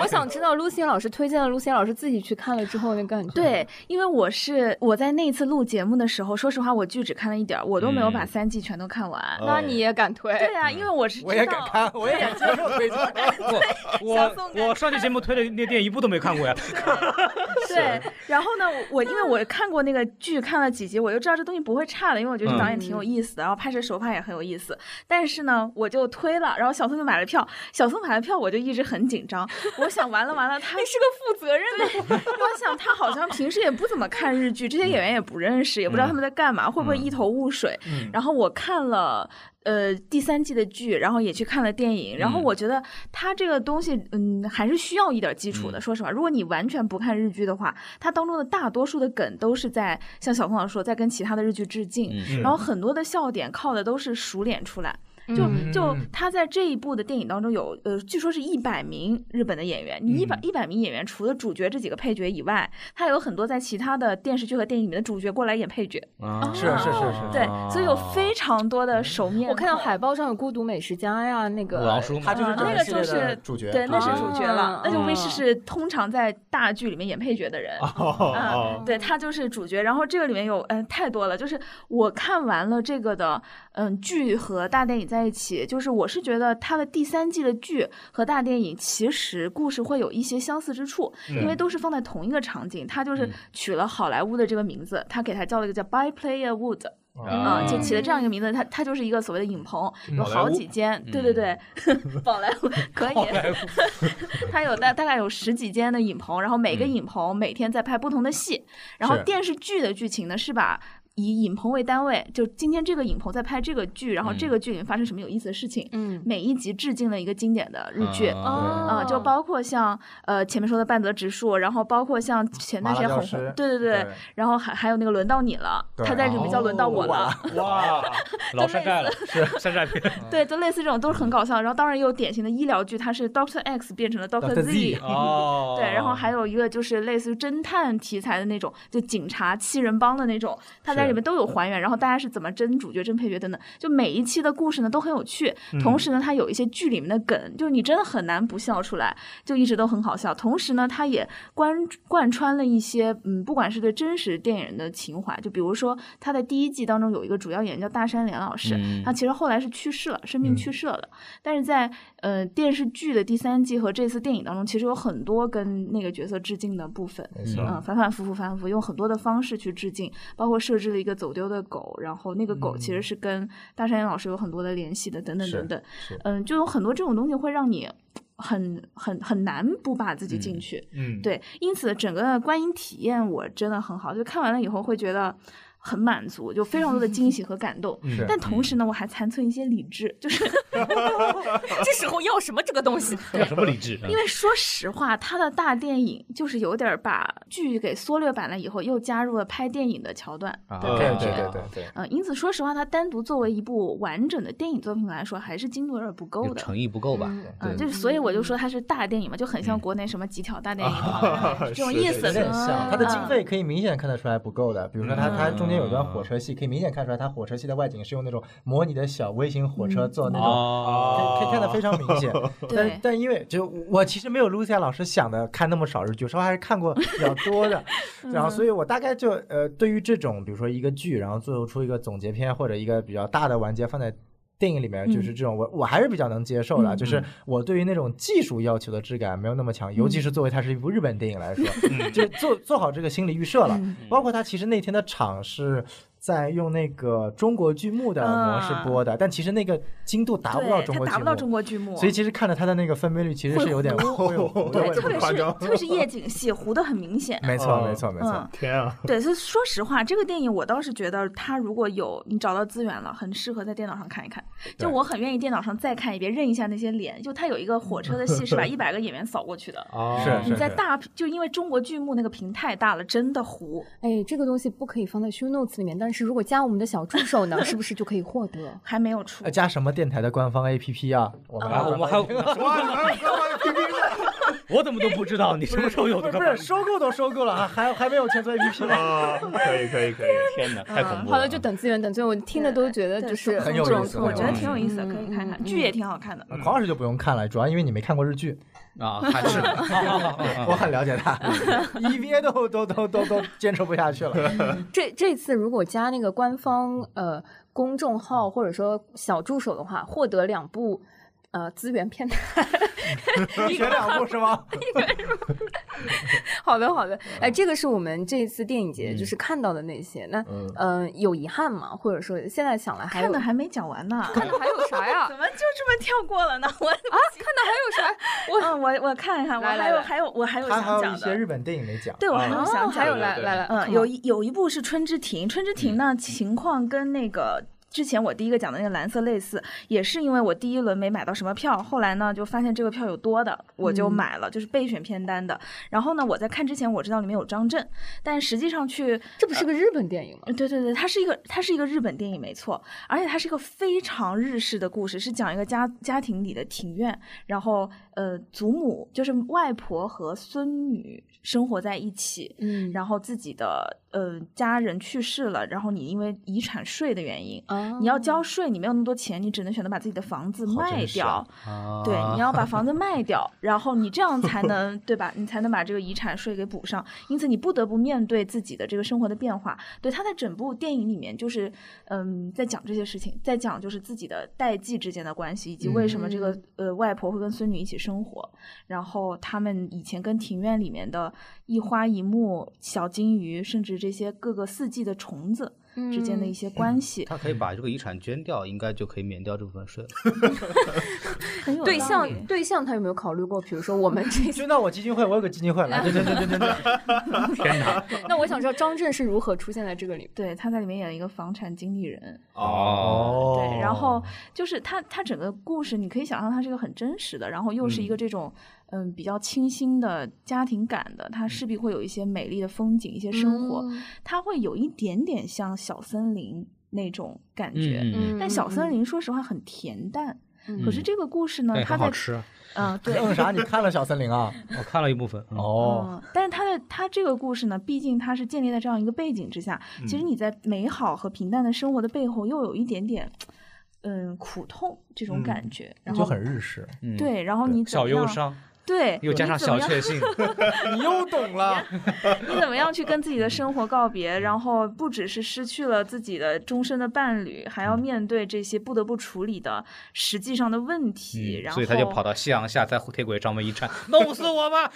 我想知道 Lucy 老师推荐的，Lucy 老师自己去看了之后那感觉。，
对，因为我是我在那一次录节目的时候，说实话，我剧只看了一点儿，我都没有把
嗯
三季全都看完。
那你也敢推？
对啊，因为哦我是
我
知
也敢
道
看，我也敢接受推 荐。
哎
我
小宋
我我上期节目推的那电影一部都没看过呀，
对，然后呢，我我因为我看过那个剧，看了几集，我就知道这东西不会差的，因为我觉得这导演挺有意思的，然后拍摄手法也很有意思。但是呢，我就推了，然后小宋就买了票，小宋买了票，我就一直很紧张，我想完了完了，他是个负责任的，我想他好像平时也不怎么看日剧，这些演员也不认识，也不知道他们在干嘛，会不会一头雾水？然后我看了。呃，第三季的剧，然后也去看了电影，然后
嗯
我觉得它这个东西，嗯，还是需要一点基础
嗯
的。说实话，如果你完全不看日剧的话，它当中的大多数的梗都是在像小凤老师说，在跟其他的日剧致敬，
嗯
然后很多的笑点靠的都是熟脸出来。
啊
就
嗯
就
嗯
他在这一部的电影当中有呃，据说是一百名日本的演员，你一
嗯
百一百名演员除了主角这几个配角以外，他有很多在其他的电视剧和电影里面的主角过来演配角，
嗯
是是是是，
对，
哦
所以有非常多的熟面孔。
我看到海报上有《孤独美食家》呀，那
五
个
郎叔嘛
他就是这
嗯那
个
个
系列
就是
的主角，
对，那是主角了
啊，
那就威
嗯
士是通常在大剧里面演配角的人。
哦
嗯，对他就是主角。然后这个里面有嗯、太多了，就是我看完了这个的嗯剧和大电影在一起，就是我是觉得他的第三季的剧和大电影其实故事会有一些相似之处，因为都是放在同一个场景，他就是取了好莱坞的这个名字，他给他叫了一个叫 By Player Wood。啊、就起了这样一个名字，它它就是一个所谓的影棚，有好几间，对对对， 宝莱坞可以，
嗯
它有大大概有十几间的影棚，然后每个影棚每天在拍不同的戏，然后
是
电视剧的剧情呢是把。以影棚为单位，就今天这个影棚在拍这个剧，然后这个剧里面发生什么有意思的事情，
嗯
每一集致敬了一个经典的日剧，
啊
啊、就包括像呃前面说的半泽直树，然后包括像前段时间
麻辣
很
教
红
师，
对对对，
对
然后还还有那个轮到你了，
对
他在里面叫轮到我了，
哇，老山寨了，是山寨片，
对，就类似这种都是很搞笑。然后当然也有典型的医疗剧，它是 Doctor X 变成了 Doctor
Dr. Z
哦
对，然后还有一个就是类似于侦探题材的那种，就警察七人帮的那种，它在里面都有还原，然后大家是怎么争主角、争配角等等，就每一期的故事呢都很有趣，同时呢它有一些剧里面的梗，就是你真的很难不笑出来，就一直都很好笑。同时呢，它也贯贯穿了一些，嗯，不管是对真实电影人的情怀，就比如说它的第一季当中有一个主要演员叫大山连老师，
嗯
他其实后来是去世了，生病去世了的。但是在呃电视剧的第三季和这次电影当中，其实有很多跟那个角色致敬的部分，
没
嗯、反反复复反反复，用很多的方式去致敬，包括设置了一个走丢的狗，然后那个狗其实是跟大山岩老师有很多的联系的，等等
是
等等
是，
嗯、就有很多这种东西会让你。很很很难不把自己进去，
嗯，
对，因此整个的观影体验我真的很好，就看完了以后会觉得很满足，就非常多的惊喜和感动。
是嗯
但同时呢，我还残存一些理智，就是
这时候要什么这个东
嗯
西？
这有什么理智？ 啊
因为说实话，他的大电影就是有点儿把剧给缩略版了，以后又加入了拍电影的桥段。
对对对对对，
嗯，因此说实话，它单独作为一部完整的电影作品来说，还是精度有点儿不够
有
的。
诚意不够吧？
嗯，就是所以我就说它是大电影嘛，就很像国内什么几挑大电影
嗯啊
这种意思
有。点像，它的经
嗯
费可以明显看得出来不够的。比如说它，它中间有一段火车戏，可以明显看出来，它火车戏的外景是用那种模拟的小微型火车
哦
做那种，
嗯
哦
可以可以看得非常明显。但
对
但因为就我其实没有 Lucia 老师想的看那么少日剧，说还是看过比较多的，然后所以我大概就呃，对于这种比如说一个剧，然后最后出一个总结篇或者一个比较大的完结放在。电影里面就是这种，我我还是比较能接受的，就是我对于那种技术要求的质感没有那么强，尤其是作为它是一部日 本电影来说，就做做好这个心理预设了。包括它其实那天的场是在用那个中国剧目的模式播的，但其实那个精度达不到
对，
中
它
国剧
达
目，
不到中国剧目，
所以其实看着它的那个分辨率其实是有点会有糊 的
对，
问
特
题。
别
夸
是
张
特别是夜景戏糊的很明显。
没错，
哦
没错， 没错
嗯。，
天啊，
对，所以说实话，这个电影我倒是觉得，它如果有你找到资源了，很适合在电脑上看一看。就
对
我很愿意电脑上再看一遍，认一下那些脸。就它有一个火车的戏是把一百个演员扫过去的。
哦
啊
是
你在大屏就因为中国剧目那个屏太大了，真的糊。
哎，这个东西不可以放在 show notes 里面，但是如果加我们的小助手呢，是不是就可以获得？
还没有出
呃，加什么电台的官方 APP 啊？我们
啊，我们还有，我怎么都不知道你什么时候有的
不是收购都收购了啊，还还没有钱做 APP 吗？
啊，可以可以可以，
天哪，
嗯
太恐怖了！
好了，就等资源，等资源。我听的都觉得
对
就是
很有
这种
意思
我觉得
很
挺有意思的，可以看
嗯嗯
看，
嗯
剧也挺好看的。
黄老师就不用看了，主要因为你没看过日剧，
啊，还是
啊
我很了解他，EVA 都都都都都坚持不下 去了。
这这次如果加那个官方呃公众号或者说小助手的话，获得两部呃资源片段。
选两部 是吗？
好的，好的。哎，这个是我们这一次电影节就是看到的那些。那
嗯
呃有遗憾吗？或者说现在想来还
看
有
的还没讲完呢，
看的还有啥 呀？
怎么就这么跳过了呢？ 我
啊，看的还有啥？
嗯，我我看一看，我
来来
还有
来
还有我还有
他还
想
有一
讲
些
的。
日本电影没讲。
对，我还有想讲的，
哦还有哦来
对对
来来，
嗯，有一有一部是《春之庭》，《春之庭》呢情况跟那个。之前我第一个讲的那个蓝色类似，也是因为我第一轮没买到什么票，后来呢就发现这个票有多的，我就买了，就是备选片单的。然后呢，我在看之前我知道里面有张震，但实际上去
这不是个日本电影吗？
对对对，它是一个它是一个日本电影没错，而且它是一个非常日式的故事，是讲一个家家庭里的庭院，然后呃祖母就是外婆和孙女生活在一起，
嗯
然后自己的呃家人去世了，然后你因为遗产税的原因。呃
啊
你要交税，你没有那么多钱，你只能选择把自己的房子
哦好
卖
真实
掉。
啊
对，你要把房子卖掉，然后你这样才能对吧？你才能把这个遗产税给补上。因此，你不得不面对自己的这个生活的变化。对，他在整部电影里面就是，嗯，在讲这些事情，在讲就是自己的代际之间的关系，以及为什么这个、呃外婆会跟孙女一起生活，然后他们以前跟庭院里面的一花一木、小金鱼，甚至这些各个四季的虫子之间的
嗯
一些关系，
他可以把这个遗产捐掉，应该就可以免掉这部分税了。
很有
对
道理
象对象他有没有考虑过？比如说我们 这次，
就那我基金会，我有个基金会，来，对对对 对对对，
那我想知道张震是如何出现在这个里
对，他在里面演一个房产经理人。
哦，
对，然后就是它它整个故事，你可以想象它是一个很真实的，然后又是一个这种嗯比较清新的家庭感的，
嗯
它势必会有一些美丽的风景，一些
面
生活，它会有一点点像小森林那种感觉。
嗯，
但小森林说实话很恬淡，
嗯
可是这个故事呢，
对，
它
哎很
在
好吃，啊哦
嗯、对，
弄啥？你看了《小森林》啊？
我看了一部分。嗯
哦，
嗯，但是他的他这个故事呢，毕竟它是建立在这样一个背景之下，其实
嗯
你在美好和平淡的生活的背后，又有一点点，嗯，苦痛这种感觉，然后
就很日式，
嗯，
对，然后你怎
小
么样
忧，伤，
对，
又加上小确幸，
你又懂了。
你怎么样，你怎么样去跟自
嗯
己的生活告别？然后不只是失去了自己的终身的伴侣，还
嗯
要面对这些不得不处理的实际上的问题。然后
嗯所以他就跑到夕阳下，在铁轨上面一站，弄死我 吧！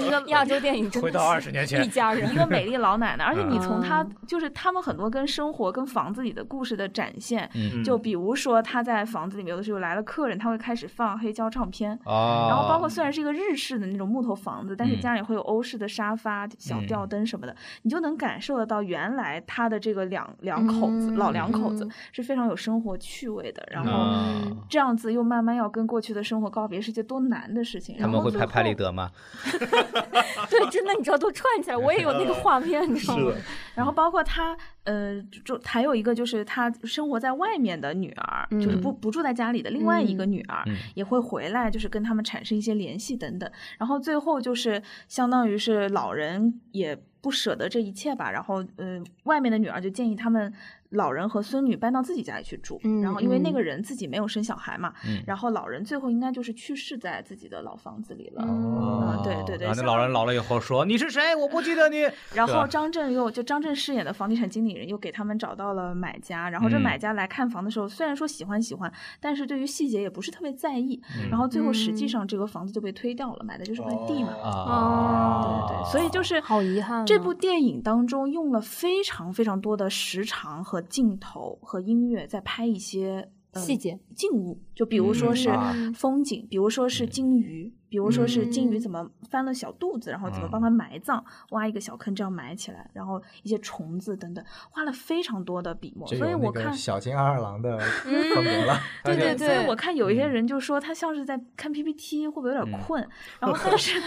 一个
呃亚洲电影真的
回到二十年
是一
前，
家
一
人。
个美丽老奶奶，而且你从她
嗯
就是他们很多跟生活、跟房子里的故事的展现，
嗯
就比如说她在房子里面有的时候来了客人，她会开始放黑胶唱片，
啊，
然后包括虽然是一个日式的那种木头房子，但是
嗯
家里会有欧式的沙发、小吊灯什么的，你就能感受得到原来他的这个两两口子、
嗯
老两口子
嗯
是非常有生活趣味的，然后。
啊，
这样子又慢慢要跟过去的生活告别，是件多难的事情。
他
然
们
后
会
最
拍拍
后
立得吗？
对，真的，你知道都串起来，我也有那个画面，你知道吗？
然后包括他，呃，就还有一个就是他生活在外面的女儿，
嗯
就是不不住在家里的另外一个女儿，
嗯
也会回来，就是跟他们产生一些联系等等。然后最后就是相当于是老人也不舍得这一切吧，然后呃，外面的女儿就建议他们。老人和孙女搬到自己家里去住，
嗯
然后因为那
嗯
个人自己没有生小孩嘛，
嗯
然后老人最后应该就是去世在自己的老房子里了。
哦
嗯对对对
然后
像
那老人老了以后说：“你是谁？我不记得你。
然
是吧
后张震又就张震饰演的房地产经理人又给他们找到了买家，然后这
嗯
买家来看房的时候，虽然说喜欢喜欢，但是对于细节也不是特别在意。
嗯
然后最后实际
嗯
上这个房子就被推掉了，买的就是块地嘛。”
啊，
哦对对，所以就是
好遗憾啊
这部电影当中用了非常非常多的时长和镜头和音乐，在拍一些、呃
细节，嗯
静物，就比如说是
啊嗯
风景，比如说是鲸鱼，比如说是鲸鱼怎么翻了小肚子，然后怎么
嗯
帮它埋葬，挖一个小坑这样埋起来，然后一些虫子等等，花了非常多的笔墨，
哦这
所以
有那
我看
个小金二郎的风格了。
对
对
所
对
以我看有一些人就说他像是在看 PPT，会不会有点
嗯
困？然后但是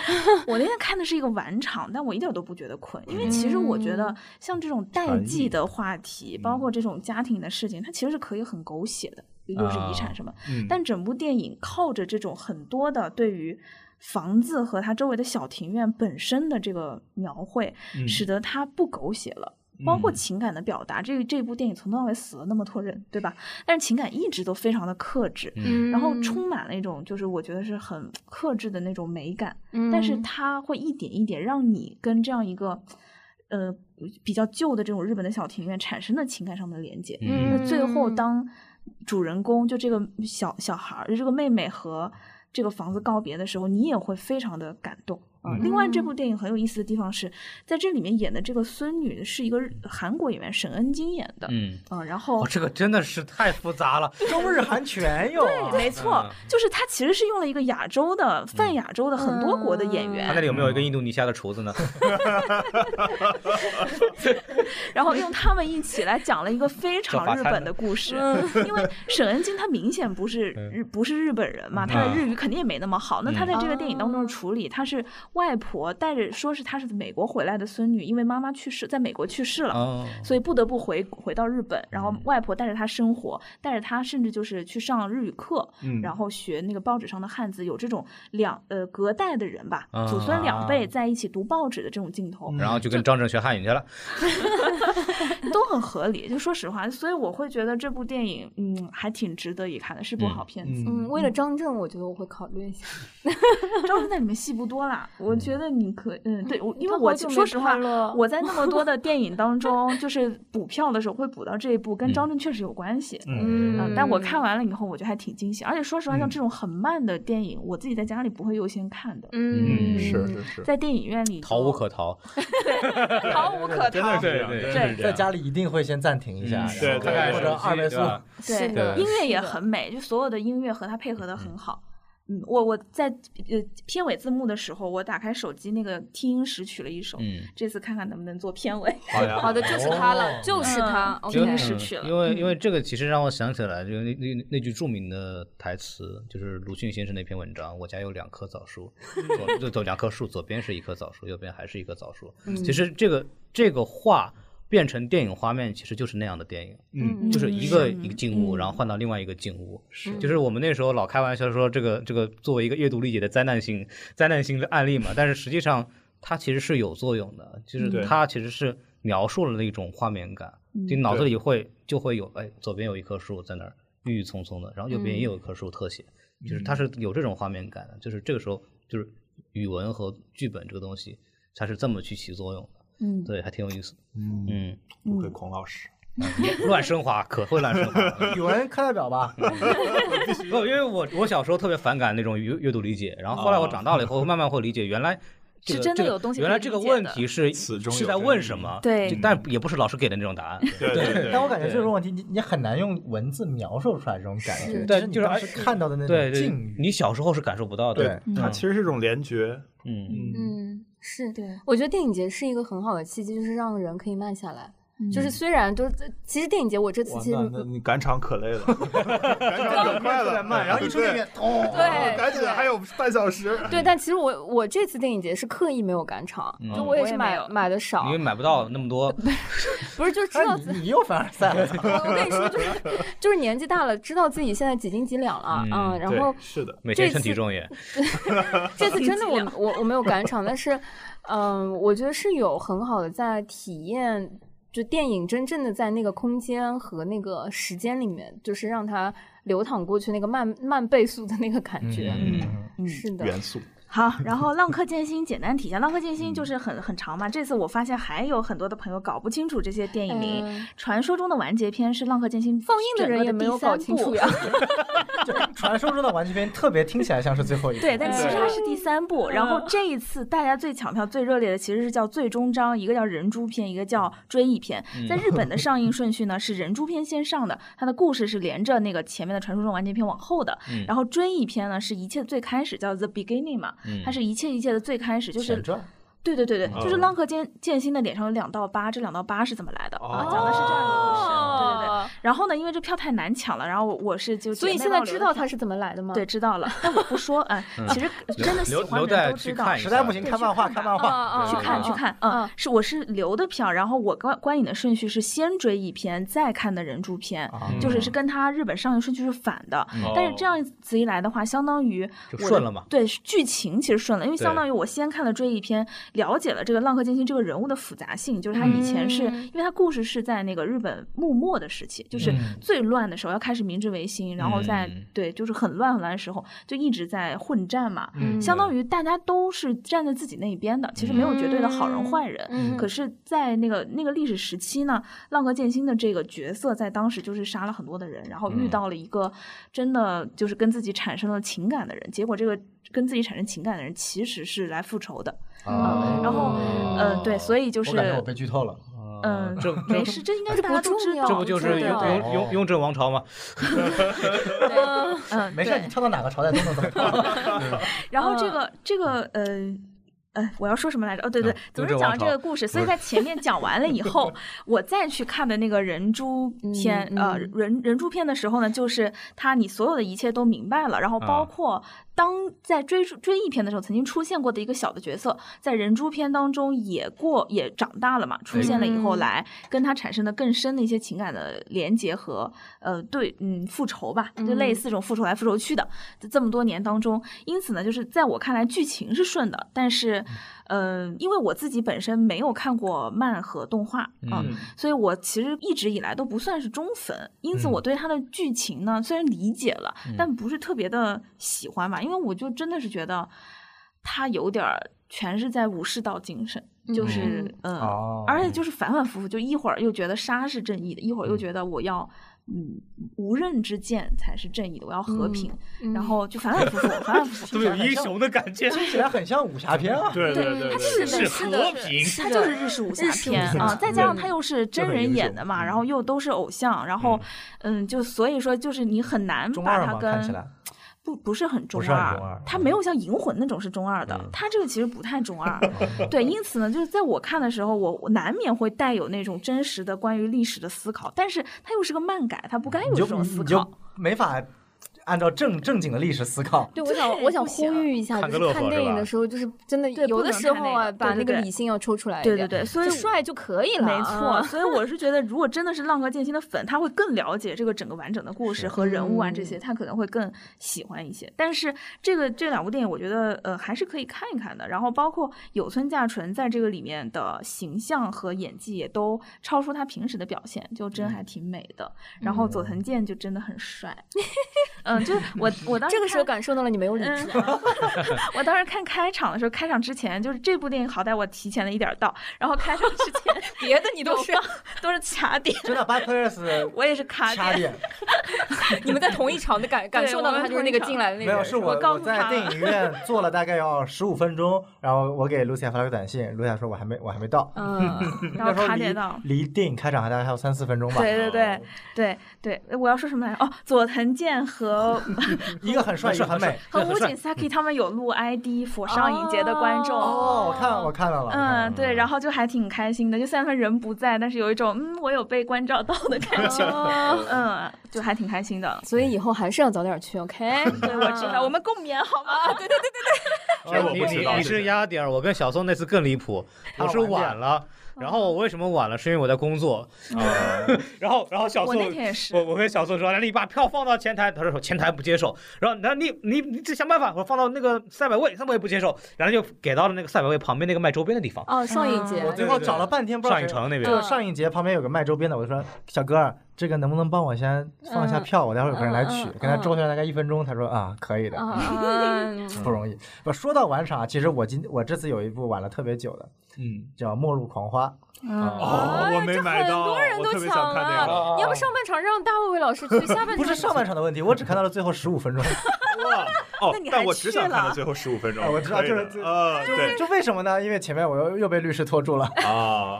我那天看的是一个晚场，但我一点都不觉得困，因为其实我觉得像这种代
传
际
译
的话题，包括这种家庭的事情，它其实是可以很狗血的，又是遗产什么。
嗯
但整部电影靠着这种很多的对于。房子和它周围的小庭院本身的这个描绘，
嗯
使得它不狗血了。包括
嗯
情感的表达，这这部电影从头到尾死了那么多人，对吧？但是情感一直都非常的克制，
嗯
然后充满了一种就是我觉得是很克制的那种美感，
嗯，
但是它会一点一点让你跟这样一个呃比较旧的这种日本的小庭院产生了情感上的连接。
嗯
那最后
嗯
当主人公就这个小小孩儿，就这个妹妹和这个房子告别的时候，你也会非常的感动。啊、
嗯
另外，这部电影很有意思的地方是，在这里面演的这个孙女是一个日韩国演员沈恩京演的，
嗯，
嗯、然后
哦，这个真的是太复杂了。
中日韩全有啊，
没
嗯
错，就是他其实是用了一个亚洲的泛亚洲的很多国的演
他
员，
那里有没有一个印度尼西亚的厨子呢？
然后用他们一起来讲了一个非
叫法
常日
餐
本的故事。因为沈恩京他明显不是
嗯
日不是日本人嘛，他的日语肯定也没那么好。那他在这个电影当中的处理，他是外婆带着说是他是美国回来的孙女，因为妈妈去世，在美国去世了。
哦，嗯
所以不得不回回到日本，然后外婆带着他生活，带着他甚至就是去上日语课，
嗯
然后学那个报纸上的汉字，有这种两呃隔代的人吧，
啊
祖孙两辈在一起读报纸的这种镜头，
然后就跟张震学汉语去了。
都很合理。就说实话，所以我会觉得这部电影，嗯，还挺值得一看的，是部好片子。
嗯，为了张震，我觉得我会考虑一下。
张震在里面戏不多啦，我觉得你可，嗯，对，我因为
他
我
好久没
说实话
看了，
我在那么多 的电影当中，就是补票的时候会补到这一部，跟张震确实有关系。
嗯
嗯，但我看完了以后，我觉得还挺惊喜。而且说实话，像这种很慢的电影，我自己在家里不会优先看的，
嗯
嗯是是是，
在电影院里
逃无
就
可逃，
逃无可
真的
逃
是。这样，
对
真
对
的是这
在
样。
家里一定会先暂停一下，
嗯
然后
对对
看看
对
或者二倍速
对吧
是
对，
的
对
音乐也
是的
很美，就所有的音乐和它配合的很好。嗯，我我在呃片尾字幕的时候，我打开手机那个听音识取了一首，
嗯。
这次看看能不能做片 尾。
好呀，
好的，就是他了，
哦
就是他。
嗯
OK，
就
因为
失去了
因为因为这个其实让我想起来，就那那那句著名的台词，就是鲁迅先生那篇文章《我家有两棵枣树》，左就走两棵树，左边是一棵枣树，右边还是一棵枣树。其实这个这个画变成电影画面，其实就是那样的电影，
嗯
就是一个一个静
嗯
物，然后换到另外一个静物。是，就是我们那时候老开玩笑说，这个这个作为一个阅读理解的灾难性灾难性的案例嘛，但是实际上它其实是有作用的，就是
对
它其实是描述了那种画面感，就脑子里会就会有，哎，左边有一棵树在那儿郁郁葱葱的，然后右边也有一棵树特写，就是它是有这种画面感的，就是这个时候就是语文和剧本这个东西，它是这么去起作用的，
嗯，
对，还挺有意思的，
嗯，
嗯，
不愧孔老师，
乱升华可会乱升华了。
语文课代表吧，
不，哦因为我我小时候特别反感那种阅阅读理解，然后后
哦
来我长大了以后，慢慢会理解原来、这个。
是真的
这个
有东西可以
原来这个
理解的
问题是
此中
是
有
在
真
问
理
什么？
对
就但也不是老师给的那种答案。
对对对，
但我感觉这种问题，你你很难用文字描述出来这种感觉，
是
这
对
你
就是
当
而
时看到的那
对
种
对
境，遇。
你小时候是感受不到的。
对
它其实是一种联觉，
嗯，
嗯，是
对，
我觉得电影节是一个很好的契机，就是让人可以慢下来。就是
嗯
虽然都是，其实电影节我这次
哇
其实
那
那你赶场可累了，赶场
特
可快了，
别慢，然后一出电影院，哦，
对
赶紧还有半小时，
对，但其实我我这次电影节是刻意没有赶场，就我也
我
是
也没
买
有
买的少
因为，买不到那 么多。
不是就知道
哎，
自
你你又凡尔赛了，
我我跟你说，就是就是年纪大了，知道自己现在几斤几两了，
嗯
嗯，然后
对是的，
每天
这
称体
次
重也，
这次真的
几
我
两
呃
我我没有赶场，但是，嗯，我觉得是有很好的在体验。
就电影真正的在那个空间和那个时间里面，就是让它流淌过去那个慢慢倍速的那个感觉。
嗯，
是的，
元素
好，然 后《浪客剑心》简单提一下，《浪客剑心》
嗯
就是很很长嘛。这次我发现还有很多的朋友搞不清楚这些电影名。
嗯
传说中的完结篇是《浪客剑心》
放映的人也没有搞清楚 呀。
传说中的玩具片特别听起来像是最后一 部，
对，但其实
对
它是第三部。然后这一次大家最抢票、最热烈的其实是叫最终章，一个叫人猪篇，一个叫追忆篇。在日本的上映顺序呢是人猪篇先上的，它的故事是连着那个前面的传说中完结篇往后的。
嗯
然后追忆篇呢是一切最开始，叫 The Beginning 嘛，
嗯
它是一切一切的最开始，就是
前传，
对对对对，就是
嗯
浪客剑剑心的脸上有两道疤，这两道疤是怎么来的？啊
哦
讲的是这样一个故事。对对对。
哦
然后呢，因为这票太难抢了，然后我我是就
所以
姐妹
现在
帮我
知
留
道
的
它是怎么来的吗？
票对，知道了，嗯但我不说。哎，其实真的喜
留
欢
留
的人
待
都
去
知道
看。一
实
下，
在不行看漫画，看漫画。
啊
哦
去看
哦
去看，
嗯
嗯，是我是留的票，然后我观观影的顺序是先追一篇，再看的人猪篇，
哦
啊
就是
嗯
是跟它日本上映顺序是反的。但是这样子一来的话，相当于
就
我的
顺了嘛
对，剧情其实顺了，因为
对
相当于我先看了追忆篇，了解了这个浪客剑心这个人物的复杂性，就是他以前是、
嗯
因为他故事是在那个日本幕末的时期，就是
嗯
最乱的时候，要开始明治维新，然后在、
嗯
对，就是很乱很乱的时候，就一直在混战嘛，
嗯
相当于大家都是站在自己那一边的，其实没有绝对的好人坏人。
嗯
可是，在那个那个历史时期呢，浪客剑心的这个角色在当时就是杀了很多的人，然后遇到了一个真的就是跟自己产生了情感的人，结果这个跟自己产生情感的人其实是来复仇的，
嗯
啊
然后
哦
呃，
哦
对，所以就是
我感觉我被剧透了。
嗯，
这
没事，这应该大家都啊知道，
这不就是雍
对
对
雍雍雍正王朝吗？
啊
嗯，
没事，
对
你跳到哪个朝代都能怎么 跳。
然后这
嗯
个这个呃。呃，我要说什么来着？哦，对对，
嗯
总
雍
之
正
讲了
王
这
朝
个故事，所以在前面讲完了以后，我再去看的那个人猪篇，
嗯
呃，
嗯
人人猪篇的时候呢，就是他你所有的一切都明白了，然后包
啊
括当在追逐追忆篇的时候，曾经出现过的一个小的角色，在人猪篇当中也过也长大了嘛，出现了以后
嗯
来跟他产生的更深的一些情感的连结和呃对嗯复仇吧，就类似这种复仇来复仇去的，这这么多年当中，因此呢，就是在我看来剧情是顺的，但是，嗯、因为我自己本身没有看过漫和动画，啊
嗯
所以我其实一直以来都不算是忠粉，因
嗯
此我对它的剧情呢，虽然理解了，但不是特别的喜欢吧，因为我就真的是觉得它有点儿全是在武士道精神，就是嗯。呃
哦
而且就是反反复复，就一会儿又觉得杀是正义的，一会儿又觉得我要，嗯，无刃之剑才是正义的，我要
嗯
和平，
嗯
然后就反反复复，反反复复
怎么。有英雄的感觉？
听起来很像武侠片啊。
对对对，
它
对
就是
是
是的
和平，
是
它
的
就是日式武侠
日式武
片
侠
啊，再加上
对
它又是真人演的嘛，然
嗯
后又都是偶像，然后嗯，就所以说就是你很难
中
把
二
它
嘛，看起
跟
来
不不是很中
不是很中
二
二，嗯
它没有像《银魂》那种是中二的，它这个其实不太中 二。
哦
对，因此呢，就是在我看的时候，我我难免会带有那种真实的关于历史的思考，但是它又是个漫改，它不该有
嗯你
这
就
种思
你
考
就。没法按照正正经的历史思 考。
对，我想我想呼吁一下，
看
就
个乐
是
呵
看电
是
影
吧
的时候，就是真的
对
有
不
的
能
时
看
候
那
啊，
个
把
对
那
对
个
对
理性要抽出来一
对
点。
对对，所以
就帅就可以 了。
没错，
啊
所以我是觉得，如果真的是浪客剑心的粉，他会更了解这个整个完整的故事和人物啊这
嗯
些，他可能会更喜欢一些。但是这个这两部电影，我觉得呃还是可以看一看的。然后包括有村架纯在这个里面的形象和演技也都超出他平时的表现，就
嗯
真还挺美的。然后佐藤健就真的很帅， 嗯，就是我我当时
这个时候
看嗯
感受到了你没有理
嗯
智 啊。
我当时看开场的时候，开场之前就是这部电影好歹我提前了一点儿到，然后开场之前别的你都是都是卡点，
真的 b a c k l e s
我也是卡
掐
点。
点，
你们在同一场的 感感受到
我
的，
们
他就是
同
那
一
个
场
进来的那
没
个人，
有，是
我
我
告诉
我在
他
电 影院坐了大概要十五分钟，然后我给露西亚发了个短信，露西亚说我还没我还没到，
嗯，
然
那时
后
候
卡
离
点到。
离电影开场还大概还有三四分钟吧，
对对对对对，哎我要说什么来着？哦，佐藤健和
一个很帅，一个很美。
和武井 Saki 他们有录 ID 佛上影节的观众。
哦，我看我看到了，我看到了
嗯，对，然后就还挺开心的，就虽然说人不在，但是有一种嗯，我有被关照到的感觉，嗯，就还挺开心的。
所以以后还是要早点去，OK？
对，我知道，我们共勉好吗？对对对，
这我
你
不知
你
道
你是压点儿，我跟小宋那次更离谱，我是晚了，然后我为什么晚了，是因为我在工作。哦 然后然后小
我
宋
那天也是，
我我跟小宋说，来你把票放到前台，他说前台不接受。然后，然后你你你自己想办法，我放到那个赛百味，赛百味不接受，然后就给到了那个赛百味旁边那个卖周边的地方，
哦，上一节
我最后找了半天，不知道
上影
谁
城那边。
嗯
就上一节旁边有个卖周边的，我就说小哥儿，这个能不能帮我先放一下票？我待会儿有个人来取
嗯嗯，
跟他周旋大概一分钟，他说啊，可以的，
嗯，
不容易。不，说到晚场，啊其实我今我这次有一部晚了特别久的，
嗯，
叫《末路狂花》。
嗯
啊
哦，我没买到，
哎很多人
我
都
特别
抢
想看那个。
了，要不上半场让大卫卫老师 去，下半场
不是上半场的问题，我只看到了最后十五 分钟。
哇 哦
那你，还
但我只想
去
看到
了
最后十五分钟
啊。我知道
可以的
就是最
啊，对
就为什么呢？因为前面我又又被律师拖住了，
啊，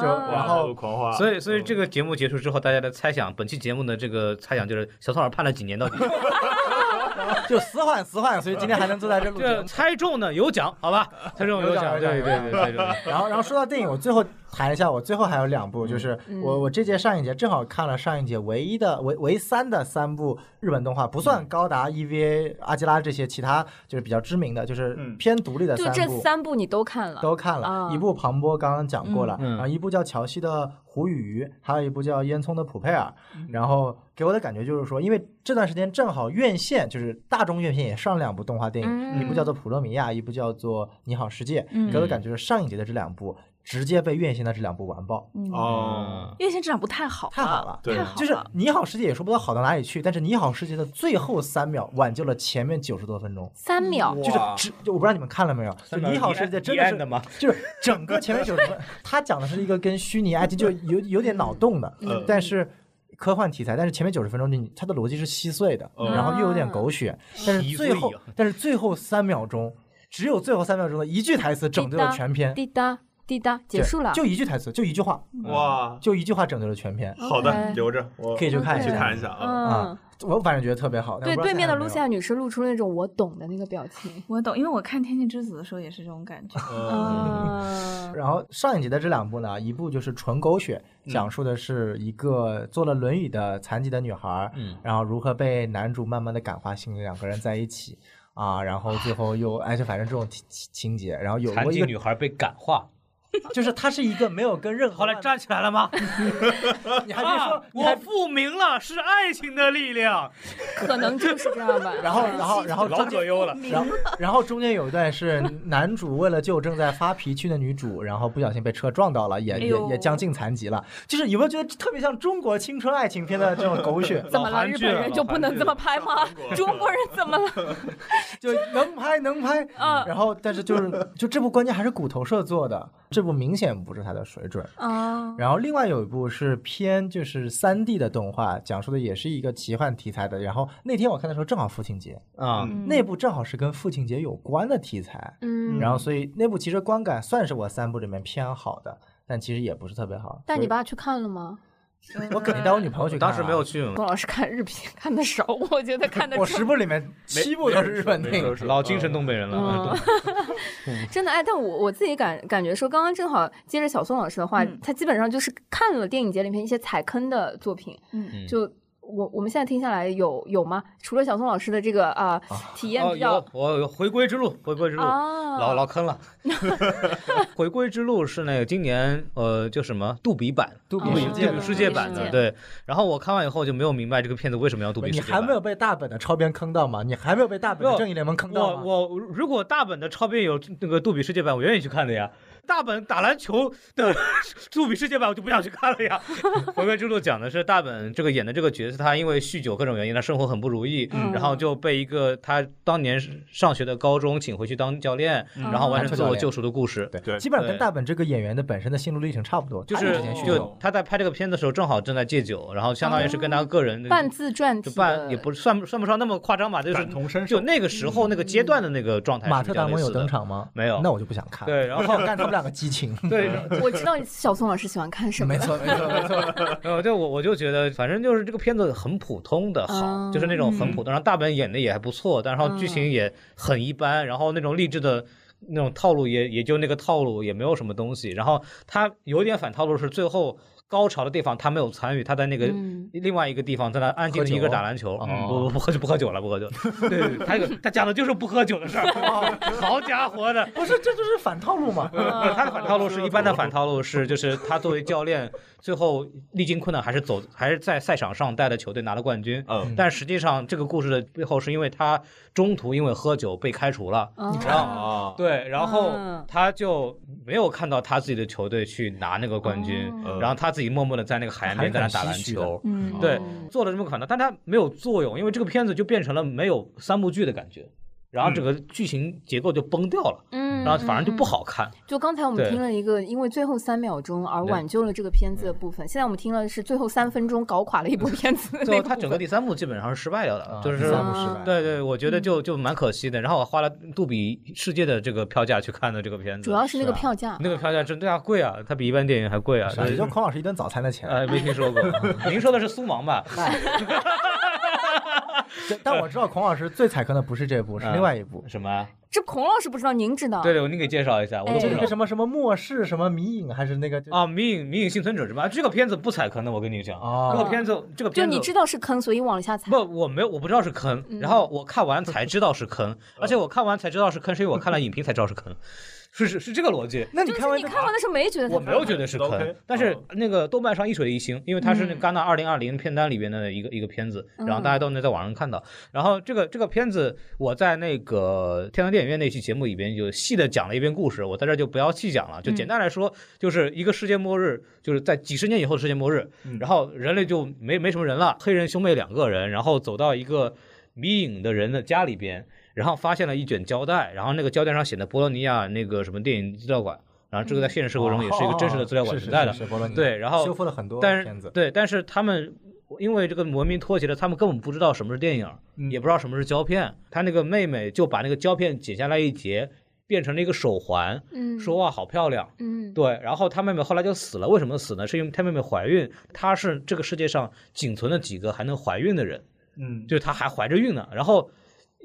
就然
哇，
后
狂花，
哦所以，所以这个节目结束之后，大家的猜想，本期节目的这个猜想就是小宋老师判了几年 到底？
就死缓死缓，所以今天还能坐在这录节
这
目。
猜中呢有奖，好 吧？猜中
有奖
奖，
有奖
对
有
对
奖
对，猜中了。
然后，然后说到电影，我最后谈一下，我最后还有两部，就是
嗯
我我这届上一届正好看了上一届唯一的唯唯三的三部日本动画，不算高达、EVA、阿基拉这些，其他就是比较知名的，就是
嗯
偏独立的
就
三
这
部。
三部你都看了，
都看了
啊，
一部庞波刚刚讲过了，
嗯嗯
然后一部叫乔西的《胡与鱼》，还有一部叫烟囱的《普佩尔》。
嗯
然后给我的感觉就是说，因为这段时间正好院线就是大众院线也上了两部动画电影，
嗯
一部叫做《普罗米亚》，一部叫做《你好世界》。
嗯
给我的感觉就是上一节的这两部直接被院线的这两部完爆，
哦，
院线质量不太好，
太好了。
对
太好
就是《
了
你好世界》也说不到好到哪里去，但是《你好世界》的最后三秒挽救了前面九十多分钟。
三秒，
就是只，就我不知道你们看了没有，就
三
《
秒
你好
一
世界
按》
真
一
的
按
是
的吗？
就是整个前面九 十分，他讲的是一个跟虚拟 IT 就有有点脑洞的，
嗯
但是科幻题材，但是前面九十分钟你它的逻辑是稀碎的，
嗯
然后又有点狗
啊
血，但是最后
稀碎啊
但是最后三秒钟，只有最后三秒钟的一句台词拯救了全篇，
滴答滴答，结束了，
对就一句台词，就一句话，
哇，
就一句话拯救了全篇，
好的，
OK
留着我
嗯可以去看一
去
下
看一下啊。
嗯
啊，我反正觉得特别好。但
对，
我不知道
对面的
现在
露
有
西亚女士露出了那种我懂的那个表情，
我懂，因为我看《天气之子》的时候也是这种感觉。
嗯
嗯
嗯，
然后上一集的这两部呢，一部就是纯狗血，
嗯
讲述的是一个坐了轮椅的残疾的女孩，
嗯，
然后如何被男主慢慢的感化心理，两个人在一起啊，然后最后又哎，就反正这种情情情节，然后有
残
过一
疾
个，
女孩被感化，
就是她是一个没有跟任何
后来
外
站起来了吗？
你还别说
啊，
你还
我复明了，是爱情的力 量。
可能就是这样吧。
然后然后然后
老左右了，
然后，然后中间有一段是男主为了救正在发脾气的女主，然后不小心被车撞到了，也
哎
也
呦
也将近残疾了。就是有没有觉得特别像中国青春爱情片的这种狗 血？
怎么了？
老韩
日
剧
本人
老
就不
韩
能
剧
这么拍吗？中国人怎么了？
就能拍能拍，
嗯
然后但是 就是就这部关键还是骨头社做的，这部明显不是它的水准。
啊，
然后另外有一部是偏就是三 D 的动画，讲述的也是一个奇幻题材的。然后那天我看的时候正好父亲节，嗯
啊，
那部正好是跟父亲节有关的题材，
嗯，
然后所以那部其实观感算是我三部里面偏好的，但其实也不是特别好。
但你
所以
爸去看了吗？
我肯定带我女朋友去看、
哎
啊
当时没有。去。
龚老师看日片看的少，我觉得 看的
我十部里面七部都是日本电影，
老精神东北人了，
嗯，真的哎，但我我自己感感觉说，刚刚正好接着小宋老师的话，
嗯
他基本上就是看了电影节里面一些踩坑的作品，
嗯
就。我我们现在听下来有有吗？除了小宋老师的这个啊、体验
哦，
比较
有我有回归之路，回归之路，
啊，
老老坑了。 回归之路是那个今年呃叫什么杜比版、
杜
比世界
哦杜比世界版
杜比
的
世界
对。然后我看完以后就没有明白这个片子为什么要杜比世
你
界
还
版。
没有被大本的超编坑到吗？你还没有被大本
没
的
有
正义联盟坑到吗？
我我如果大本的超编有那个杜比世界版，我愿意去看的呀。大本打篮球的 杜比世界版，我就不想去看了 呀。回归之路讲的是大本这个演的这个角色，他因为酗酒各种原因，他生活很不如意，
嗯
然后就被一个他当年上学的高中请回去当教练，
嗯
然后完成自
当
我
教练
救赎的故事。
对
基本上跟
对
大本这个演员的本身的心路历程差不多，
就
他
是
也之前酗酒哦
就他在拍这个片的时候，正好正在戒酒，然后相当于是跟他个人
半自传体
就
的
半也不是算不算不上那么夸张吧，就是
感同身
就
受，
那个时
嗯
候那个阶段的那个状态
马
是
特
比较
达
类
蒙有
似
登
的。
场吗？
没有
那我就不想看。
对，然
我
后
想看他们两个激情。
对，
我知道小宋老师喜欢看什么
没，错，没错，没 错。
呃，对我我就觉得，反正就是这个片子很普通的好，
嗯
就是那种很普通，然后大本演的也还不错，但然后剧情也很一般，然后那种励志的那种套路也也就那个套路，也没有什么东西。然后他有一点反套路是最后高潮的地方他没有参与，他在那个
嗯
另外一个地方在那安静的一个打篮球。
喝酒哦
嗯不不不喝酒不喝酒了不喝酒。 对对对，他有他讲的就是不喝酒的事 儿。好家伙的，
不是，这就是反套路嘛。
不是他的反套路呃是一般的反套路是，就是他作为教练，最后历经困难还是走，还是在赛场上带着球队拿了冠军。
嗯，
但实际上，这个故事的背后是因为他中途因为喝酒被开除了，
哦
然后
啊，
对，然后
嗯
他就没有看到他自己的球队去拿那个冠军，
哦
然后他自己默默的在那个海岸边在那打篮球，
嗯
对，做了这么个反套，但他没有作用，因为这个片子就变成了没有三幕剧的感觉，然后整个剧情结构就崩掉了，
嗯，
然后反而就不
好。
好看。
就刚才我们
对
听了一个，因为最后三秒钟而
对嗯
挽救了这个片子的部分。现在我们听了是最后三分钟搞垮了一部片子的
最
那
后
部
他整个
分
第三幕基本上是失败掉的，
啊
就是
第三部失败
对对，我
嗯
觉得就就蛮可惜的。然后我花了杜比世界的这个票价去看的这个片子，
主要是那个
是啊
票价，
那个票价真的要贵啊，它比一般电影还贵啊。
是啊也就孔老师一顿早餐的钱。
呃，没听说 过，您说的是苏芒 吧？
这但我知道孔老师最踩坑的不是这部，是
啊
另外一部，
什么？
这孔老师不知道，您
啊
知道？
对对，你给介绍一下，我都不
就是
知
一
道
哎
个。什么什么末世什么迷影还是那个就
啊，《迷影迷影幸存者》是吧？这个片子不踩坑的，我跟你讲，这个
哦，
片子这个
啊就
片子
你知嗯道是坑，所以往下踩
不，。我没有，我不知道是坑，然后我看完才知道是 坑，而且我看完才知道是坑，是因为我看了影评才知道是坑，是是是这个逻辑。
那你
就
看
是
完啊
你看完的时候没觉得
我
他
没有觉得是坑
OK，
但是那个豆瓣上一水一星，因为它是那戛纳二零二零片单里边的一个一个片子，然后大家都能在网上看到。然后这个这个片子，我在那个天堂电影院那期节目里边有细的讲了一遍故事，我在这儿就不要细讲了。就简单来说，就是一个世界末日，就是在几十年以后的世界末日，然后人类就没没什么人了，黑人兄妹两个人，然后走到一个迷影的人的家里边。然后发现了一卷胶带，然后那个胶带上写的波罗尼亚那个什么电影资料馆，然后这个在现实生活中也是一个真实的资料馆存在的
是。是是是波罗尼亚
对，然后
修复了很多
但
片
是
子，
对，但是他们因为这个文明脱节了，他们根本不知道什么是电影，也不知道什么是胶片。他那个妹妹就把那个胶片剪下来一截，变成了一个手环，
嗯，
说哇好漂亮。
嗯，
对，然后她妹妹后来就死了，为什么死呢？是因为她妹妹怀孕，她是这个世界上仅存的几个还能怀孕的人。
嗯，
就是她还怀着孕呢。然后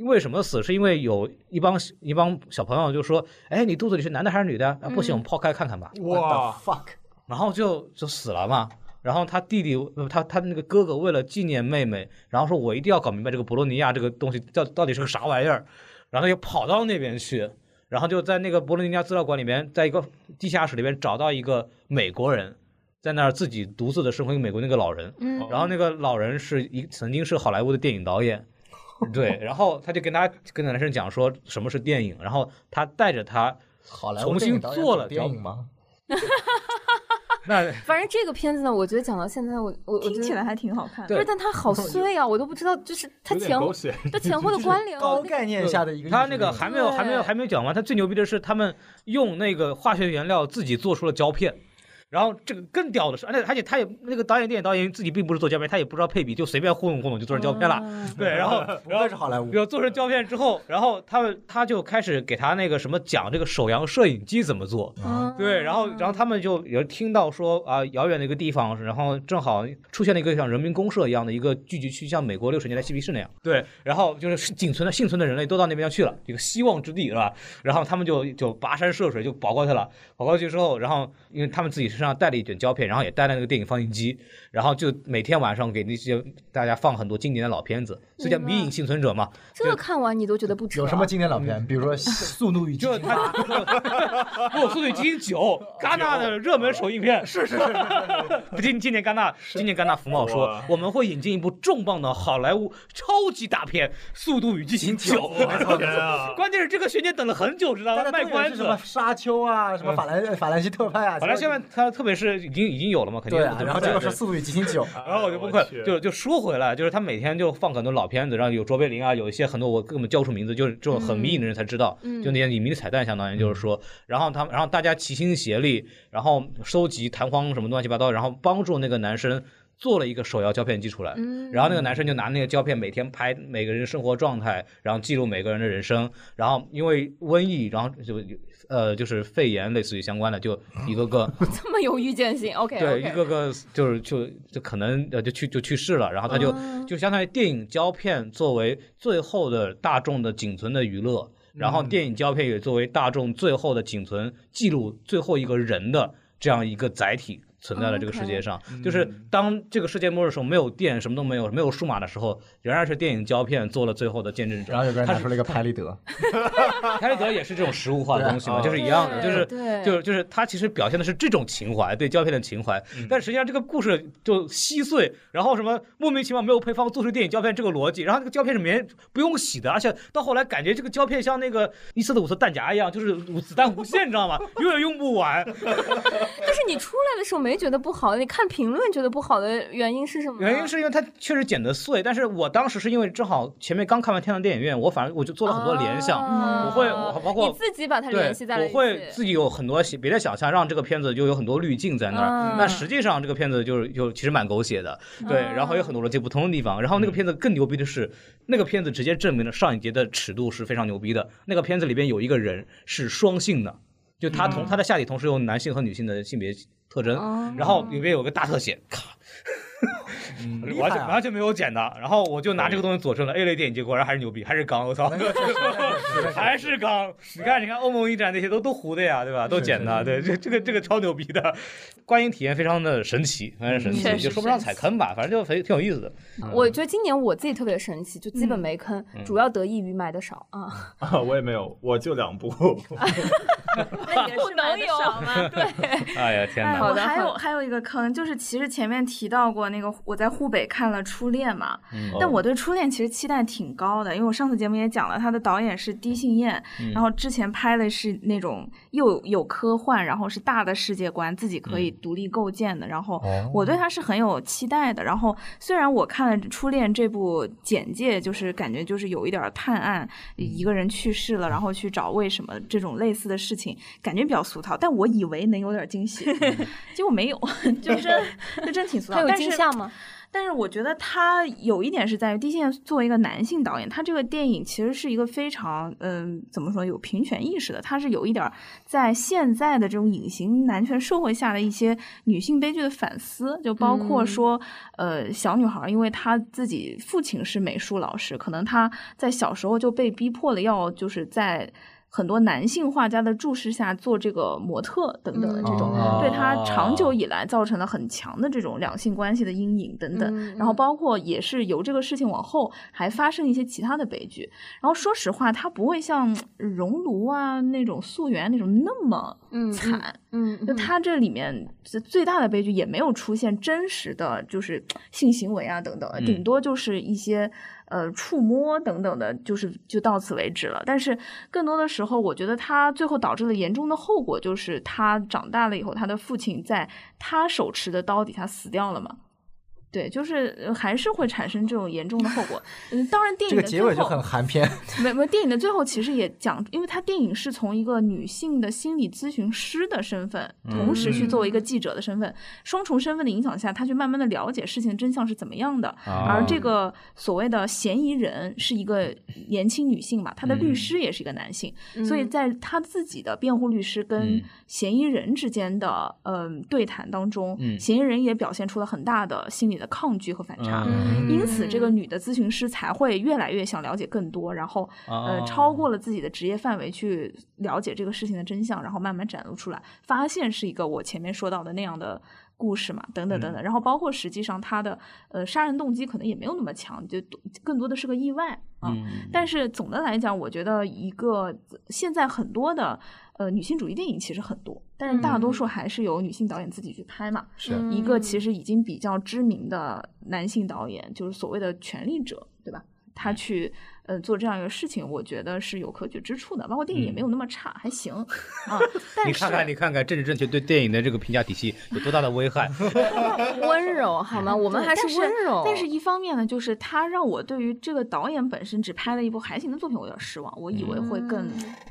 为什么死？是因为有一帮一帮小朋友就说：“哎，你肚子里是男的还是女的？”啊，不行，我们剖开看看吧。
嗯
哇
哇，
fuck，
然后就就死了嘛。然后他弟弟，呃他他那个哥哥为了纪念妹妹，然后说我一定要搞明白这个博洛尼亚这个东西到到底是个啥玩意儿，然后就跑到那边去，然后就在那个博洛尼亚资料馆里面，在一个地下室里面找到一个美国人，在那儿自己独自的生活，一个美国那个老人，
嗯
然后那个老人是一曾经是好莱坞的电影导演，对，然后他就跟他跟那男生讲说什么是电影，然后他带着他，
好莱坞
重
电影
新
导演
做
的
了
电
条
影吗？
那
反正这个片子呢，我觉得讲到现在，我我我
听
觉
起
得
来还挺好看
对
的。
不是，但它好碎啊，我都不知道，就是它
有
前
点
后
狗血，
它 前后的关联啊，
高
那
概念下的一个，
他那个还没有还没有
对
还没有讲完，他最牛逼的是他们用那个化学原料自己做出了胶片。然后这个更屌的是，而且而且他也那个导演电影导演自己并不是做胶片，他也不知道配比，就随便糊弄糊弄就做成胶片了。
嗯
对，然后
不愧是好莱坞，
然后做成胶片之后，然后他们他就开始给他那个什么讲这个手摇摄影机怎么做。
嗯
对，然后然后他们就有听到说啊，遥远的一个地方，然后正好出现了一个像人民公社一样的一个聚集区，像美国六十年代嬉皮士那样。对，然后就是仅存的幸存的人类都到那边去了，一个希望之地是吧？然后他们就就跋山涉水就跑过去了，跑过去之后，然后因为他们自己身上带了一卷胶片，然后也带了那个电影放映机，然后就每天晚上给那些大家放很多经典的老片子，所以叫迷影幸存者嘛。
这个看完你都觉得不值。
有什么？经典老片？比如说《速度与激
就
情》
他，不，《速度与激情九》戛纳的热门首映片， 是是是是。今今年戛纳，今年戛纳福茂说
哇，
我们会引进一部重磅的好莱坞超级大片《速度与激情 九》。
天啊，
关键是这个学姐等了很久，知道
大
吗
家？
卖
都以为
关
是
子
什。么沙丘啊，什么法兰法兰西特派啊，
本来
结
现
果
在它特别是已经已经有了嘛，肯定
对
是
啊，
不
然后结
在
果是《速度与激情九》，
然后我就崩溃了，就就说回来，就是他每天就放很多老片子，然后有卓别林啊，有一些很多我根本叫不出名字，就是这种很迷影的人才知道，就那些影迷的彩蛋，相当于就是说，然后他们，然后大家齐心协力，然后收集弹簧什么乱七八糟，然后帮助那个男生做了一个手摇胶片机出来，
嗯，
然后那个男生就拿那个胶片每天拍每个人生活状态，然后记录每个人的人生。然后因为瘟疫，然后就呃就是肺炎类似于相关的，就一个个
这么有预见性。OK，
对一个个就是就就可能呃就去就去世了。然后他就就相当于电影胶片作为最后的大众的仅存的娱乐。然
嗯
后电影胶片也作为大众最后的仅存记录最后一个人的这样一个载体。存在了这个世界上就是
嗯
当这个世界末日的时候，没有电，什么都没有，没有数码的时候，仍然是电影胶片做了最后的见证者。
然后有个人
他
拿
是
出了一 个拍立得，
凯里德也是这种实物化的东西嘛，
对啊
就是一样的，就是
对
就是就是他其实表现的是这种情怀，对胶片的情怀，但实际上这个故事就稀碎，然后什么莫名其妙没有配方做出电影胶片这个逻辑，然后这个胶片是没不用洗的，而且到后来感觉这个胶片像那个伊斯特伍德弹夹一样，就是子弹无限，你知道吗？永远用不 完。
就是你出来的时候没觉得不好，你看评论觉得不好的原因是什么呢？
原因是因为它确实剪得碎，但是我当时是因为正好前面刚看完《天堂电影院》，我反正我就做了很多联想，
啊
我会我包括
你自己把它
对，
联系在了一起，
我会自己有很多想别的想象，让这个片子就有很多滤镜在那儿。
嗯
那实际上这个片子就是就其实蛮狗血的，对，然后有很多逻辑不通的地方。然后那个片子更牛逼的是，那个片子直接证明了上一节的尺度是非常牛逼的。那个片子里边有一个人是双性的，就他
嗯
同、他的下体同时有男性和女性的性别特征，
哦
然后里边有个大特写，咔。
厉
完
害
全
啊
完全没有剪的，然后我就拿这个东西佐证了 A 类电影节，果然还是牛逼，还是刚，我操！ 还是刚，你看，你看欧盟一展那些都都糊的呀，对吧？都剪的，对，这这个这个超牛逼的，观影体验非常的神奇，非常神奇，
嗯确实
就说不上踩坑吧，反正就很挺有意思的。
我觉得今年我自己特别神奇，就基本
嗯
没坑，主要得益于买的少啊。
啊，我也没有，我就两部。
那也
不
是买
能
的
有
少吗？
哎呀，天
哎，
哪！
我
好的
还
好
有还有一个坑，就是其实前面提到过那个我在湖北看了《初恋》嘛，
哦
但我对《初恋》其实期待挺高的，因为我上次节目也讲了，他的导演是低信彦，然后之前拍的是那种又有科幻，然后是大的世界观，自己可以独立构建的，然后
哦
我对他是很有期待的。然后虽然我看了《初恋》这部简介，就是感觉就是有一点儿探案，一个人去世了，然后去找为什么这种类似的事情，感觉比较俗套，但我以为能有点惊喜，结果没有， 就真就真挺俗
它
套。
有
但
惊
是
吓吗？
但是我觉得他有一点是在于，地线作为一个男性导演，他这个电影其实是一个非常嗯、怎么说有平权意识的，他是有一点儿在现在的这种隐形男权社会下的一些女性悲剧的反思，就包括
嗯
说、呃小女孩，因为她自己父亲是美术老师，可能她在小时候就被逼迫了要就是在。很多男性画家的注视下做这个模特等等的这种，
嗯
对她长久以来造成了很强的这种两性关系的阴影等等。
嗯
然后包括也是由这个事情往后还发生一些其他的悲剧。然后说实话，它不会像熔炉啊那种溯源那种那么
嗯
惨，
嗯，嗯
就它这里面最最大的悲剧也没有出现真实的就是性行为啊等等，
嗯
顶多就是一些呃触摸等等的，就是就到此为止了。但是更多的时候，我觉得它最后导致了严重的后果，就是他长大了以后，他的父亲在他手持的刀底下死掉了嘛。对，就是呃还是会产生这种严重的后果。嗯，当然电影
这个
的
结
最
尾就
后
很含片，
没没，电影的最后其实也讲，因为他电影是从一个女性的心理咨询师的身份，同时
嗯
去作为一个记者的身份，双重身份的影响下，他去慢慢的了解事情的真相是怎么样的。
哦啊
而这个所谓的嫌疑人是一个年轻女性嘛，她的
嗯
律师也是一个男性，所以在他自己的辩护律师跟
嗯
嫌疑人之间的嗯、对谈当中，
嗯
嫌疑人也表现出了很大的心理的抗拒和反差。
嗯
因此，这个女的咨询师才会越来越想了解更多，然后呃
哦
超过了自己的职业范围去了解这个事情的真相，然后慢慢展露出来，发现是一个我前面说到的那样的故事嘛，等等等
嗯
等。然后包括实际上她的呃杀人动机可能也没有那么强，就更多的是个意外啊。
嗯
但是总的来讲，我觉得一个现在很多的呃女性主义电影其实很多，但是大
嗯
多数还是由女性导演自己去拍嘛。
是
一个
嗯
其实已经比较知名的男性导演，就是所谓的权力者，对吧？他去呃做这样一个事情，我觉得是有可取之处的。包括电影也没有那么差，还行啊。但是
你看看，你看看，政治正确对电影的这个评价体系有多大的危 害？
温柔好吗？我
我
们还
是
温柔，
但是一方面呢，就是他让我对于这个导演本身只拍了一部还行的作品，我有点失望。我以为会更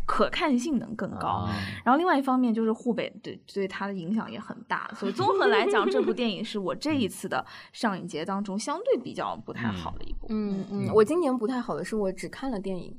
可看性能更
啊
高。然后另外一方面就是湖北对对他的影响也很大，所以综合来讲，这部电影是我这一次的上影节当
嗯
中相对比较不太好的一部。
嗯嗯嗯，我今年不太好的是我只看了电影。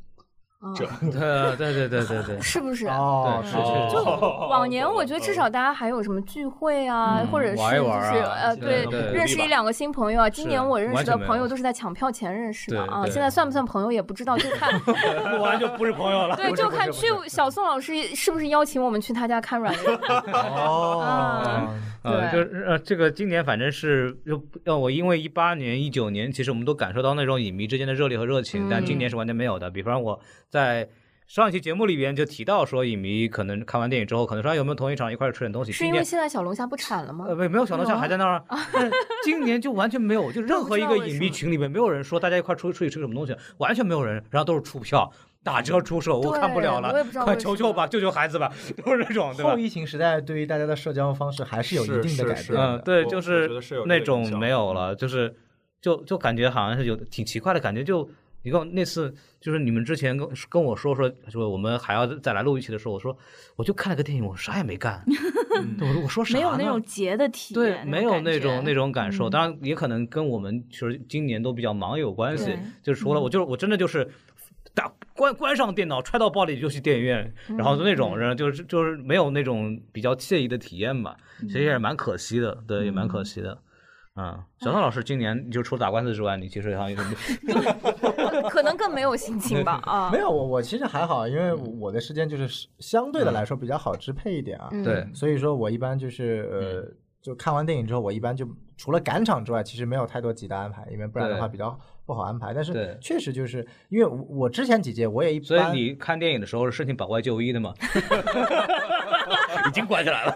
这
对对对对对对，
是不是？
哦，嗯
对
是
是
是
就
哦 往年我觉得至少大家还有什么聚会啊，或者是
玩一玩啊
就是呃
现在
对
都鼓励吧
认识一两个新朋友啊。今年我认识
完
的
全没有
朋友都是在抢票前认识的啊，
对对
现在算不算朋友也不知道，就 看
录完就不是朋 友了。
对
不是
就
不是
看
不
去
是
小宋老师是不是邀请我们去他家看软啊硬。
哦，
呃，
对
就是呃，这个今年反正是又要我，因为一八年、一九年，其实我们都感受到那种影迷之间的热烈和热情，但今
嗯
年是完全没有的。比方我在上一期节目里边就提到说，影迷可能看完电影之后，可能说哎有没有同一场一块儿吃点东西。
是
今
因为哦
年
现在小龙虾不产了吗
呃？没没有小龙虾还在那儿啊，但是今年就完全没有，就任何一个影 迷群里面没有人说大家一块儿出去出去吃个什么东西，完全没有人，然后都是出票。打折出售，我看不了
对我也
了
不知，道
快
为什
求求吧，救救孩子吧， 都是那种，对吧
后？疫情时代对于大家的社交方式还是有一定的改
是
变
嗯，
的。
对，
我
就
我觉得是有这
那
个影
种
响嗯
没有了，就是就就感觉好像是有挺奇怪的感觉。就你跟我那次，就是你们之前跟跟我说说，说我们还要再来录一期的时候，我说我就看了个电影，我啥也没 干，对我说我说啥
没有那
呢
种节的体
对，
验，
没有那种那
种
种感受。当然，也可能跟我们其实今年都比较忙有关系
对。
就是说了，我就是我真的就是打关关上电脑，揣到包里就去电影院，然后就那种，然后就是就是没有那种比较惬意的体验吧。其实也是蛮可惜的，对，也蛮可惜的。嗯，小宋老师今年就除了打官司之外，你其实好像也
可能更没有心 情吧啊
呃没。有我，我其实还好，因为
嗯
我的时间就是相对的来说比较好支配一点啊。
嗯
对，
所以说我一般就是
嗯
呃，就看完电影之后，我一般就除了赶场之外，其实没有太多急的安排，因为不然的话
对
比较不好安排。
对
但是确实就是因为我我之前几届我也一
所以
般，
你看电影的时候是申请保外就医的嘛？已经关起来了。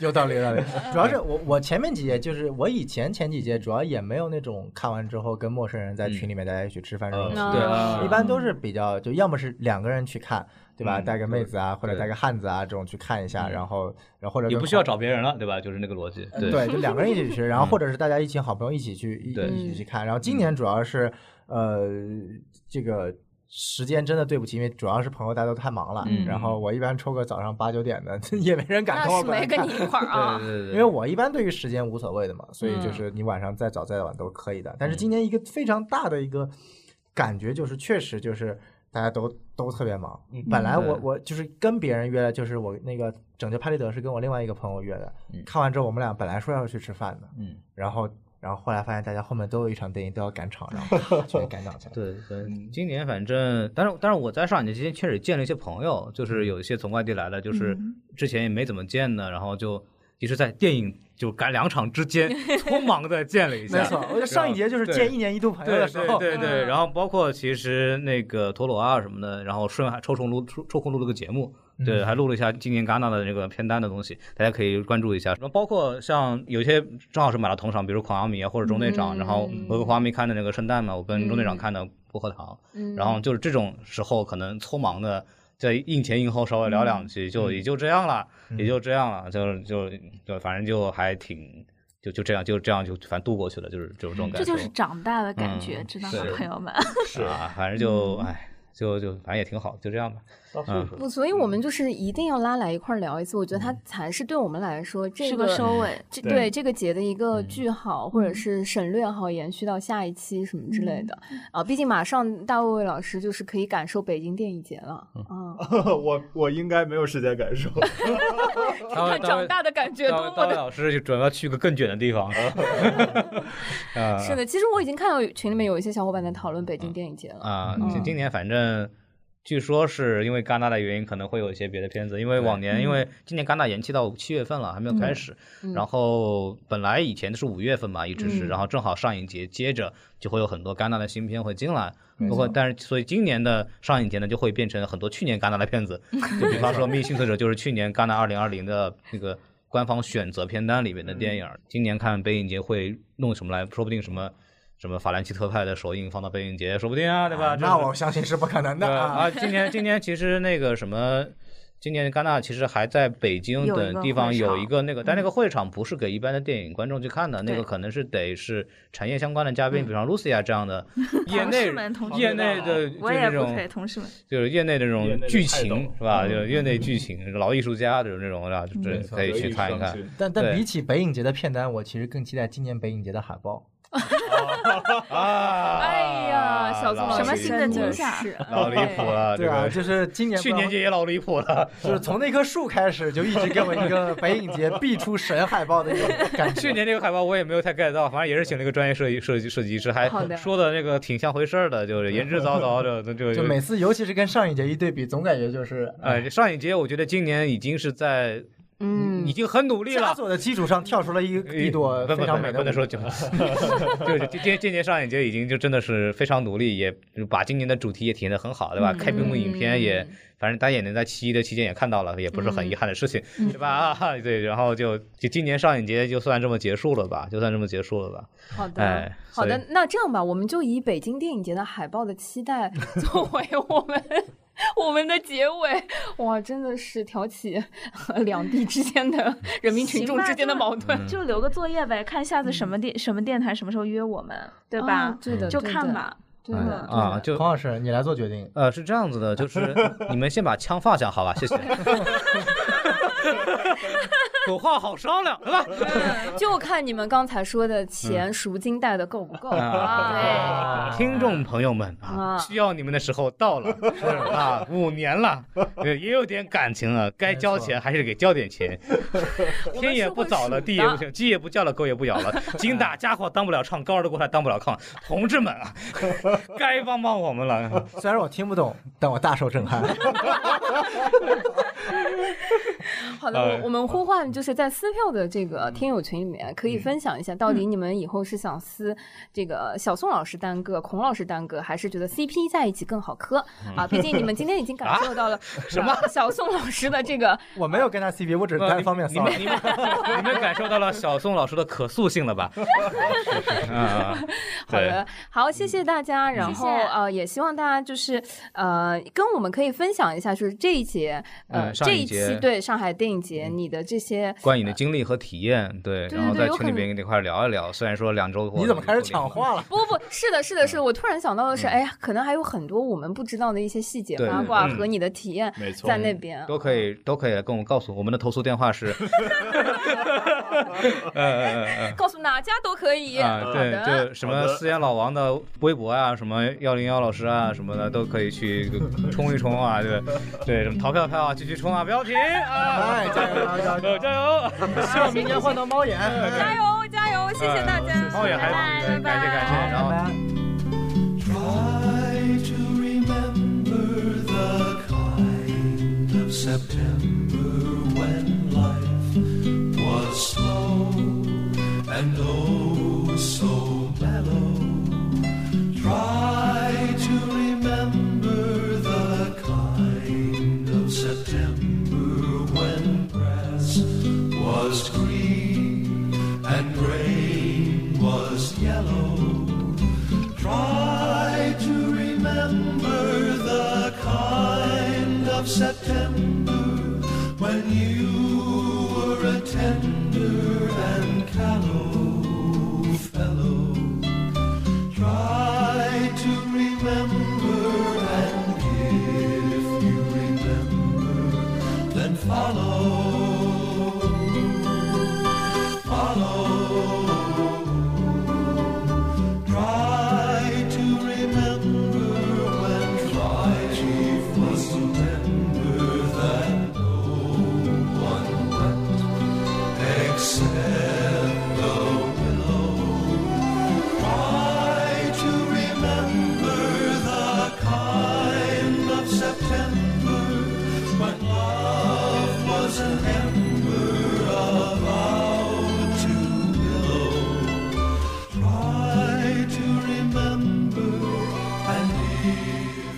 有道理有道理。主要是我我前面几届就是我以前前几届主要也没有那种看完之后跟陌生人在群里面大家一起吃饭这种
嗯
东西。
嗯
对啊，
一般都是比较，就要么是两个人去看，对吧？
嗯
带个妹子啊，或者
对
带个汉子啊，这种去看一下，然后，然后或者
也
跟
不需要
好
找别人了，对吧？就是那个逻辑。对
嗯呃对，就两个人一起去，
嗯
然后或者是大家一群好朋友一起去，一
对
一起去看。然后今年主要是呃，这个时间真的对不起，因为主要是朋友大家都太忙了。
嗯
然后我一般抽个早上八九点的， 也没人敢跟
那
我
是
过来
没跟
看
你。一块儿啊。
对对对，
因为我一般对于嗯时间无所谓的嘛，所以就是你晚上再早再晚都可以的。但是今年一个非常大的一个感觉就是，确实就是大家都都特别忙。本来我
对
我就是跟别人约的，就是我那个《拯救派立德》是跟我另外一个朋友约的，看完之后我们俩本来说要去吃饭的，
嗯，
然后然后后来发现大家后面都有一场电影都要赶场，然 后全赶场去了。
对，所以今年反正，但是但是我在上海期间确实见了一些朋友，就是有一些从外地来的，就是之前也没怎么见的，然后就也是在电影就赶两场之 间匆忙的见了一下。
没错，我觉得上一节就是
对
见一年一度朋友
对
的时
对
候，
对对，然后包括其实那个陀螺啊什么的，然后顺还抽空录抽抽空录了个节目，对，还录了一下今年戛纳的那个片单的东西，大家可以关注一下。然后包括像有些正好是买了同场，比如孔阿米啊或者中队长，然后我跟黄阿米看的那个圣诞嘛，我跟中队长看的薄荷糖，
嗯
然
嗯
后就是这种时候可能匆忙的。在应前应后稍微聊两
嗯
句，就也就这样了，也就这样了，就就就反正就还挺就就这样就这样就反正度过去了，就是就是
嗯
这种感
这
受。
就是长大的感觉，
嗯
知道吗
是，
朋友们？
是啊，反正就
嗯
哎，就就反正也挺好，就这 样吧。嗯，
不，所以我们就是一定要拉来一块儿聊一次，我觉得它才是对我们来说这
是个收尾，
这
对
对这个节的一个句号，或者是省略号，延续到下一期什么之类的、啊。毕竟马上大卫老师就是可以感受北京电影节了啊。
我我应该没有时间感受。
大卫
看长大的感觉多么
大卫
的。
老师就准备要去个更卷的地方。 啊
是的，其实我已经看到群里面有一些小伙伴在讨论北京电影节了。嗯
啊，今今年反正。据说是因为戛纳的原因，可能会有一些别的片子。因为往年，
嗯
因为今年戛纳延期到七月份了，还没有开始。然后本来以前是五月份嘛，一直
嗯
是，然后正好上影节接着就会有很多戛纳的新片会进来。包括，但是所以今年的上影节呢，就会变成很多去年戛纳的片 子，就比方说《命运幸存者》就是去年戛纳二零二零的那个官方选择片单里
嗯
面的电影儿。今年看北影节会弄什么来，说不定什么什么法兰西特派的首映放到北影节，说不定啊，对吧？这
那
个
我相信嗯是不可能的
对
啊。
啊，今年今年其实那个什么。今年戛纳其实还在北京
有一
等
个
地方
会
有
场嗯
一个那个，但那个会场不是给一般的电影观众去看的，那个
对嗯
可能是得是产业相关的嘉宾，比方 Lucia 这样的业
同
内
事们同事
业
们
内的，就
我
是
也
这
不
种
推，同事们。
就是业内的这
业内
种
的
剧
泰
情
斗
是吧？就是业内剧情，老艺术家这种这种啊，就这
嗯没错
可以去看一看。
但但
对
比起北影节的片单，我其实更期待今年北影节的海报。
啊！
哎呀，小
老
宋
离
老师
什么新的
真
惊
是
吓？
老
嗯
离谱了，这
对啊，
个
就是今 年
去年
就
就也老离谱了，
就是从那棵树开始，就一直给我一个北影节必出神海报的一个感 觉。
去年这个海报我也没有太 get 到，反正也是请了一个专业设计设计设计师，还
好的
说的那个挺像回事儿的，就是言之凿 凿的，那就
就每次，尤其是跟上一节一对比，总感觉就是呃
哎，上一节我觉得今年已经是在
嗯
已，经很努力
枷
了。呃哎
锁的基础上跳出了一个一朵
不不
非常美
不不
的
能
舞。
说就 就是今今今年上影节已经就真的是非常努力，也把今年的主题也体现的很好，对吧？开闭幕影片也，
嗯
反正大家也能在七一的期间也看到了，也不是很遗憾的事情，
嗯
对吧？ 啊，对，然后就就今年上影节就算这么结束了吧，就算这么结束了吧。
好的
哎，
好
所以
的，那这样吧，我们就以北京电影节的海报的期待 作为我们。我们的结尾，哇，真的是挑起 呃两地之间 的人民群
行
众
吧
之间的
就
矛盾，
嗯
就留个作业呗，看下次什么电什么电台什么时候约我们，嗯对吧
啊？对的，
就
对
看
的，
吧。
对的，对
啊，
的
就
孔老师，你来做决定。
呃，是这样子的，就是 你们先把枪放下，好吧？谢谢。有话好商量，对吧？
就看你们刚才说的钱赎金带的够不 够啊？
听众朋友们啊，
啊
需要你们的时候到 了啊，五年了，呃也有点感情了，该交钱还是给交点钱。天也不早了，地也不行，鸡也不叫了，狗也不咬 了，精打家伙当不了唱，高二的过来当不了炕，同志们 啊，该帮帮我们了。
虽然我听不懂，但我大受震 撼。
对好的，
哎嗯
我我们呼唤就是在撕票的这个听友群里面，可以分享一下，到底你们以后是想撕这个小宋老师单个、孔老师单个，还是觉得 CP 在一起更好磕啊？毕竟你们今天已经感受到了
嗯啊 什么
呃 小宋老师的这个
我没有跟他 CP，我只是单方面
呃你
骚 扰
们。你们你们感受到了小宋老师的可塑性了 吧？嗯啊，
好
对嗯
的，好，谢谢大家。然后
谢谢
呃，也希望大家就是呃，跟我们可以分享一下，就是这一节呃
嗯上
这
一
一期
节嗯
对上海电影节你的这些
关于你的经历和体验，对，
对
然后
对
在
有
群里
可
边跟你一块儿聊一聊。虽然说两周后
你怎么开始抢话 了？
不不不是的，是的，是
嗯
的。我突然想到的是，哎呀，可能还有很多我们不知道的一些细节
对
八
对
卦
嗯
和你的体验
没错
在那边
都可以都可以跟我们告诉我们的投诉电话 是，呃，
告诉哪家都可以。
啊，
好
对，
的，
就什么
好的
四眼老王的微博啊，什么幺零幺老师啊，什么的都可以去冲一冲啊，对对，什么逃票票啊，继续冲啊，不要停啊，呃
哎，加油加油加油！
加油！
希望明年换到猫眼。
加油加油，谢谢大家。
猫眼哦还
拜拜
感谢感谢，然后。
Try to remember the kind of September when life was slow and oh so mellow. Try to remember the kind of September when grass was green and rain was yellow. Try to remember the kind of September when you were a tender and callow fellow. Try to remember, and if you remember, then follow. Follow. Try to remember when Fly Chief was September that no one wept except the willow. Try to remember the kind of September when love was an ember about to blow. Try to remember and if